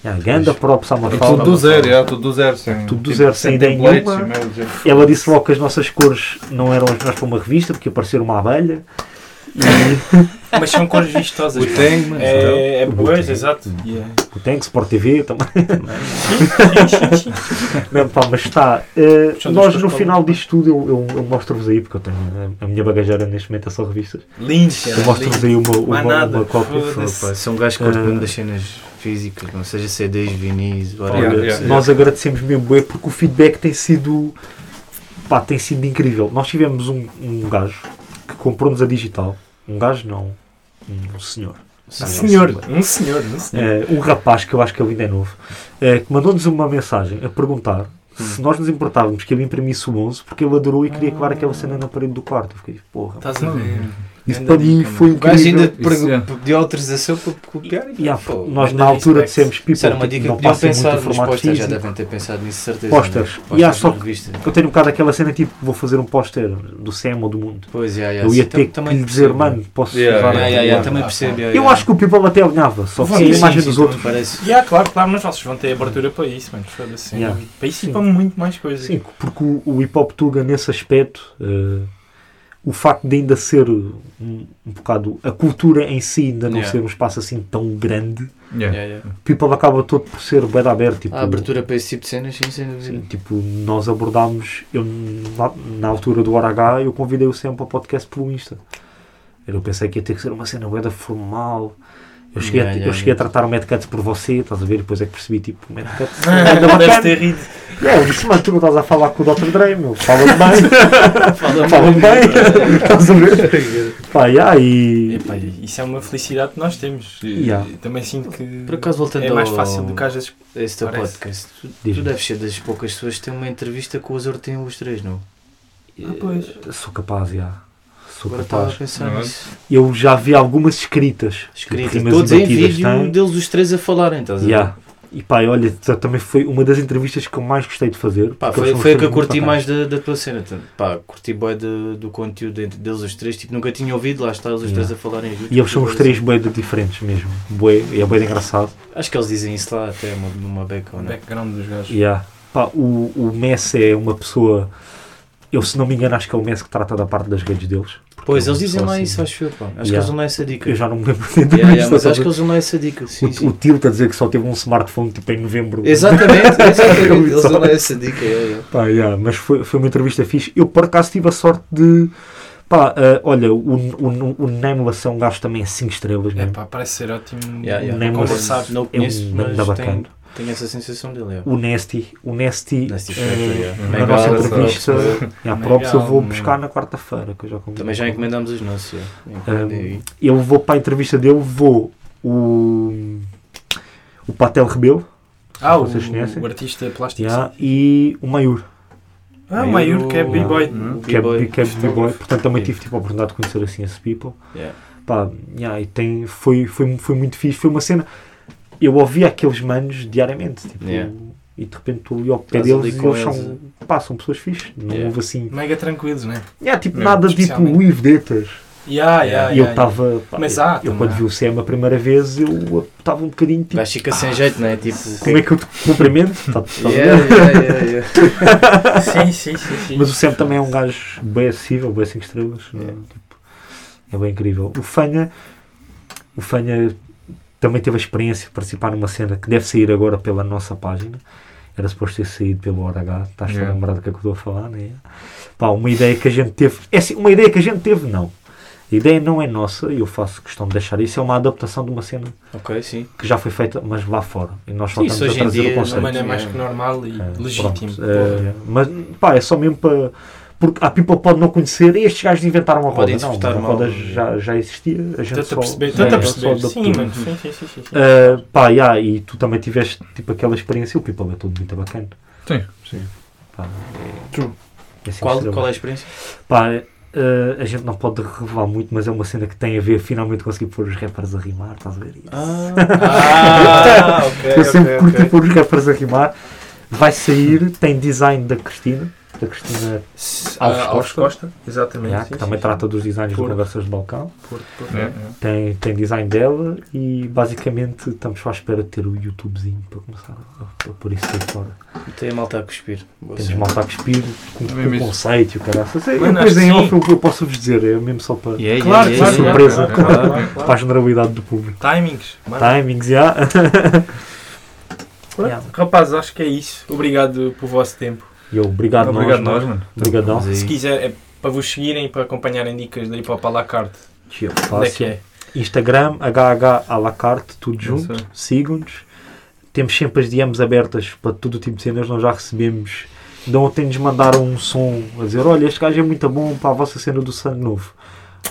S4: É, ganda props à
S5: É
S4: Mafalda.
S5: tudo do zero, é, tudo do zero. Tipo, Sem,
S4: Tudo do zero, sem ideia
S5: templates,
S4: nenhuma.
S5: sem mails, é.
S4: Ela disse logo que as nossas cores não eram as melhores para uma revista, porque apareceram uma abelha. E
S3: Mas são cores vistosas.
S6: O tema,
S3: mano. É, é
S4: O
S3: pois,
S4: tema.
S3: exato. Yeah.
S4: o Tank, Sport TV também. não, pá, mas está. eh,
S3: São duas
S4: nós
S3: coisas
S4: no
S3: para
S4: final disto tudo eu, eu- eu mostro-vos aí, porque eu tenho eh, a, a minha bagageira neste momento é só revistas.
S3: Lindo,
S4: Eu mostro-vos aí uma, uma,
S3: Mais
S4: uma,
S3: nada,
S4: cópia.
S3: foda-se.
S6: Pá, São gajos que curtem
S4: Ah.
S6: mesmo das cenas físicas, não seja CDs, vinis,
S4: Olha,
S5: Yeah,
S6: whatever.
S5: yeah,
S4: nós agradecemos mesmo bué, porque o feedback tem sido pá, tem sido incrível. Nós tivemos um, um gajo que comprou-nos a digital. Um gajo não, um senhor.
S6: Sim,
S4: senhor.
S3: Um senhor, um senhor.
S4: Eh, um rapaz que eu acho que ele ainda é novo, eh, que mandou-nos uma mensagem a perguntar
S6: Hum.
S4: se nós nos importávamos que ele imprimisse o 11 porque ele adorou e queria colar aquela cena na parede do quarto. Eu fiquei, porra,
S3: Estás a ver?
S4: isso
S3: Ganda
S4: para mim
S3: dica, mano.
S4: foi
S6: O gajo ainda
S4: incrível.
S5: Isso,
S6: pergu-
S5: yeah.
S6: pediu autorização para copiar e
S4: E há-
S6: pô,
S4: nós
S6: manda
S4: na altura
S6: respect.
S4: dissemos
S6: Isso
S4: people,
S6: era uma dica
S4: Tipo, não
S6: que podiam
S4: passem
S6: pensar
S4: muito
S6: nos
S4: formato
S6: posters, já
S4: físico.
S6: devem ter pensado nisso, certeza.
S4: Posters.
S6: né?
S4: E há
S6: Posters
S4: só-
S6: de revista.
S4: Eu tenho um bocado aquela cena tipo, vou fazer um póster do SEM ou do mundo.
S6: Pois, yeah, yeah,
S4: Eu ia
S6: É, sim,
S4: ter
S6: tam-
S4: que lhe dizer,
S6: percebo. é?
S4: mano, posso
S5: Yeah,
S4: usar
S6: Yeah,
S4: a
S6: yeah,
S4: tua
S6: yeah,
S4: imagem."
S6: também percebo. yeah,
S4: Eu
S6: yeah.
S4: acho que o people até alinhava, só que
S3: Sim,
S4: a
S3: sim,
S4: imagem
S3: sim,
S4: dos
S3: sim,
S4: outros.
S6: Parece.
S3: Yeah, claro, claro, mas vocês vão ter abertura para isso, mano. Foda-se.
S4: Yeah.
S3: Para isso
S4: Sim.
S3: e para muito mais coisas.
S4: Sim, porque o, o hip hop Tuga, nesse aspecto, eh, o facto de ainda ser um, um bocado. a cultura em si ainda não
S6: Yeah.
S4: ser um espaço assim tão grande,
S5: Yeah.
S6: Yeah, yeah.
S4: o People acaba todo por ser bem aberto. Tipo,
S6: Há abertura para esse tipo de cenas, sim, sem dúvida.
S4: Sim, tipo, nós abordámos. Eu, na, na altura do RH, eu convidei o Sam para o podcast pelo Insta. Eu pensei que ia ter que ser uma cena bué da formal. Eu cheguei,
S6: Yeah,
S4: a, eu
S6: yeah,
S4: cheguei
S6: yeah.
S4: a tratar o Medcuts por você, estás a ver? Depois é que percebi, tipo, Medcuts.
S3: Ainda
S4: bacana.
S3: deves ter rido.
S4: E aí eu disse, mano, tu não estás a falar com o Dr. Dre, meu. Fala-me bem. Fala-me bem. Estás a ver? Pá, yeah, e...
S3: Epá, isso é uma felicidade que nós temos. E-
S4: Yeah.
S3: e Também sinto que
S6: Por acaso, voltando
S3: é mais
S6: ao-
S3: fácil do que às vezes.
S6: Esse teu
S3: Parece.
S6: podcast, tu, tu
S4: Diz-me.
S6: deves ser das poucas pessoas que têm uma entrevista com os Hortinho os três, não?
S3: Ah, pois.
S4: Sou capaz, já. Sou
S6: Agora tá. estava a
S4: capaz.
S6: pensar
S5: Não é?
S6: nisso.
S4: Eu já vi algumas escritas.
S6: Escrita,
S4: Rimas
S6: todos em
S4: embatidas
S6: vídeo
S4: têm.
S6: deles os três a falarem, estás a ver?
S4: Yeah. E pá, olha, t- também foi uma das entrevistas que eu mais gostei de fazer.
S6: Pá,
S4: porque
S6: foi,
S4: eles são
S6: foi a que eu
S4: muito
S6: curti
S4: bacanas.
S6: mais da, da tua cena. tá? Pá, curti bem do, do conteúdo entre deles os três. Tipo, nunca tinha ouvido, lá está, eles os
S4: Yeah.
S6: três a falarem juntos.
S4: E eles são os
S6: Tipo,
S4: três bué de diferentes mesmo. Bué, e é bué de engraçado.
S6: Acho que eles dizem isso lá até numa- numa beca ou não.
S3: background dos gajos.
S4: Yeah. Pá, o, o Messi é uma pessoa... Eu, se não me engano, acho que é o Messi que trata da parte das redes deles. porque
S6: Pois,
S4: eu
S6: eles dizem
S4: sou
S6: lá
S4: assim.
S6: isso, acho eu, pá. Acho que
S4: Yeah.
S6: eles dão lá essa dica.
S4: Eu já não me lembro de
S6: Yeah, yeah, mas
S4: entrevista,
S6: acho que eles dão lá essa dica, sim,
S4: o,
S6: sim.
S4: o Tilt a dizer que só teve um smartphone tipo em novembro.
S6: Exatamente, exatamente.
S4: Muito
S6: eles dão lá
S4: só.
S6: essa dica. é, é.
S4: Pá, yeah, mas foi, foi uma entrevista fixe. Eu por acaso tive a sorte de. Pá, ah, olha, o, o, o Nameless é um gajo também 5 estrelas,
S3: É
S4: né?
S3: pá, parece ser ótimo.
S6: Yeah, yeah.
S4: Nem
S3: conversar.
S4: é
S6: Não
S4: um
S6: conheço, mas
S4: nome bacana. Uhum.
S6: tenho, tenho essa sensação dele. é.
S4: O Nasty, o Nasty,
S6: Nasty
S4: eh,
S6: Factory, é. yeah.
S4: na
S6: Mega
S4: nossa
S6: Props.
S4: entrevista, yeah, props, eu
S3: Mega,
S4: vou
S3: mano.
S4: buscar na quarta-feira, que eu já comi.
S6: Também já encomendamos os nossos. é.
S4: Um,
S6: Encomendei aí.
S4: Eu vou para a entrevista dele, vou o, o Patel Rebelo
S3: Ah, o,
S4: Vocês conhecem?
S3: o artista plástico.
S4: yeah, e o Maior.
S3: Ah, o Maior, que é B-Boy.
S6: O
S4: que é,
S6: um B-Boy.
S4: que é b-boy, portanto também
S6: Sim.
S4: tive tipo, a oportunidade de conhecer assim esse people.
S6: Yeah.
S4: Pá, yeah, e tem, foi, foi, foi muito fixe, foi uma cena. Eu ouvia aqueles manos diariamente tipo,
S6: Yeah.
S4: e de repente estou ali ao pé
S6: Estás
S4: deles
S6: ali
S4: e
S6: com
S4: eles
S6: eles.
S4: são, pá, são pessoas fixes, não
S6: Yeah.
S4: houve assim.
S3: Mega tranquilos, né?
S4: Yeah, tipo,
S3: Não,
S4: nada tipo
S3: especialmente.
S4: Luís Vedetas.
S3: Yeah, Ah, yeah,
S4: e tá- eu
S3: yeah,
S4: estava. pá,
S3: Mas há
S4: eu
S3: também.
S4: quando vi o CM a primeira vez, eu estava um bocadinho tipo.
S6: Gajo fica sem jeito, não é? Tipo.
S4: Como é que eu te cumprimento? Tá- tá-
S6: Yeah, yeah, yeah, yeah.
S3: yeah. Sim, sim, sim. sim.
S4: Mas o Sam também é um gajo bem acessível, bem 5 estrelas. não é? Tipo, é bem incrível. O Fanha, o Fanha também teve a experiência de participar numa cena que deve sair agora pela nossa página. Era suposto ter saído pelo Hora H. Estás
S5: Yeah.
S4: a lembrar do que é que eu estou a falar, não é? Pá, uma ideia que a gente teve. É assim, uma ideia que a gente teve, não. A ideia não é nossa, e eu faço questão de deixar isso. É uma adaptação de uma cena
S6: Ok, sim.
S4: que já foi feita, mas lá fora. E nós só
S6: Sim,
S4: estamos a
S6: isso hoje em
S4: trazer o
S6: dia não é
S3: De uma
S4: conceito.
S3: maneira é mais que normal e
S4: Ah,
S3: legítimo.
S4: pronto. Eh, mas pá, é só mesmo para. Porque a people pode não conhecer, "E estes gajos inventaram uma roda.
S6: Podem
S4: Não,
S6: interpretar
S4: a
S6: mal.
S4: roda já, já existia, a gente
S3: Tanto
S4: só.
S3: a perceber,
S4: é,
S3: tanto a
S4: só
S3: perceber. Sim,
S4: adaptou.
S3: mano. Sim, sim, sim. sim, sim.
S4: Eh, pá, yeah, e tu também tiveste tipo aquela experiência, o people é tudo muito bacana.
S5: Sim, sim.
S4: Pá, é-
S5: True.
S4: é assim
S6: Qual,
S4: que se
S6: qual é
S4: chama.
S6: a experiência?
S4: Pá, eh, a gente não pode revelar muito, mas é uma cena que tem a ver finalmente conseguir pôr os rappers a rimar, estás a ver? Isso.
S3: Ah, ok.
S4: Eu sempre
S3: ok,
S4: curti
S3: ok.
S4: pôr os rappers a rimar. Vai sair, tem design da Cristina, da Cristina
S3: S-
S4: Alves
S3: ah, Alves
S4: Costa.
S3: Costa, exatamente.
S4: Piá,
S3: sim,
S4: que
S3: sim,
S4: também
S3: sim.
S4: trata dos designs do
S3: Porto.
S4: Conversas de Balcão.
S3: Porto, Porto.
S5: É, é.
S4: Tem, tem design dela e basicamente estamos só à espera de ter o YouTubezinho para começar a, a pôr isso aí fora.
S6: Tem a malta a cuspir. Boa
S4: Temos
S6: cena.
S4: malta a cuspir com,
S5: É mesmo
S4: com
S5: isso.
S4: conceito e o caralho.
S3: Mano,
S4: Depois
S3: acho que
S4: em
S3: sim.
S4: off eu, eu posso vos dizer, é mesmo só para,
S7: Yeah, yeah,
S3: Claro,
S7: yeah,
S3: claro,
S7: yeah.
S3: claro.
S4: surpresa
S3: Claro, claro, claro.
S4: para a generalidade do público.
S3: Timings. mano.
S4: Timings, já. Yeah.
S3: Rapaz, acho que é isso. Obrigado pelo vosso tempo.
S4: E eu, obrigado,
S5: Obrigado,
S4: nós.
S5: nós, mano.
S4: Obrigadão.
S7: Vamos aí.
S3: Se quiser, é para vos seguirem e para acompanharem dicas da hip hop à la carte.
S4: Tio,
S3: Onde é que
S4: fácil.
S3: é?
S4: Instagram, HH à la carte, tudo
S5: Eu
S4: junto.
S5: sei.
S4: Sigam-nos. Temos sempre as DMs abertas para todo o tipo de cenas. Nós já recebemos. De ontem nos mandaram um som a dizer: Olha, este gajo é muito bom para a vossa cena do sangue novo.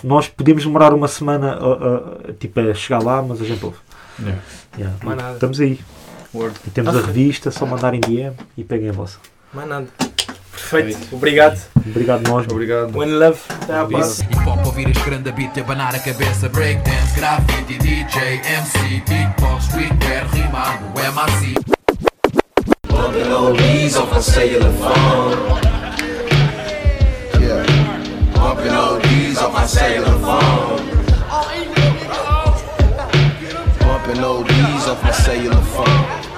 S4: Nós podemos demorar uma semana a, a- tipo, a chegar lá, mas a gente ouve.
S5: Yeah.
S4: Yeah.
S3: Mais nada.
S4: Estamos aí.
S3: Word.
S4: E temos a
S3: Ok.
S4: revista, só mandarem DM e peguem a vossa.
S3: Mais nada. Perfeito. Obrigado.
S4: Obrigado, nós.
S5: Obrigado.
S3: One love. Até à próxima.
S1: Hip hop ouvir este grande beat, abanar a cabeça, breakdance, graffiti, DJ, MC, beatbox, streetwear, rimando, MAC.
S2: Bumping old D's off my cellular phone. Yeah. Bumping old D's off my cellular phone. Bumping old D's off my cellular phone.